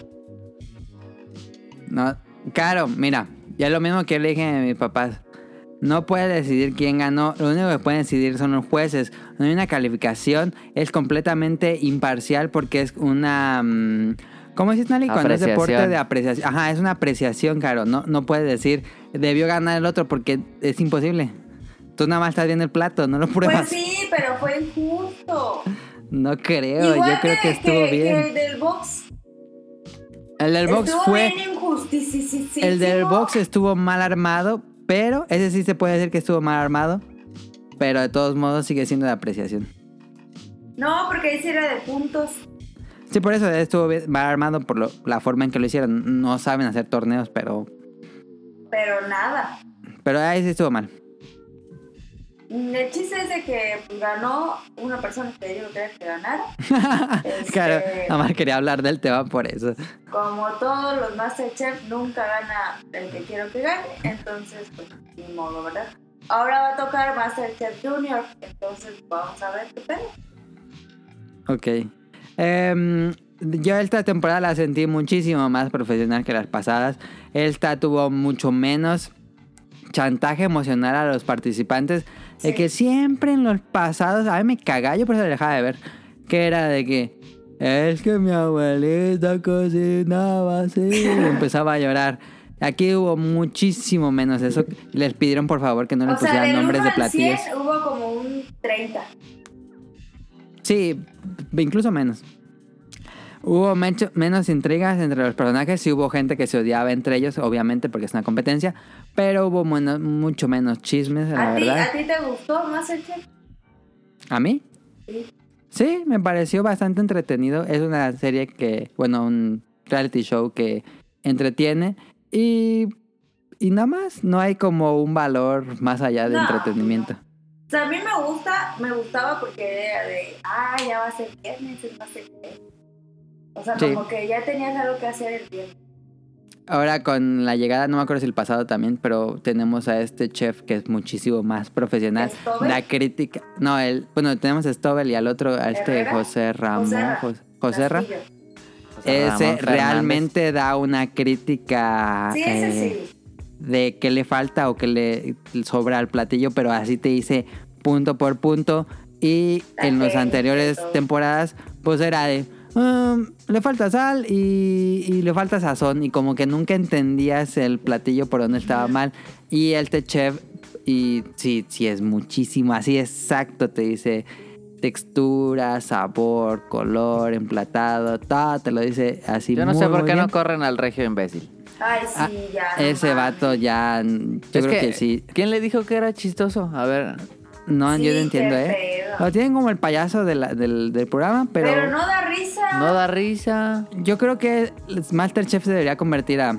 Speaker 2: No, claro, mira, ya lo mismo que le dije a mis papás. No puede decidir quién ganó, lo único que pueden decidir son los jueces. No hay una calificación, es completamente imparcial porque es una... mm, ¿Cómo dices, Nali? Cuando es deporte
Speaker 3: Apreciación.
Speaker 2: de apreciación. Ajá, es una apreciación, claro. No, no puedes decir, debió ganar el otro porque es imposible. Tú nada más estás viendo el plato, no lo pruebas.
Speaker 4: Pues sí, pero fue injusto.
Speaker 2: No creo, yo creo que estuvo bien.
Speaker 4: el del box.
Speaker 2: El del box
Speaker 4: estuvo
Speaker 2: fue...
Speaker 4: bien injustísimo.
Speaker 2: El del box estuvo mal armado, pero ese sí se puede decir que estuvo mal armado. Pero de todos modos sigue siendo de apreciación.
Speaker 4: No, porque ahí sí era de puntos.
Speaker 2: Sí, por eso estuvo bien- mal armado por lo- la forma en que lo hicieron. No saben hacer torneos, pero
Speaker 4: Pero nada.
Speaker 2: pero ahí sí estuvo mal.
Speaker 4: Mm, El chiste es de que pues, ganó una persona que yo creo que ganara. Este,
Speaker 2: Claro, nada más quería hablar del tema por eso.
Speaker 4: Como todos los Masterchef, nunca gana el que quiero que gane. Entonces, pues, ni modo, ¿verdad? Ahora va a tocar Masterchef Junior. Entonces, vamos a ver qué pedo.
Speaker 2: Ok. Em, yo esta temporada la sentí muchísimo más profesional que las pasadas. Esta tuvo mucho menos chantaje emocional a los participantes.
Speaker 4: Sí.
Speaker 2: De que siempre en los pasados, a mí me cagaba, yo por eso la dejaba de ver. Que era de que, es que mi abuelita cocinaba así. Y empezaba a llorar. Aquí hubo muchísimo menos eso. Les pidieron por favor que no le
Speaker 4: o sea,
Speaker 2: pusieran
Speaker 4: del
Speaker 2: nombres
Speaker 4: 1
Speaker 2: de
Speaker 4: al
Speaker 2: platillos.
Speaker 4: 100 hubo como un 30.
Speaker 2: Sí, incluso menos. Hubo mencho- menos intrigas entre los personajes, sí hubo gente que se odiaba entre ellos, obviamente porque es una competencia, pero hubo mono- mucho menos chismes, la
Speaker 4: ¿A ti,
Speaker 2: verdad.
Speaker 4: ¿A ti te gustó Masterchef?
Speaker 2: ¿A mí?
Speaker 4: Sí.
Speaker 2: Sí, me pareció bastante entretenido. Es una serie que, bueno, un reality show que entretiene y, y nada más, no hay como un valor más allá de
Speaker 4: No,
Speaker 2: entretenimiento.
Speaker 4: O sea, a mí me gusta, me gustaba porque era de, ah, ya va a ser viernes, es Masterchef. O sea,
Speaker 2: Sí.
Speaker 4: como que ya tenías algo que hacer el viernes.
Speaker 2: Ahora con la llegada, no me acuerdo si el pasado también, pero tenemos a este chef que es muchísimo más profesional.
Speaker 4: ¿Stover?
Speaker 2: La crítica. No, el, bueno, tenemos a Stovel y al otro, a este
Speaker 4: ¿Herrera?
Speaker 2: José Ramón.
Speaker 4: Joserra.
Speaker 2: Jos- Joserra.
Speaker 4: Castillo.
Speaker 3: José Ramón
Speaker 2: Ese
Speaker 3: Fernández.
Speaker 2: realmente da una crítica
Speaker 4: Sí, ese
Speaker 2: eh,
Speaker 4: sí.
Speaker 2: de qué le falta o qué le sobra al platillo, pero así te dice punto por punto. Y
Speaker 4: La
Speaker 2: en las
Speaker 4: técnica y
Speaker 2: anteriores
Speaker 4: todo.
Speaker 2: temporadas, pues era de. "Mm, le falta sal y, y le falta sazón. Y como que nunca entendías el platillo por dónde estaba mal. Y el te chef, y sí, sí es muchísimo, así exacto, te dice textura, sabor, color, emplatado, todo, te lo dice así.
Speaker 3: Yo no sé
Speaker 2: muy,
Speaker 3: por
Speaker 2: muy
Speaker 3: qué
Speaker 2: bien.
Speaker 3: no corren al regio imbécil.
Speaker 4: Ay,
Speaker 2: Ah,
Speaker 4: sí, ya. no
Speaker 2: Ese
Speaker 4: mames.
Speaker 2: vato ya. mm, Yo
Speaker 3: Es
Speaker 2: creo que, sí.
Speaker 3: ¿Quién le dijo que era chistoso? A ver.
Speaker 2: No, yo
Speaker 4: Sí,
Speaker 2: no
Speaker 4: qué
Speaker 2: entiendo, ¿eh?
Speaker 4: pedo.
Speaker 2: Lo tienen como el payaso de la- del, del programa, pero.
Speaker 4: Pero, no da risa.
Speaker 3: No da risa.
Speaker 2: Yo creo que Masterchef se debería convertir a.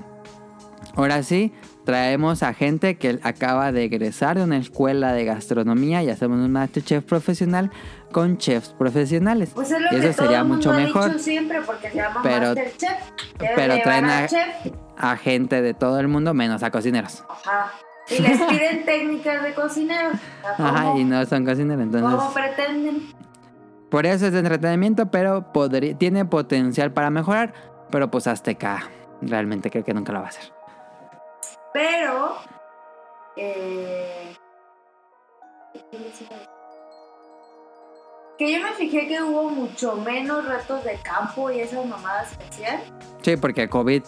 Speaker 2: Ahora sí, traemos a gente que acaba de egresar de una escuela de gastronomía y hacemos un Masterchef profesional con chefs profesionales.
Speaker 4: Pues es lo
Speaker 2: Eso
Speaker 4: que todo
Speaker 2: sería
Speaker 4: el mundo
Speaker 2: mucho
Speaker 4: ha
Speaker 2: mejor.
Speaker 4: dicho siempre porque se llama
Speaker 2: Pero-
Speaker 4: Masterchef. Debe
Speaker 2: pero
Speaker 4: llevar
Speaker 2: traen
Speaker 4: al
Speaker 2: a-
Speaker 4: chef.
Speaker 2: A gente de todo el mundo menos a cocineros.
Speaker 4: Ajá. Y les piden técnicas de cocinero. O sea, ¿Cómo,
Speaker 2: Ajá, y no son cocineros, entonces.
Speaker 4: cómo pretenden?
Speaker 2: Por eso es de entretenimiento, pero podría- tiene potencial para mejorar. Pero pues Azteca realmente creo que nunca lo va a hacer.
Speaker 4: Pero. eh, ¿qué les iba a decir? Que yo me fijé que hubo mucho menos retos de campo y esas mamadas que hacían.
Speaker 2: Sí, porque COVID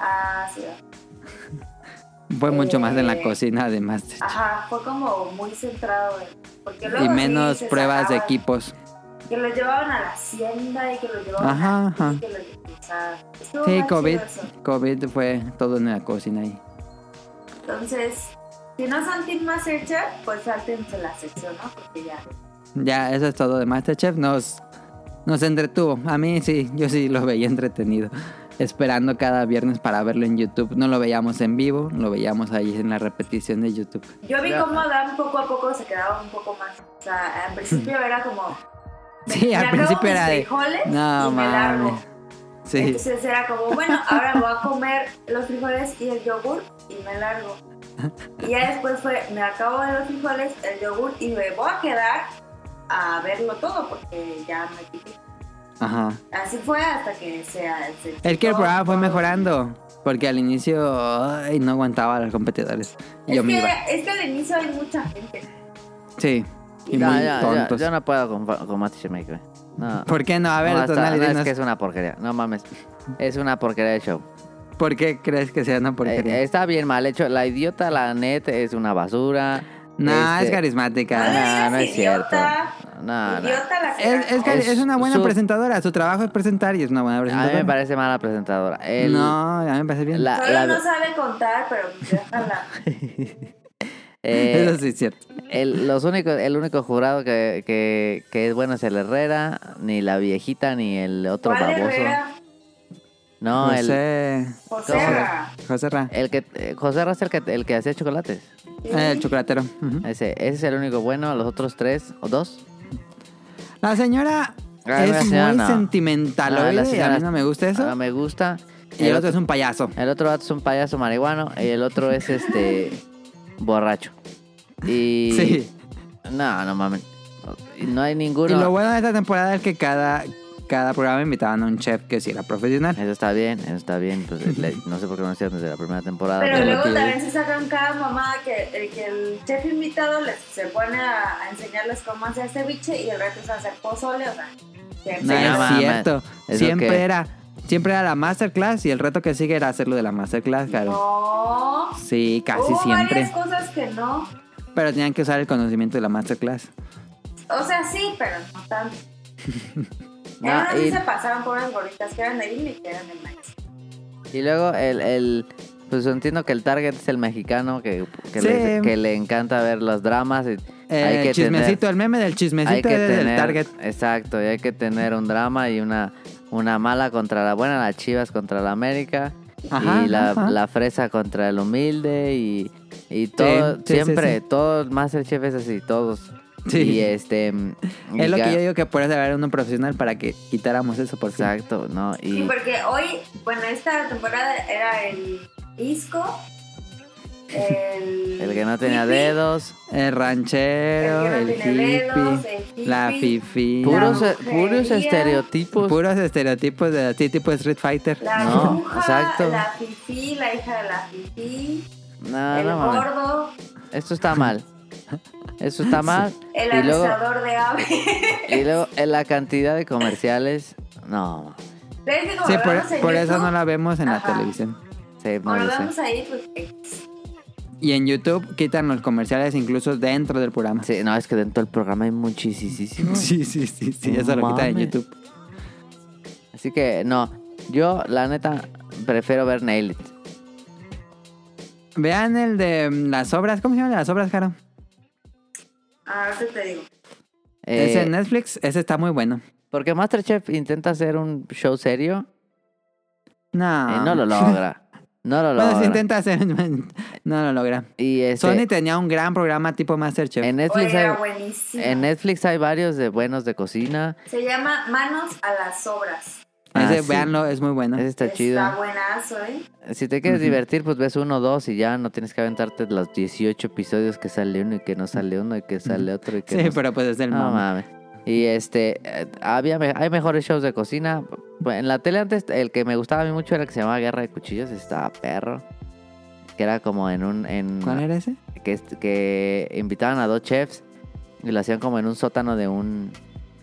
Speaker 4: Ah, sí, va.
Speaker 2: fue mucho más en la
Speaker 4: Eh,
Speaker 2: cocina, además.
Speaker 4: Ajá, fue como muy centrado en- Porque luego
Speaker 2: Y
Speaker 4: sí
Speaker 2: menos
Speaker 4: se
Speaker 2: pruebas de
Speaker 4: sacaban
Speaker 2: equipos.
Speaker 4: Que lo llevaban a la hacienda y que lo llevaban
Speaker 2: Ajá,
Speaker 4: a
Speaker 2: ajá.
Speaker 4: Y que lo, o sea, estuvo
Speaker 2: Sí,
Speaker 4: más chido
Speaker 2: COVID,
Speaker 4: eso.
Speaker 2: COVID fue todo en la cocina ahí.
Speaker 4: Entonces, si no son Team Masterchef, pues sáltense la sección, ¿no? Porque ya.
Speaker 2: Ya, eso es todo de Masterchef. Nos, nos entretuvo. A mí sí, yo sí lo veía entretenido. Esperando cada viernes para verlo en YouTube. No lo veíamos en vivo, lo veíamos ahí en la repetición de YouTube.
Speaker 4: Yo vi
Speaker 3: Ya.
Speaker 4: cómo Adam poco a poco se quedaba un poco más. O sea, al principio era como,
Speaker 2: Sí,
Speaker 4: me
Speaker 2: al
Speaker 4: acabo
Speaker 2: principio
Speaker 4: mis
Speaker 2: era de.
Speaker 4: frijoles
Speaker 2: No
Speaker 4: y me largo".
Speaker 2: mames. Sí.
Speaker 4: Entonces era como, bueno, ahora voy a comer los frijoles y el yogur y me largo. Y ya después fue, me acabo de los frijoles, el yogur y me voy a quedar a verlo todo porque ya me piqué.
Speaker 2: Ajá.
Speaker 4: Así fue hasta que sea se
Speaker 2: Es que el
Speaker 4: quitó
Speaker 2: programa fue
Speaker 4: todo.
Speaker 2: mejorando. Porque al inicio ay, no aguantaba a los competidores. Y
Speaker 4: Es
Speaker 2: yo me
Speaker 4: que,
Speaker 2: iba.
Speaker 4: es que al inicio hay mucha gente.
Speaker 2: Sí. Y
Speaker 3: No,
Speaker 2: muy
Speaker 3: yo- yo-
Speaker 2: tontos.
Speaker 3: Yo, no puedo con, con Matthew Shemake, güey. No.
Speaker 2: ¿Por qué no? A ver,
Speaker 3: no, está-
Speaker 2: Tonali,
Speaker 3: no, es
Speaker 2: dinos,
Speaker 3: que es una porquería. No mames. Es una porquería de show.
Speaker 2: ¿por qué crees que sea una porquería?
Speaker 3: Eh, está bien mal hecho. La idiota, la net, es una basura.
Speaker 2: no,
Speaker 3: Este-
Speaker 2: es carismática.
Speaker 4: No le
Speaker 3: Nah,
Speaker 4: digas
Speaker 3: no es
Speaker 4: idiota.
Speaker 3: cierto. No, no.
Speaker 4: Idiota la que
Speaker 2: Ah, Es, es,
Speaker 4: ganó.
Speaker 2: que es una buena
Speaker 3: Su-
Speaker 2: presentadora. Su trabajo es presentar y es una buena
Speaker 3: A mí
Speaker 2: presentadora.
Speaker 3: me parece mala presentadora. El-
Speaker 2: No, a mí me parece bien.
Speaker 3: la-
Speaker 4: Solo
Speaker 3: la-
Speaker 4: no sabe contar, pero pues déjala.
Speaker 3: eh,
Speaker 2: Eso sí es cierto.
Speaker 3: el, los únicos, el único jurado que, que, que es bueno es el Herrera, ni la viejita, ni el otro
Speaker 4: ¿Cuál
Speaker 3: baboso.
Speaker 4: Herrera?
Speaker 3: No, el,
Speaker 2: José.
Speaker 4: José.
Speaker 3: ¿Cómo?
Speaker 4: Herrera.
Speaker 2: José Ra.
Speaker 3: el que eh, José Raza, el que, el que hacía chocolates.
Speaker 2: Eh, El chocolatero. Ujú.
Speaker 3: Ese, ese es el único bueno. Los otros tres o dos.
Speaker 2: La señora
Speaker 3: Ah, la
Speaker 2: es
Speaker 3: señora
Speaker 2: muy
Speaker 3: no.
Speaker 2: sentimental.
Speaker 3: No, Ah, la
Speaker 2: oye, y a
Speaker 3: señora-
Speaker 2: mí no me gusta eso.
Speaker 3: No me gusta.
Speaker 2: y el otro es un payaso.
Speaker 3: El otro vato es un payaso marihuano y el otro es este borracho. Y
Speaker 2: Sí.
Speaker 3: no, no mames. No hay ninguno.
Speaker 2: Y lo bueno de esta temporada es que cada, cada programa invitaban a un chef que sí era profesional.
Speaker 3: Eso está bien, eso está bien. Pues, le- no sé por qué no hicieron desde la primera temporada.
Speaker 4: Pero luego
Speaker 3: aquí-
Speaker 4: también se sacan cada mamá que, el- que el chef invitado les, se pone a, a enseñarles cómo hacer ceviche y el resto es hacer pozole, o sea. se-
Speaker 2: No
Speaker 3: Sí,
Speaker 2: es
Speaker 3: no mames.
Speaker 2: cierto.
Speaker 3: ¿Eso
Speaker 2: Siempre
Speaker 3: qué?
Speaker 2: era siempre era la masterclass y el reto que sigue era hacerlo de la masterclass, claro.
Speaker 4: No.
Speaker 2: Sí, casi
Speaker 4: Hubo
Speaker 2: siempre.
Speaker 4: varias cosas que no.
Speaker 2: Pero tenían que usar el conocimiento de la masterclass.
Speaker 4: O sea, sí, pero no tanto.
Speaker 3: No,
Speaker 4: Ya no,
Speaker 3: Ah, y-
Speaker 4: se pasaron por unas gorritas que eran de Disney y que eran de Max.
Speaker 3: Y luego el, el- pues entiendo que el target es el mexicano que, que,
Speaker 2: Sí.
Speaker 3: le, que le encanta ver los dramas. Y hay
Speaker 2: el
Speaker 3: que
Speaker 2: chismecito,
Speaker 3: tener,
Speaker 2: el meme del
Speaker 3: hay
Speaker 2: chismecito
Speaker 3: que
Speaker 2: es del
Speaker 3: tener-
Speaker 2: target.
Speaker 3: Exacto, y hay que tener un drama y una una mala contra la buena, las Chivas contra la América.
Speaker 2: Ajá,
Speaker 3: y la,
Speaker 2: ajá.
Speaker 3: la fresa contra el humilde y, y todo,
Speaker 2: sí, sí,
Speaker 3: siempre,
Speaker 2: sí.
Speaker 3: todos, Masterchef es así, todos.
Speaker 2: Sí.
Speaker 3: Y este... mm, y
Speaker 2: Es lo
Speaker 3: ga-
Speaker 2: que yo digo que por eso haber uno profesional para que quitáramos eso por fin.
Speaker 3: Exacto, ¿no?
Speaker 4: Sí,
Speaker 3: Y
Speaker 4: porque hoy, bueno, esta temporada era el disco, el.
Speaker 3: el que no tenía
Speaker 4: hippie,
Speaker 3: dedos.
Speaker 2: El ranchero,
Speaker 4: El
Speaker 2: el,
Speaker 4: que no tiene dedos,
Speaker 2: hippie,
Speaker 4: el
Speaker 2: la
Speaker 4: hippie,
Speaker 2: fifi,
Speaker 3: Puros, eh,
Speaker 4: la
Speaker 3: puros
Speaker 4: brujería.
Speaker 3: estereotipos.
Speaker 2: puros estereotipos de así tipo Street Fighter.
Speaker 4: La
Speaker 3: No,
Speaker 4: bruja,
Speaker 3: exacto.
Speaker 4: la fifí, la hija de la fifí,
Speaker 3: no,
Speaker 4: el
Speaker 3: no mames.
Speaker 4: gordo,
Speaker 3: Esto está mal. Esto está mal.
Speaker 4: el
Speaker 3: Y luego,
Speaker 4: avisador de aves.
Speaker 3: y luego eh, la cantidad de comerciales. No, mames.
Speaker 4: ¿Sabes que como
Speaker 2: Sí,
Speaker 4: lo
Speaker 2: por,
Speaker 4: vemos en
Speaker 2: por eso
Speaker 4: YouTube,
Speaker 2: no la vemos en
Speaker 4: Ajá.
Speaker 2: la televisión.
Speaker 3: sí, no
Speaker 4: Como lo
Speaker 3: lo sé.
Speaker 4: vemos ahí, pues. eh,
Speaker 2: Y en YouTube quitan los comerciales incluso dentro del programa.
Speaker 3: Sí, no, es que dentro del programa hay muchísimo.
Speaker 2: Sí, sí, sí, sí,
Speaker 3: No
Speaker 2: eso lo quitan en
Speaker 3: mames.
Speaker 2: YouTube.
Speaker 3: Así que no, yo la neta prefiero ver Nailed. It.
Speaker 2: Vean el de mm, las obras, ¿cómo se llama las obras, Jaro?
Speaker 4: ah, Ahorita te digo.
Speaker 3: Eh,
Speaker 2: Ese en Netflix, ese está muy bueno.
Speaker 3: porque Masterchef intenta hacer un show serio
Speaker 2: No,
Speaker 3: y eh, no lo logra. No lo
Speaker 2: Ah. Bueno,
Speaker 3: logra.
Speaker 2: se intenta hacer, no lo logra.
Speaker 3: Y este,
Speaker 2: Sony tenía un gran programa tipo Masterchef.
Speaker 3: en Netflix
Speaker 4: Oye, era
Speaker 3: hay,
Speaker 4: buenísimo.
Speaker 3: en Netflix hay varios de buenos de cocina.
Speaker 4: Se llama Manos a las Obras.
Speaker 3: Ah,
Speaker 2: ese,
Speaker 3: sí.
Speaker 2: véanlo, es muy bueno.
Speaker 3: Ese está chido.
Speaker 4: Está buenazo, ¿eh?
Speaker 3: Si te quieres
Speaker 2: Ujú.
Speaker 3: divertir, pues ves uno o dos y ya no tienes que aventarte los 18 episodios que sale uno y que no sale uno y que sale otro y que
Speaker 2: Sí,
Speaker 3: no
Speaker 2: pero pues es del
Speaker 3: No
Speaker 2: mame.
Speaker 3: mames. Y este, eh, había me- hay mejores shows de cocina. En la tele antes, el que me gustaba a mí mucho era el que se llamaba Guerra de Cuchillos, estaba perro. Que era como en un. En,
Speaker 2: ¿Cuál era ese?
Speaker 3: Que, est- que invitaban a dos chefs y lo hacían como en un sótano de un.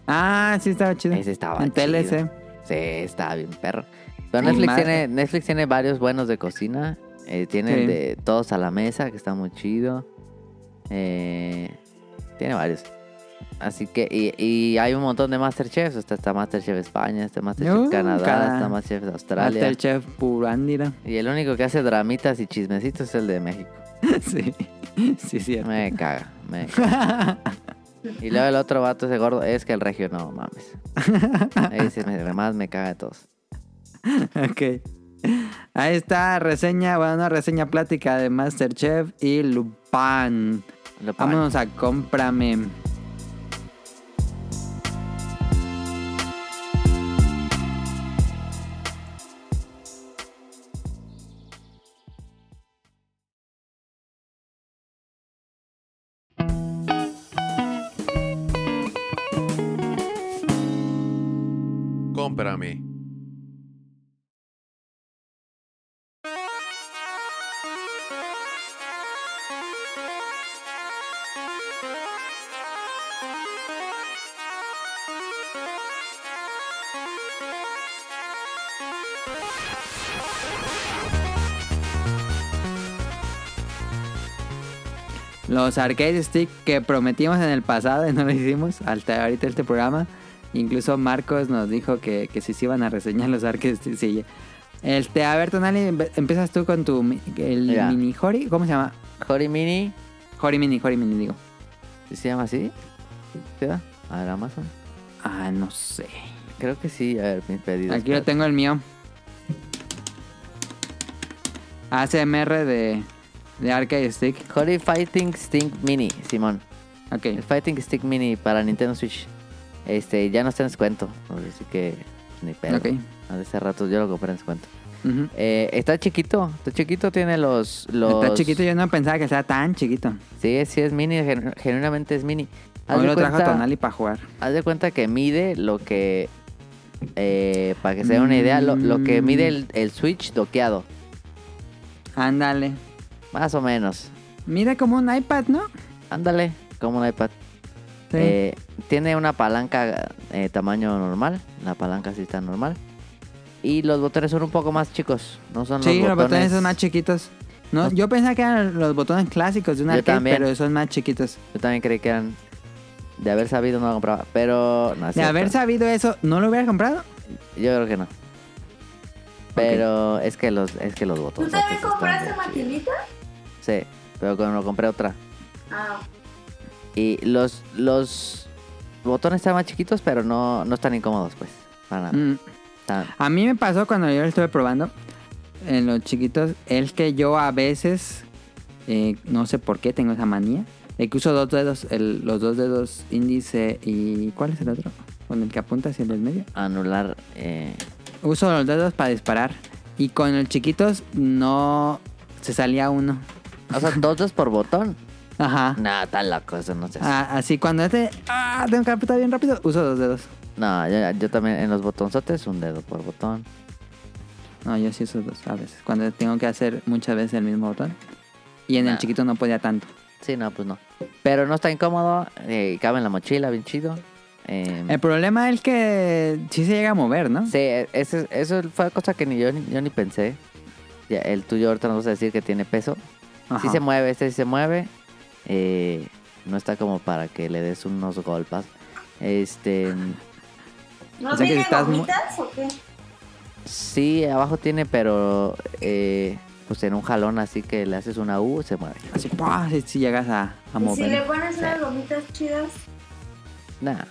Speaker 2: Ah, sí, estaba chido.
Speaker 3: Ese estaba.
Speaker 2: en ¿eh?
Speaker 3: chido.
Speaker 2: TLC.
Speaker 3: Sí, estaba bien perro. Pero
Speaker 2: Y
Speaker 3: Netflix
Speaker 2: más-
Speaker 3: tiene, Netflix tiene varios buenos de cocina. Eh, tiene el
Speaker 2: Sí.
Speaker 3: de Todos a la Mesa, que está muy chido. Eh, tiene varios. Así que, y, y hay un montón de Masterchefs. O sea, está Masterchef España, está Masterchef
Speaker 2: Uh,
Speaker 3: Canadá,
Speaker 2: cada-
Speaker 3: está Masterchef de Australia.
Speaker 2: Masterchef Purándira.
Speaker 3: Y el único que hace dramitas y chismecitos es el de México.
Speaker 2: sí, sí, cierto.
Speaker 3: Me caga, me caga. Y luego el otro vato ese gordo, es que el regio no mames. Ese me- más me caga de todos.
Speaker 2: ok. Ahí está, reseña, bueno, una reseña plática de Masterchef y Lupin.
Speaker 3: Lo pagan.
Speaker 2: Vámonos a cómprame.
Speaker 5: Supérame.
Speaker 2: Los arcade stick que prometimos en el pasado y no lo hicimos hasta ahorita este programa. Incluso Marcos nos dijo que, que sí se iban a reseñar los arcade stick. Sí. Este, a ver, Tonali, empe- empiezas tú con tu mi- el
Speaker 3: Ya.
Speaker 2: mini Hori. ¿Cómo se llama?
Speaker 3: Hori Mini,
Speaker 2: Hori mini, Hori mini, digo.
Speaker 3: ¿sí ¿se llama así? ¿Sí va? A ver, Amazon.
Speaker 2: Ah, no sé.
Speaker 3: Creo que sí, a ver, mis pedidos.
Speaker 2: Aquí yo tengo el mío. ACMR de, de arcade stick.
Speaker 3: Hori Fighting Stick Mini, Simón. El
Speaker 2: Ok.
Speaker 3: Fighting Stick Mini para Nintendo Switch. Este, ya no está en descuento. Así que ni pedo.
Speaker 2: Ok.
Speaker 3: Hace rato yo lo compré en descuento.
Speaker 2: Ujú.
Speaker 3: Eh, está chiquito. Está chiquito, tiene los, los...
Speaker 2: Está chiquito, yo no pensaba que estaba tan chiquito.
Speaker 3: Sí, sí es mini, genu- genuinamente es mini. Haz
Speaker 2: Hoy
Speaker 3: de
Speaker 2: lo trajo
Speaker 3: cuenta-
Speaker 2: Tonali para jugar.
Speaker 3: Haz de cuenta que mide lo que. eh, para que se den una idea, lo, lo que mide el, el Switch doqueado.
Speaker 2: Ándale.
Speaker 3: Más o menos.
Speaker 2: Mira como un iPad, ¿no?
Speaker 3: Ándale, como un iPad.
Speaker 2: Sí.
Speaker 3: Eh, tiene una palanca eh, tamaño normal. La palanca sí está normal. Y los botones son un poco más chicos. No son
Speaker 2: sí,
Speaker 3: los botones.
Speaker 2: los botones son más chiquitos. No,
Speaker 3: Los-
Speaker 2: yo pensaba que eran los botones clásicos de un
Speaker 3: Yo
Speaker 2: arcade,
Speaker 3: también.
Speaker 2: pero son más chiquitos.
Speaker 3: Yo también creí que eran. De haber sabido, no lo compraba. Pero. No,
Speaker 2: De
Speaker 3: es cierto.
Speaker 2: haber sabido eso, ¿no lo hubiera comprado?
Speaker 3: Yo creo que no. Pero es que los es que los
Speaker 4: ¿Tú
Speaker 3: botones.
Speaker 4: también compraste maquinita?
Speaker 3: Sí, pero cuando compré otra.
Speaker 4: Ah,
Speaker 3: Y los, los botones están más chiquitos, pero no, no están incómodos, pues. Para nada.
Speaker 2: Mm.
Speaker 3: Están-
Speaker 2: A mí me pasó cuando yo lo estuve probando en los chiquitos, es que yo a veces, eh, no sé por qué tengo esa manía, de que uso dos dedos, el- los dos dedos índice y... ¿Cuál es el otro? Con el que apunta hacia el del medio.
Speaker 3: anular. eh,
Speaker 2: Uso los dedos para disparar. Y con los chiquitos no se salía uno.
Speaker 3: O sea, dos dos por botón.
Speaker 2: Ajá.
Speaker 3: No, tan loco, eso no sé.
Speaker 2: Ah, así cuando este. Ah, tengo que apretar bien rápido. Uso dos dedos.
Speaker 3: No, yo, yo también en los botonzotes un dedo por botón.
Speaker 2: No, yo sí uso dos a veces. Cuando tengo que hacer muchas veces el mismo botón. Y en el
Speaker 3: Nah.
Speaker 2: chiquito no podía tanto.
Speaker 3: Sí, no, pues no. Pero no está incómodo, eh, cabe en la mochila, bien chido. eh,
Speaker 2: El problema es que sí se llega a mover, ¿no?
Speaker 3: Sí, e, ese- eso fue cosa que ni yo, ni- yo ni pensé. Ya, el tuyo ahorita nos vas a decir que tiene peso.
Speaker 2: Ajá.
Speaker 3: Sí se mueve, este sí se mueve. Eh, no está como para que le des unos golpes. Este,
Speaker 4: ¿no
Speaker 2: O sea que si
Speaker 4: tiene
Speaker 2: estás mu-
Speaker 4: gomitas o qué?
Speaker 3: sí, abajo tiene, pero eh, pues en un jalón así que le haces una U, se mueve.
Speaker 2: Así, ¡pua! Sí, sí llegas a, a
Speaker 4: Y si le
Speaker 2: mover.
Speaker 4: pones unas gomitas chidas,
Speaker 3: Nada.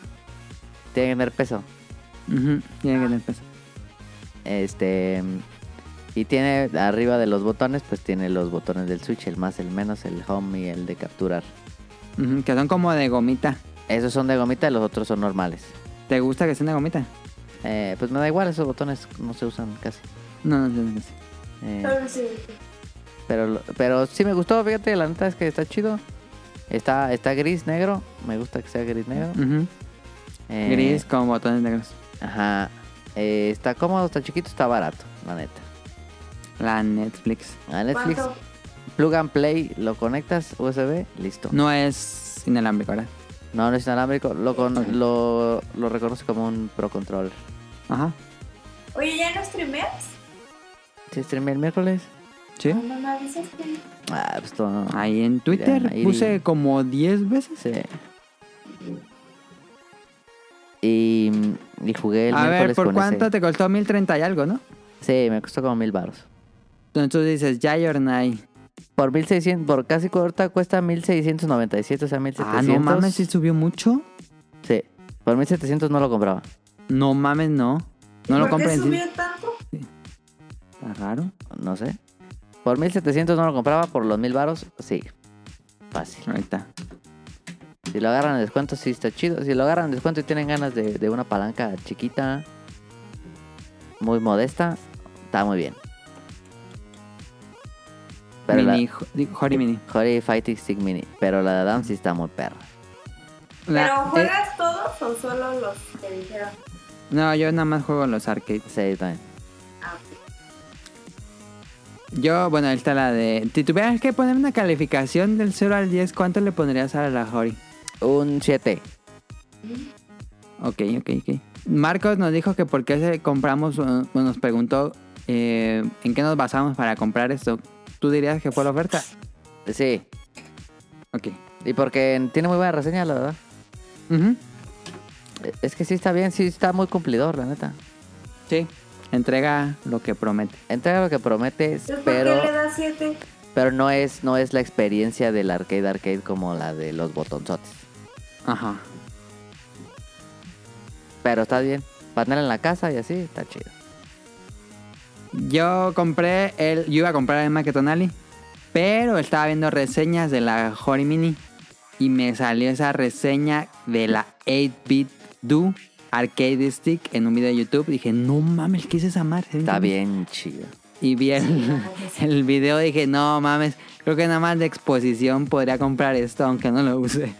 Speaker 3: Tiene que tener peso.
Speaker 2: Ujú, Tiene que tener peso.
Speaker 3: Este, y tiene arriba de los botones, pues tiene los botones del Switch, el más, el menos, el home y el de capturar.
Speaker 2: Ujú, Que son como de gomita.
Speaker 3: Esos son de gomita, los otros son normales.
Speaker 2: ¿Te gusta que sean de gomita?
Speaker 3: Eh, pues me da igual, esos botones no se usan casi.
Speaker 2: No, no, no, no, no.
Speaker 3: Eh,
Speaker 4: solo si-
Speaker 3: pero, lo- pero sí me gustó, fíjate, la neta es que está chido. Está, está gris, negro. Me gusta que sea gris, negro.
Speaker 2: Ujú,
Speaker 3: Eh,
Speaker 2: Mm, Gris con botones negros.
Speaker 3: Ajá. Eh, está cómodo, está chiquito, está barato, la neta.
Speaker 2: La Netflix.
Speaker 3: A Netflix,
Speaker 4: ¿Cuánto?
Speaker 3: plug and play, lo conectas USB, listo.
Speaker 2: No es inalámbrico, ¿verdad?
Speaker 3: No, no es inalámbrico, lo, con, lo, lo reconoce como un Pro Controller.
Speaker 2: Ajá.
Speaker 4: Oye, ¿ya no streameas?
Speaker 3: ¿Se streamé el miércoles?
Speaker 2: Sí.
Speaker 4: No me avisaste.
Speaker 3: Ah, pues todo. no.
Speaker 2: Ahí en Twitter
Speaker 3: Miran, ahí
Speaker 2: puse
Speaker 3: digo.
Speaker 2: como 10 veces.
Speaker 3: Sí. Y, y jugué el
Speaker 2: a ver,
Speaker 3: miércoles
Speaker 2: ¿por
Speaker 3: con
Speaker 2: cuánto
Speaker 3: ese.
Speaker 2: te costó 1030 y algo, no?
Speaker 3: Sí, me costó como mil baros.
Speaker 2: Entonces tú dices, ya Yornay.
Speaker 3: Por 1600, por casi ahorita cuesta 1697, o sea, 1700.
Speaker 2: Ah, no mames, sí subió mucho.
Speaker 3: Sí, por 1700 no lo compraba.
Speaker 2: No mames, no. No lo
Speaker 4: ¿Por qué
Speaker 2: compren. sí.
Speaker 4: subió tanto?
Speaker 2: Está Ah, raro.
Speaker 3: No sé. Por 1700 no lo compraba, por los 1000 baros, sí. Fácil.
Speaker 2: Ahí está.
Speaker 3: Si lo agarran en descuento, sí está chido. Si lo agarran en descuento y tienen ganas de, de una palanca chiquita, muy modesta, está muy bien. Pero la-
Speaker 2: mini, jo- digo, Hori Mini.
Speaker 3: Hori Fighting Stick Mini. Pero la de Adam sí está muy perra.
Speaker 2: La-
Speaker 4: ¿Pero
Speaker 2: eh,
Speaker 4: juegas todos o solo los que dijeron?
Speaker 2: No, yo nada más juego los arcades.
Speaker 3: Sí, también.
Speaker 4: Ah, ok.
Speaker 2: Yo, bueno, ahí está la de... Si tuvieras que poner una calificación del 0 al 10, ¿cuánto le pondrías a la Hori?
Speaker 3: Un 7.
Speaker 2: Ok, ok, ok. Marcos nos dijo que por qué se- compramos, uh, nos preguntó eh, en qué nos basamos para comprar esto. ¿Tú dirías que fue la oferta?
Speaker 3: Sí.
Speaker 2: Ok.
Speaker 3: Y porque tiene muy buena reseña, la verdad.
Speaker 2: Ujú.
Speaker 3: Es que sí está bien, sí está muy cumplidor, la neta.
Speaker 2: Sí. Entrega lo que promete.
Speaker 3: Entrega lo que prometes,
Speaker 4: Entonces, ¿por
Speaker 3: pero,
Speaker 4: qué le das 7?
Speaker 3: pero no es, no es la experiencia del arcade arcade como la de los botonzotes.
Speaker 2: Ajá.
Speaker 3: Pero está bien. Para tenerla en la casa y así, está chido.
Speaker 2: Yo compré el... Yo iba a comprar el Maketonali, pero estaba viendo reseñas de la Hori Mini y me salió esa reseña de la 8-bit Do Arcade Stick en un video de YouTube. Dije, no mames, ¿qué es esa madre?
Speaker 3: Está
Speaker 2: Entonces,
Speaker 3: bien chido.
Speaker 2: Y vi el, el video y dije, no mames, creo que nada más de exposición podría comprar esto, aunque no lo use.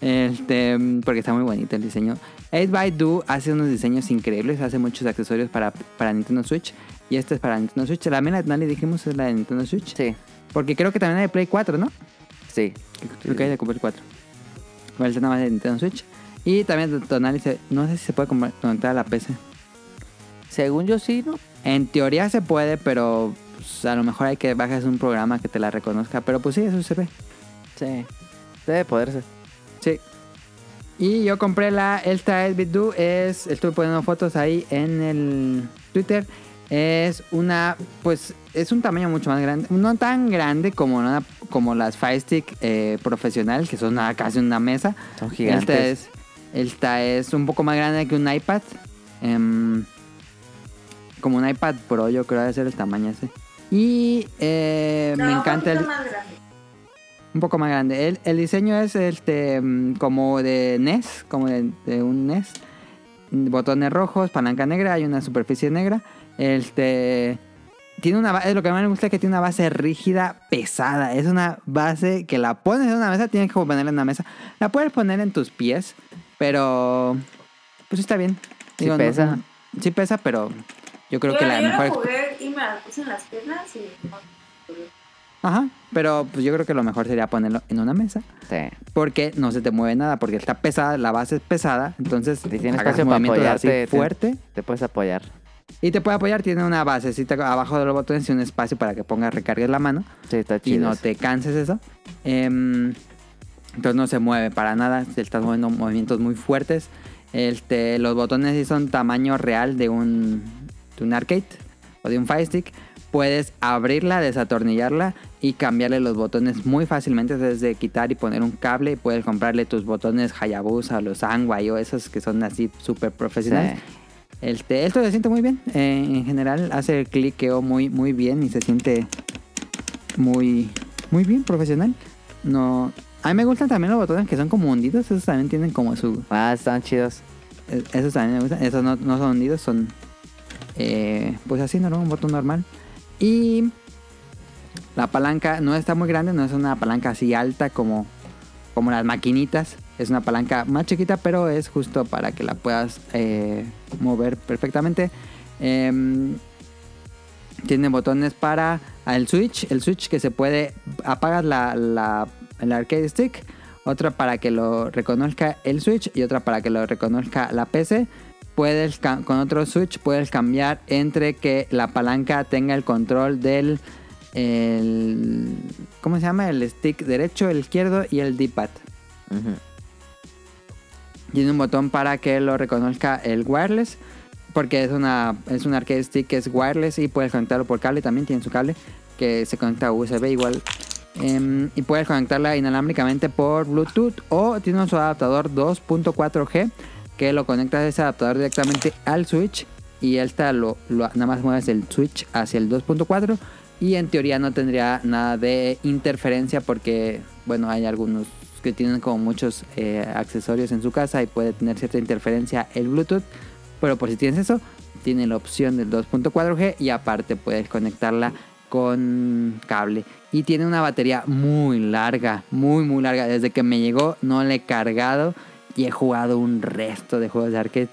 Speaker 2: Este, porque está muy bonito el diseño. 8x2 hace unos diseños increíbles, hace muchos accesorios para, para Nintendo Switch. Y este es para Nintendo Switch. La mía, no le dijimos, es la de Nintendo Switch.
Speaker 3: Sí,
Speaker 2: Porque creo que también hay de Play 4, ¿no?
Speaker 3: sí.
Speaker 2: Creo que hay de Play 4. Vale, está nada más de Nintendo Switch. Y también Tonali, se- no sé si se puede com- conectar a la PC.
Speaker 3: Según yo sí, ¿no?
Speaker 2: En teoría se puede, pero pues, a lo mejor hay que bajes un programa que te la reconozca. Pero pues sí, eso se ve.
Speaker 3: Sí. Debe poderse.
Speaker 2: Sí. Y yo compré la Elta Bitdu. Es, estuve poniendo fotos ahí en el Twitter. Es una, pues, es un tamaño mucho más grande. No tan grande como, una- como las Fire Stick eh, profesionales, que son nada, casi una mesa.
Speaker 3: Son gigantes.
Speaker 2: Esta Este es, esta es un poco más grande que un iPad. Em, como un iPad Pro, yo creo debe ser el tamaño ese. Y eh, me encanta el,
Speaker 4: Más grande.
Speaker 2: un poco más grande. El, el diseño es este mm, como de NES, como de, de un NES. Botones rojos, palanca negra, hay una superficie negra. Este tiene una ba- es lo que más me gusta es que tiene una base rígida, pesada. Es una base que la pones en una mesa, tienes que ponerla en una mesa. La puedes poner en tus pies, pero pues está bien.
Speaker 3: Sí
Speaker 2: Digo, no-
Speaker 3: pesa.
Speaker 2: sí pesa, pero yo creo
Speaker 4: yo,
Speaker 2: que la
Speaker 4: yo
Speaker 2: mejor
Speaker 4: la jugué y me la puse en las piernas y...
Speaker 2: Ajá, pero pues yo creo que lo mejor sería ponerlo en una mesa.
Speaker 3: Sí.
Speaker 2: porque no se te mueve nada, porque está pesada, la base es pesada, entonces
Speaker 3: Y tiene
Speaker 2: hagas
Speaker 3: espacio para
Speaker 2: movimientos
Speaker 3: apoyarte. te-
Speaker 2: así fuerte
Speaker 3: Te puedes apoyar.
Speaker 2: y te puede apoyar, tiene una basecita abajo de los botones y un espacio para que pongas recargues la mano
Speaker 3: Sí, está
Speaker 2: y
Speaker 3: chido.
Speaker 2: no
Speaker 3: eso.
Speaker 2: te canses eso. Em, entonces no se mueve para nada, te estás moviendo movimientos muy fuertes. Este, los botones sí son tamaño real de un, de un arcade o de un Fire Stick. Puedes abrirla, desatornillarla y cambiarle los botones muy fácilmente. Desde quitar y poner un cable, puedes comprarle tus botones Hayabusa, los Angway o esos que son así súper profesionales.
Speaker 3: Sí.
Speaker 2: Este, esto se siente muy bien. eh, en general hace el cliqueo muy, muy bien y se siente muy, muy bien profesional. No, a mí me gustan también los botones que son como hundidos. Esos también tienen como su,
Speaker 3: Ah, están chidos.
Speaker 2: eh, Esos también me gustan. Esos no, no son hundidos, son. eh, pues así, normal, un botón normal. Y. La palanca no está muy grande, no es una palanca así alta como, como las maquinitas. Es una palanca más chiquita, pero es justo para que la puedas eh, mover perfectamente. Em, tiene botones para el switch, el switch que se puede apagas la, la- el arcade stick, otra para que lo reconozca el switch y otra para que lo reconozca la PC. Puedes ca- con otro switch puedes cambiar entre que la palanca tenga el control del el, ¿cómo se llama? El stick derecho, el izquierdo y el D-pad.
Speaker 3: Ujú.
Speaker 2: Tiene un botón para que lo reconozca el wireless. Porque es una es un arcade stick que es wireless y puedes conectarlo por cable. También tiene su cable que se conecta a USB igual. Em, y puedes conectarla inalámbricamente por Bluetooth o tiene su adaptador 2.4G que lo conectas a ese adaptador directamente al Switch y esta lo, lo- nada más mueves el Switch hacia el 2.4 y en teoría no tendría nada de interferencia porque bueno hay algunos que tienen como muchos eh, accesorios en su casa y puede tener cierta interferencia el Bluetooth pero por si tienes eso tiene la opción del 2.4G y aparte puedes conectarla con cable. Y tiene una batería muy larga, muy, muy larga. Desde que me llegó no le he cargado y he jugado un resto de juegos de arcade.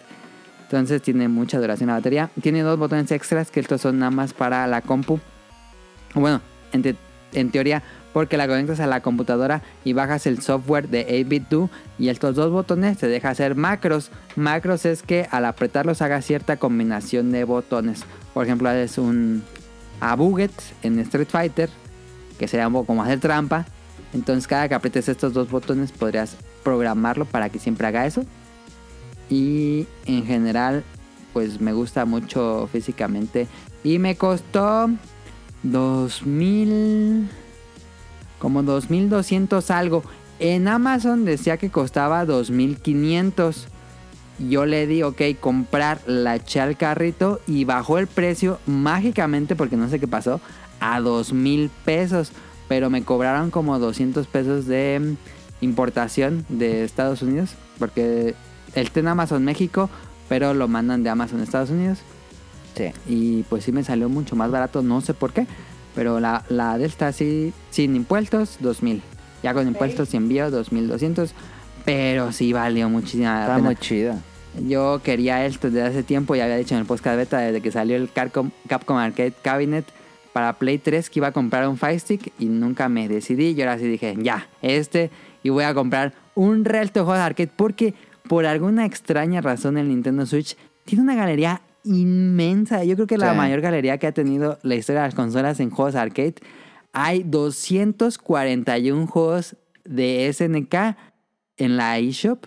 Speaker 2: Entonces tiene mucha duración la batería. Tiene dos botones extras que estos son nada más para la compu. Bueno, en, te- en teoría, porque la conectas a la computadora y bajas el software de 8bit2 y estos dos botones te deja hacer macros. Macros es que al apretarlos haga cierta combinación de botones. Por ejemplo, haces un a Buget en Street Fighter, que sería un poco como hacer trampa. Entonces, cada que aprietes estos dos botones podrías programarlo para que siempre haga eso. Y en general, pues me gusta mucho físicamente. Y me costó 2000. Como 2200 algo. En Amazon decía que costaba 2500. Yo le di, ok, comprar, la eché al carrito y bajó el precio mágicamente, porque no sé qué pasó, a 2000 pesos. Pero me cobraron como 200 pesos de mm, importación de Estados Unidos, porque el está en Amazon México, pero lo mandan de Amazon a Estados Unidos.
Speaker 3: Sí.
Speaker 2: Y pues sí me salió mucho más barato, no sé por qué. Pero la, la de esta sí, sin impuestos, 2000. Ya con impuestos y envío, 2200. Pero sí valió muchísima la
Speaker 3: Está
Speaker 2: pena.
Speaker 3: muy chida.
Speaker 2: Yo quería esto desde hace tiempo, ya había dicho en el podcast beta, desde que salió el Capcom, Capcom Arcade Cabinet para Play 3 que iba a comprar un Fire Stick y nunca me decidí. Yo ahora sí dije, ya, este, y voy a comprar un Real to Hot Arcade porque por alguna extraña razón el Nintendo Switch tiene una galería inmensa. Yo creo que la
Speaker 3: Sí.
Speaker 2: mayor galería que ha tenido la historia de las consolas en juegos arcade. Hay 241 juegos de SNK en la eShop.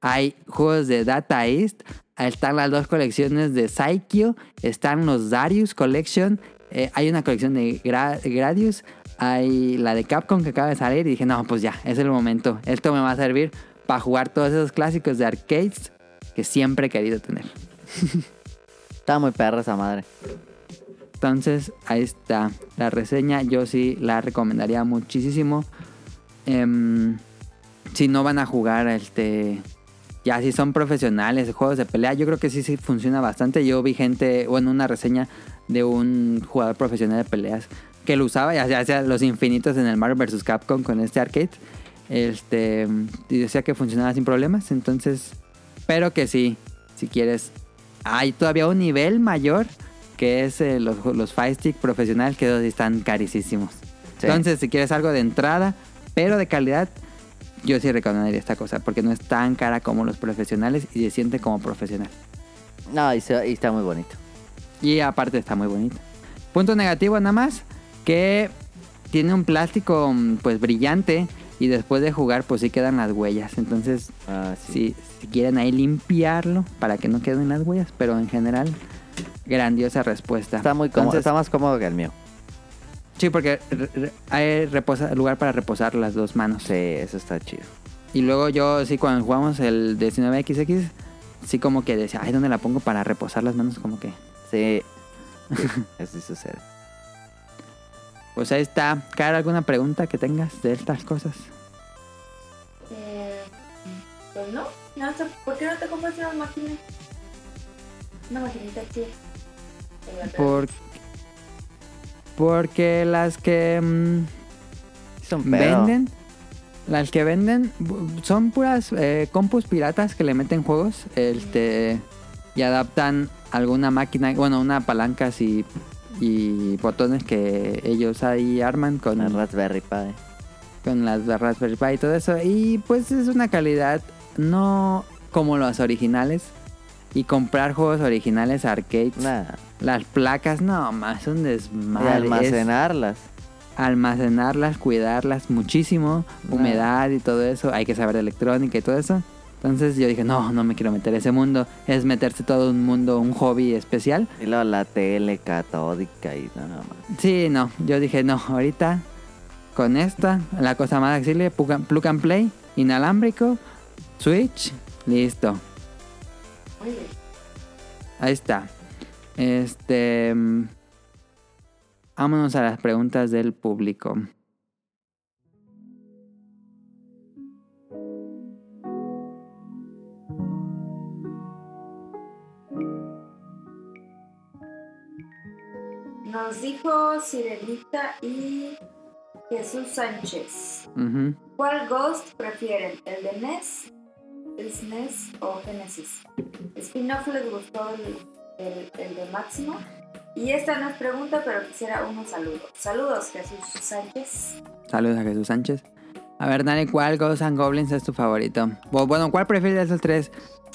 Speaker 2: Hay juegos de Data East. Ahí Están las dos colecciones de Psykio. Están los Darius Collection. eh, hay una colección de Gra- Gradius. Hay la de Capcom que acaba de salir. Y dije, no, pues ya, es el momento. Esto me va a servir para jugar todos esos clásicos de arcades que siempre he querido tener.
Speaker 3: Está muy perra esa madre.
Speaker 2: Entonces, ahí está la reseña. Yo sí la recomendaría muchísimo. Em, si no van a jugar este. Ya si son profesionales, juegos de pelea, yo creo que sí, sí funciona bastante. Yo vi gente, bueno, una reseña de un jugador profesional de peleas que lo usaba, ya sea- hacía los infinitos en el Mario vs. Capcom con este arcade. Este, y decía que funcionaba sin problemas. Entonces, pero que sí, si quieres, hay todavía un nivel mayor que es eh, los, los Fire Stick profesional, que esos sí están carísimos.
Speaker 3: Sí.
Speaker 2: Entonces, si quieres algo de entrada, pero de calidad, yo sí recomendaría esta cosa, porque no es tan cara como los profesionales y se siente como profesional.
Speaker 3: No, y, se- y está muy bonito.
Speaker 2: Y aparte está muy bonito. Punto negativo nada más, que tiene un plástico mm, pues brillante y después de jugar pues sí quedan las huellas. Entonces,
Speaker 3: Ah, sí.
Speaker 2: si, si quieren ahí limpiarlo para que no queden las huellas, pero en general, grandiosa respuesta.
Speaker 3: Está muy cómodo.
Speaker 2: Entonces,
Speaker 3: Está más cómodo que el mío.
Speaker 2: Sí, porque re- re- hay reposa- lugar para reposar las dos manos.
Speaker 3: Sí, eso está chido.
Speaker 2: Y luego yo, sí, cuando jugamos el 19XX, sí como que decía, ay, ¿dónde la pongo para reposar las manos? Como que...
Speaker 3: Sí. Sí, Así sucede.
Speaker 2: Pues ahí está. Cara, ¿alguna pregunta que tengas de estas cosas?
Speaker 4: Eh, pues no, no sé, ¿por qué no te compras una máquina? Una maquinita chida. Pero la verdad,
Speaker 2: Por... Porque las que mm,
Speaker 3: Es un pedo.
Speaker 2: venden... Las que venden bu- son puras eh, compus piratas que le meten juegos este, y adaptan alguna máquina, bueno, una palancas y, y botones que ellos ahí arman con,
Speaker 3: Una Raspberry Pi.
Speaker 2: con las de Raspberry Pi y todo eso. Y pues es una calidad no como las originales. Y comprar juegos originales arcades,
Speaker 3: Nada.
Speaker 2: las placas, no más, un
Speaker 3: Y
Speaker 2: desmadre. es
Speaker 3: almacenarlas.
Speaker 2: almacenarlas, cuidarlas muchísimo,
Speaker 3: Nah.
Speaker 2: humedad y todo eso. Hay que saber de electrónica y todo eso. Entonces yo dije, no, no me quiero meter a ese mundo. Es meterse todo un mundo, un hobby especial.
Speaker 3: Y luego la tele catódica y nada más.
Speaker 2: Sí, no, yo dije, no, ahorita con esta, la cosa más accesible, plug and- plug and play, inalámbrico, switch, listo.
Speaker 4: muy bien.
Speaker 2: Ahí está. Este. mm, Vámonos a las preguntas del público.
Speaker 4: Nos dijo Sirenita y Jesús Sánchez.
Speaker 2: Ujú.
Speaker 4: ¿Cuál Ghost prefieren? ¿El de NES SNES o Genesis. Spin-off les gustó el, el- el de Máximo. Y esta no es pregunta, pero quisiera unos saludos. Saludos, Jesús Sánchez.
Speaker 2: Saludos a Jesús Sánchez. A ver, Dani, ¿cuál Ghosts and Goblins es tu favorito? Bu- Bueno, ¿cuál prefieres de esos tres?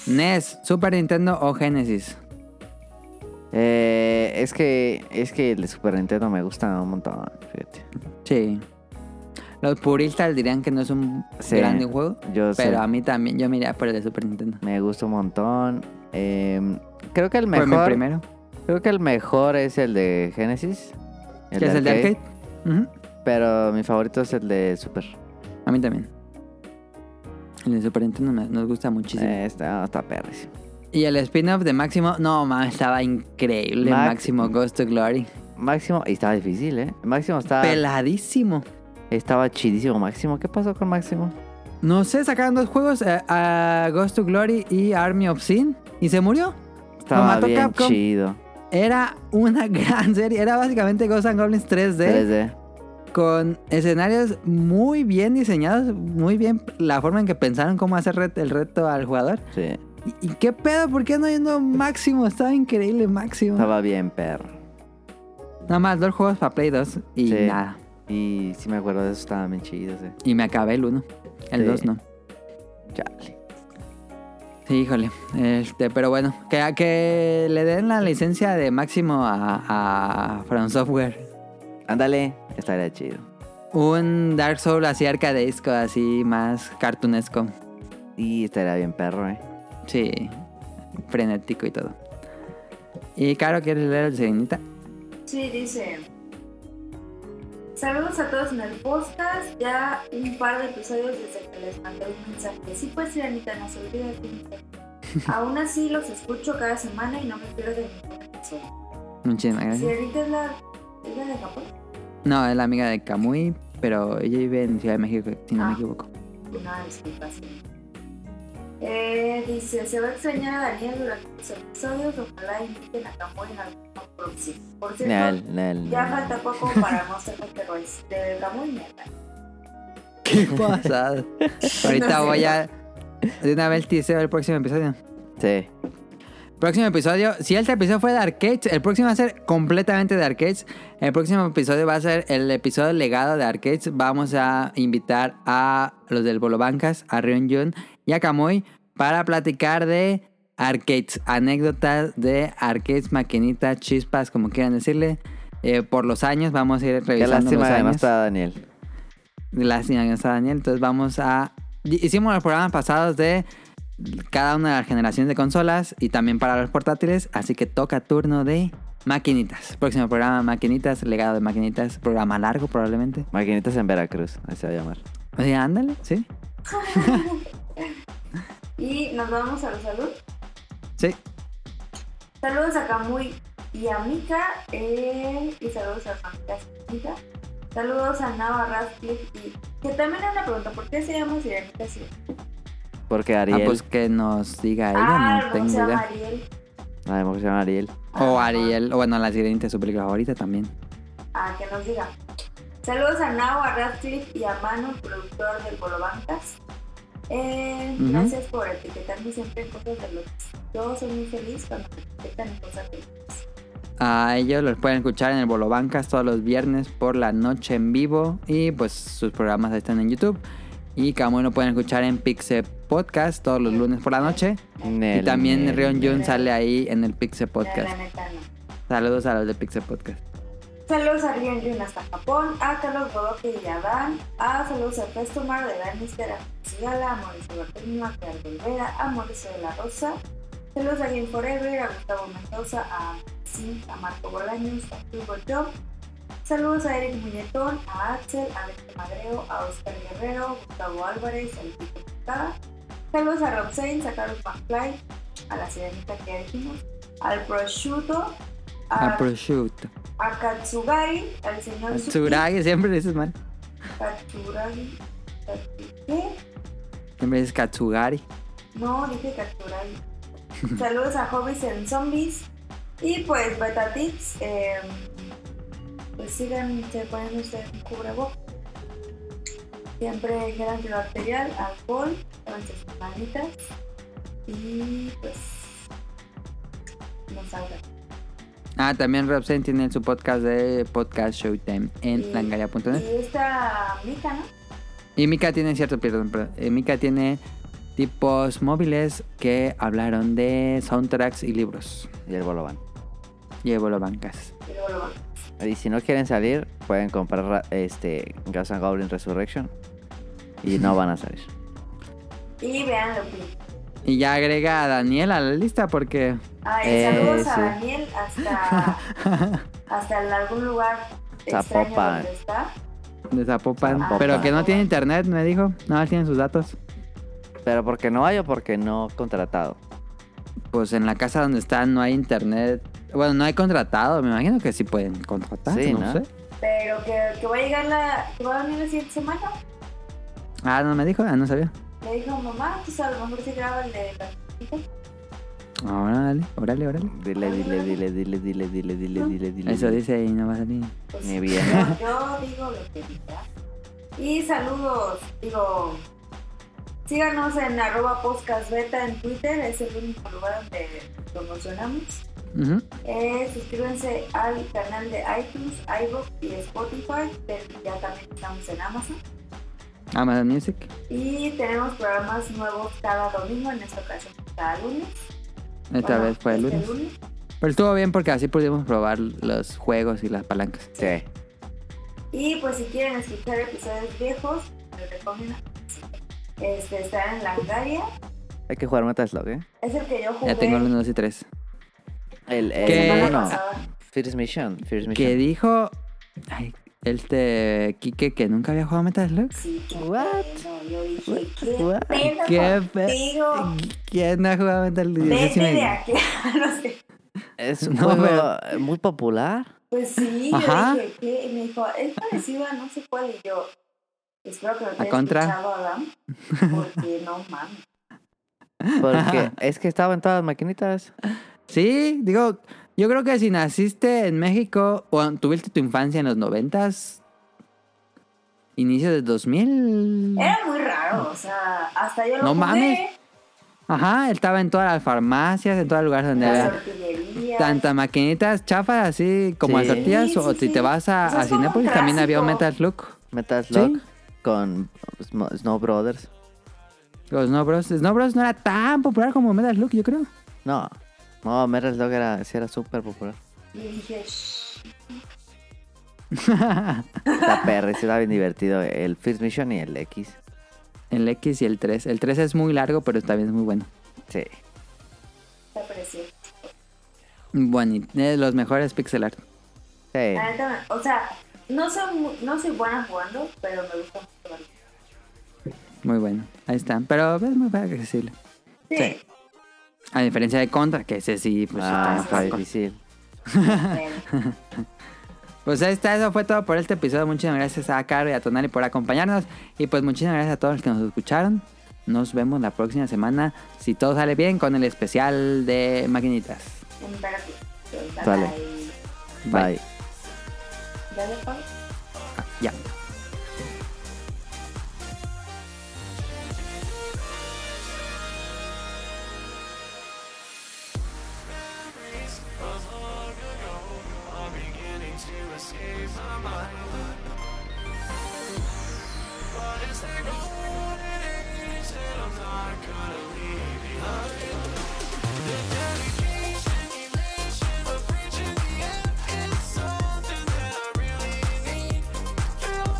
Speaker 2: ¿NES, Super Nintendo o Genesis?
Speaker 3: Eh, es que es que el Super Nintendo me gusta un montón, fíjate.
Speaker 2: Sí. Los puristas dirían que no es un
Speaker 3: Sí,
Speaker 2: grande juego,
Speaker 3: Yo sé,
Speaker 2: pero a mí también, yo miré por el de Super Nintendo.
Speaker 3: me gusta un montón. Eh, creo que el
Speaker 2: Fue mi
Speaker 3: mejor
Speaker 2: primero.
Speaker 3: creo que el mejor es el de Genesis.
Speaker 2: ¿Qué es el de arcade? Ujú.
Speaker 3: Pero mi favorito es el de Super.
Speaker 2: A mí también. El de Super Nintendo me- nos gusta muchísimo.
Speaker 3: Eh, está, está perrísimo.
Speaker 2: Y el spin-off de Máximo, no mames, estaba increíble.
Speaker 3: Max-
Speaker 2: Máximo Ghost to Glory.
Speaker 3: Máximo, y estaba difícil, ¿eh? Máximo estaba,
Speaker 2: Peladísimo.
Speaker 3: estaba chidísimo. Máximo, ¿qué pasó con Máximo?
Speaker 2: No sé, sacaron dos juegos, eh, a Ghost to Glory y Army of Sin, y se murió.
Speaker 3: Estaba
Speaker 2: mató
Speaker 3: bien
Speaker 2: Capcom.
Speaker 3: chido.
Speaker 2: Era una gran serie, era básicamente Ghost and Goblins 3D,
Speaker 3: 3D.
Speaker 2: con escenarios muy bien diseñados, muy bien la forma en que pensaron cómo hacer ret- el reto al jugador.
Speaker 3: Sí.
Speaker 2: ¿Y, y qué pedo? ¿Por qué no yendo máximo? Estaba increíble máximo.
Speaker 3: Estaba bien perro.
Speaker 2: Nada más dos juegos para Play 2 y
Speaker 3: Sí.
Speaker 2: nada.
Speaker 3: Y sí me acuerdo de eso, estaba bien chido, sí.
Speaker 2: Y me acabé el 1. El
Speaker 3: Sí.
Speaker 2: 2 no.
Speaker 3: Chale.
Speaker 2: Sí, híjole. Este, pero bueno, que, que le den la licencia de máximo a, a From Software.
Speaker 3: Ándale, estaría chido.
Speaker 2: Un Dark Souls así arcadesco, así más cartunesco.
Speaker 3: Y estaría bien perro, eh.
Speaker 2: Sí, frenético y todo. Y Caro, ¿quieres leer el Serenita?
Speaker 4: Sí, dice. Saludos a todos en el podcast. Ya un par de episodios desde que les mandé un mensaje. Sí, pues, Sirenita, no se olvida de ti. Aún así, los escucho cada semana y no me pierdo ninguna canción.
Speaker 2: Muchísimas gracias.
Speaker 4: Sirenita es la, es la de Japón.
Speaker 2: No, es la amiga de Kamui, pero ella vive en Ciudad de México, si no
Speaker 4: Ah.
Speaker 2: me equivoco.
Speaker 4: Una disculpa, sí. Eh, dice, se va a extrañar a Daniel durante los episodios, ojalá inviten a Campo en algún próximo. Por cierto,
Speaker 3: Nel, nel.
Speaker 4: ya
Speaker 3: nel.
Speaker 4: falta poco para Monster Hunter Rise. De Campo y Nel.
Speaker 2: ¿Qué pasada? Ahorita
Speaker 4: No sé.
Speaker 2: voy a... De una vez tiseo el próximo episodio.
Speaker 3: Sí.
Speaker 2: Próximo episodio, si este episodio fue de arcades, el próximo va a ser completamente de arcades. El próximo episodio va a ser el episodio legado de arcades. Vamos a invitar a los del Bolo Bancas, a Rion Jun y a Kamui para platicar de arcades, anécdotas de arcades, maquinitas, chispas, como quieran decirle. Eh, por los años, vamos a ir
Speaker 3: Qué
Speaker 2: revisando los
Speaker 3: lástima que no
Speaker 2: años.
Speaker 3: está Daniel.
Speaker 2: Lástima que no está Daniel. Entonces vamos a... Hicimos los programas pasados de cada una de las generaciones de consolas y también para los portátiles. Así que toca turno de maquinitas. Próximo programa, maquinitas, legado de maquinitas. Programa largo probablemente.
Speaker 3: Maquinitas en Veracruz, así se va a llamar.
Speaker 2: O sea, ándale, ¿sí?
Speaker 4: Y nos vamos a la salud.
Speaker 2: Sí.
Speaker 4: Saludos a Camuy y a Mika. eh, y saludos a Famita Mika. Saludos a Nava Radcliffe. Y que también hay una pregunta: ¿por qué se llama Sirenita así?
Speaker 3: Porque
Speaker 2: Ah,
Speaker 3: Ariel.
Speaker 2: pues que nos diga ella,
Speaker 4: ah,
Speaker 2: no
Speaker 4: no,
Speaker 2: tengo
Speaker 4: se llama
Speaker 2: idea.
Speaker 4: Ariel.
Speaker 3: Ah, hemos llamado Ariel.
Speaker 2: O Ariel, o bueno, la sirenita es su película favorita también.
Speaker 4: Ah, que nos diga. Saludos a Nao, a Radcliffe y a Manu, productor del Polo Bancas. Eh,
Speaker 2: Ujú.
Speaker 4: Gracias por etiquetarme siempre en cosas de los. Yo soy muy feliz cuando me etiquetan en cosas de
Speaker 2: A ellos los pueden escuchar en el Bolo Bancas todos los viernes por la noche en vivo. Y pues sus programas ahí están en YouTube. Y Camuy lo pueden escuchar en Pixel Podcast todos los lunes por la noche.
Speaker 3: Nel,
Speaker 2: y también
Speaker 3: nel,
Speaker 2: Rion
Speaker 3: nel.
Speaker 2: Jun sale ahí en el Pixel
Speaker 4: La
Speaker 2: Podcast.
Speaker 4: neta, no.
Speaker 2: Saludos a los de Pixel Podcast.
Speaker 4: Saludos a Rian Yun hasta Japón, a Carlos Bodoque y a Dan, a saludos a Festomar de Dan Mister, a Sigala, a Mauricio Bertolino, a Pilar Olvera, a Mauricio de la Rosa, saludos a Game Forever, a Gustavo Mendoza, a Sin, a Marco Bolaños, a Hugo Job, saludos a Eric Muñetón, a Axel, a Beto Madreo, a Oscar Guerrero, Gustavo Álvarez, a Lupito Picada, saludos a Rob Sainz, a Carlos McFly, a la sirenita que ya dijimos, al prosciutto, Ah.
Speaker 2: A Prosciutto.
Speaker 4: a Katsugari, al señor Suki,
Speaker 2: Tsuragi, siempre dices mal.
Speaker 4: Katsuragi. Katsu- ¿Qué?
Speaker 2: Siempre dices Katsugari.
Speaker 4: No, dije Katsuragi. Saludos a Hobbies en Zombies. Y pues, Beta Tips. eh, pues sigan, se ponen ustedes un cubreboc. Siempre gel antibacterial, alcohol, lavan sus manitas y pues no salgan.
Speaker 2: Ah, también Robsen tiene su podcast de Podcast Showtime en
Speaker 4: Y-
Speaker 2: langaria.net.
Speaker 4: Y esta mica, ¿no?
Speaker 2: Y Mika tiene, cierto, perdón, perdón, eh, Mika tiene tipos móviles que hablaron de soundtracks y libros.
Speaker 3: Y el bolo van.
Speaker 2: Y bancas.
Speaker 4: Y luego lo van.
Speaker 3: Y si no quieren salir, pueden comprar ra- este Ghost and Goblin Resurrection. Y no van a salir.
Speaker 4: Y vean lo que.
Speaker 2: Y ya agrega a Daniel a la lista porque
Speaker 4: Ah, y
Speaker 3: Eh,
Speaker 4: saludos a
Speaker 3: sí.
Speaker 4: Daniel hasta, hasta en algún lugar extraño
Speaker 3: Zapopan.
Speaker 4: donde está.
Speaker 2: de Zapopan,
Speaker 4: Zapopan.
Speaker 2: pero que no tiene internet, me dijo. Nada más tiene sus datos.
Speaker 3: Pero porque no hay o porque no contratado.
Speaker 2: Pues en la casa donde están no hay internet. Bueno, no hay contratado. Me imagino que sí pueden contratar.
Speaker 3: Sí,
Speaker 2: no,
Speaker 3: ¿no?
Speaker 2: sé.
Speaker 4: Pero que, que va a llegar la. que va a venir la siguiente semana.
Speaker 2: Ah, no me dijo. Ah, no sabía.
Speaker 4: Le dijo mamá, pues a lo mejor se graba el de la-
Speaker 2: Órale, órale, órale.
Speaker 3: Dile, dile, dile, dile, dile, dile, dile, dile, dile.
Speaker 2: Eso dice y no va a salir.
Speaker 4: pues,
Speaker 3: Ni bien.
Speaker 4: Yo, yo digo lo que diga. Y saludos, digo. Síganos en arroba podcast beta en Twitter, es el único lugar donde promocionamos.
Speaker 2: Ujú.
Speaker 4: Eh, suscríbanse al canal de iTunes, iVoox y Spotify. pero Ya también estamos en Amazon.
Speaker 2: Amazon Music.
Speaker 4: Y tenemos programas nuevos cada domingo, en esta ocasión cada lunes.
Speaker 2: Esta
Speaker 4: Bueno,
Speaker 2: vez fue el
Speaker 4: este
Speaker 2: lunes. Pero estuvo bien porque así pudimos probar los juegos y las palancas.
Speaker 3: Sí.
Speaker 4: Y pues si quieren escuchar episodios viejos, les recomiendo este, estar en Langaria.
Speaker 3: Hay que jugar Metal Slug, ¿eh?
Speaker 4: Es el que yo jugué.
Speaker 2: Ya tengo los 2 y 3.
Speaker 3: El, el
Speaker 2: ¿Qué?
Speaker 4: la semana
Speaker 3: uno.
Speaker 4: pasada.
Speaker 3: First Mission. First
Speaker 2: Que
Speaker 3: Mission.
Speaker 2: dijo. Ay, este. Quique que nunca había jugado Metal Slug.
Speaker 4: Sí, qué
Speaker 3: What?
Speaker 4: pedo. Yo dije, qué
Speaker 3: What?
Speaker 4: pedo
Speaker 2: Qué
Speaker 4: contigo.
Speaker 2: fe- ¿Quién ha jugado Metal Slug? Yo sí
Speaker 4: Vete
Speaker 2: me-
Speaker 4: de aquí. no sé.
Speaker 3: Es un
Speaker 2: No,
Speaker 3: juego
Speaker 2: pero-
Speaker 3: eh, muy popular.
Speaker 4: Pues sí,
Speaker 2: Ajá.
Speaker 4: yo dije, ¿qué? Y me dijo, es parecido a no sé cuál. Y yo, espero que lo hayas
Speaker 2: Contra?
Speaker 4: escuchado, Adam. Porque no mames.
Speaker 3: Porque es que estaba en todas las maquinitas.
Speaker 2: Sí, digo, yo creo que si naciste en México o tuviste tu infancia en los noventas, inicios de 2000.
Speaker 4: Era muy raro, o sea, hasta yo lo
Speaker 2: No
Speaker 4: jugué,
Speaker 2: mames. Ajá, él estaba en todas las farmacias, en todos los lugares donde
Speaker 4: Las
Speaker 2: había
Speaker 4: tortillerías.
Speaker 2: tantas maquinitas chafas así como
Speaker 3: Sí.
Speaker 2: las tortillas.
Speaker 4: Sí,
Speaker 2: o
Speaker 4: sí,
Speaker 2: si
Speaker 4: sí.
Speaker 2: te vas a,
Speaker 4: O sea,
Speaker 2: a
Speaker 4: es como un
Speaker 2: Cinépolis también había un
Speaker 4: clásico.
Speaker 2: Metal Slug.
Speaker 3: Metal Slug
Speaker 2: Sí.
Speaker 3: con Sm- Snow Brothers.
Speaker 2: Los Snow Bros. Snow Bros no era tan popular como Metal Slug, yo creo.
Speaker 3: No. No, Metal Slug era, sí era súper popular.
Speaker 4: Y dije, "Shh".
Speaker 3: La perra, sí estaba bien divertido. El First Mission y el X.
Speaker 2: El X y el 3. El 3 es muy largo, pero también es muy bueno.
Speaker 3: Sí.
Speaker 4: está precioso.
Speaker 2: Bueno, y, eh, los mejores pixel art.
Speaker 3: Sí.
Speaker 4: La neta, O sea, no soy, mu- no soy buena jugando, pero me gusta mucho. jugar.
Speaker 2: Muy bueno. Ahí están. Pero es muy accesible.
Speaker 4: Sí,
Speaker 3: Sí.
Speaker 2: A diferencia de Contra, que ese sí, pues
Speaker 3: Ah,
Speaker 2: está
Speaker 3: está
Speaker 2: más fácil.
Speaker 3: difícil.
Speaker 4: pero-
Speaker 2: Pues ahí está, eso fue todo por este episodio. Muchas gracias a Caro y a Tonali por acompañarnos. Y pues muchísimas gracias a todos los que nos escucharon. Nos vemos la próxima semana, si todo sale bien, con el especial de maquinitas.
Speaker 4: en verdad, pues, bye,
Speaker 3: Dale.
Speaker 4: bye.
Speaker 3: Bye.
Speaker 4: ¿Ya le pago?
Speaker 2: Ah, ya.
Speaker 7: Feel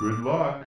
Speaker 7: Goodbye.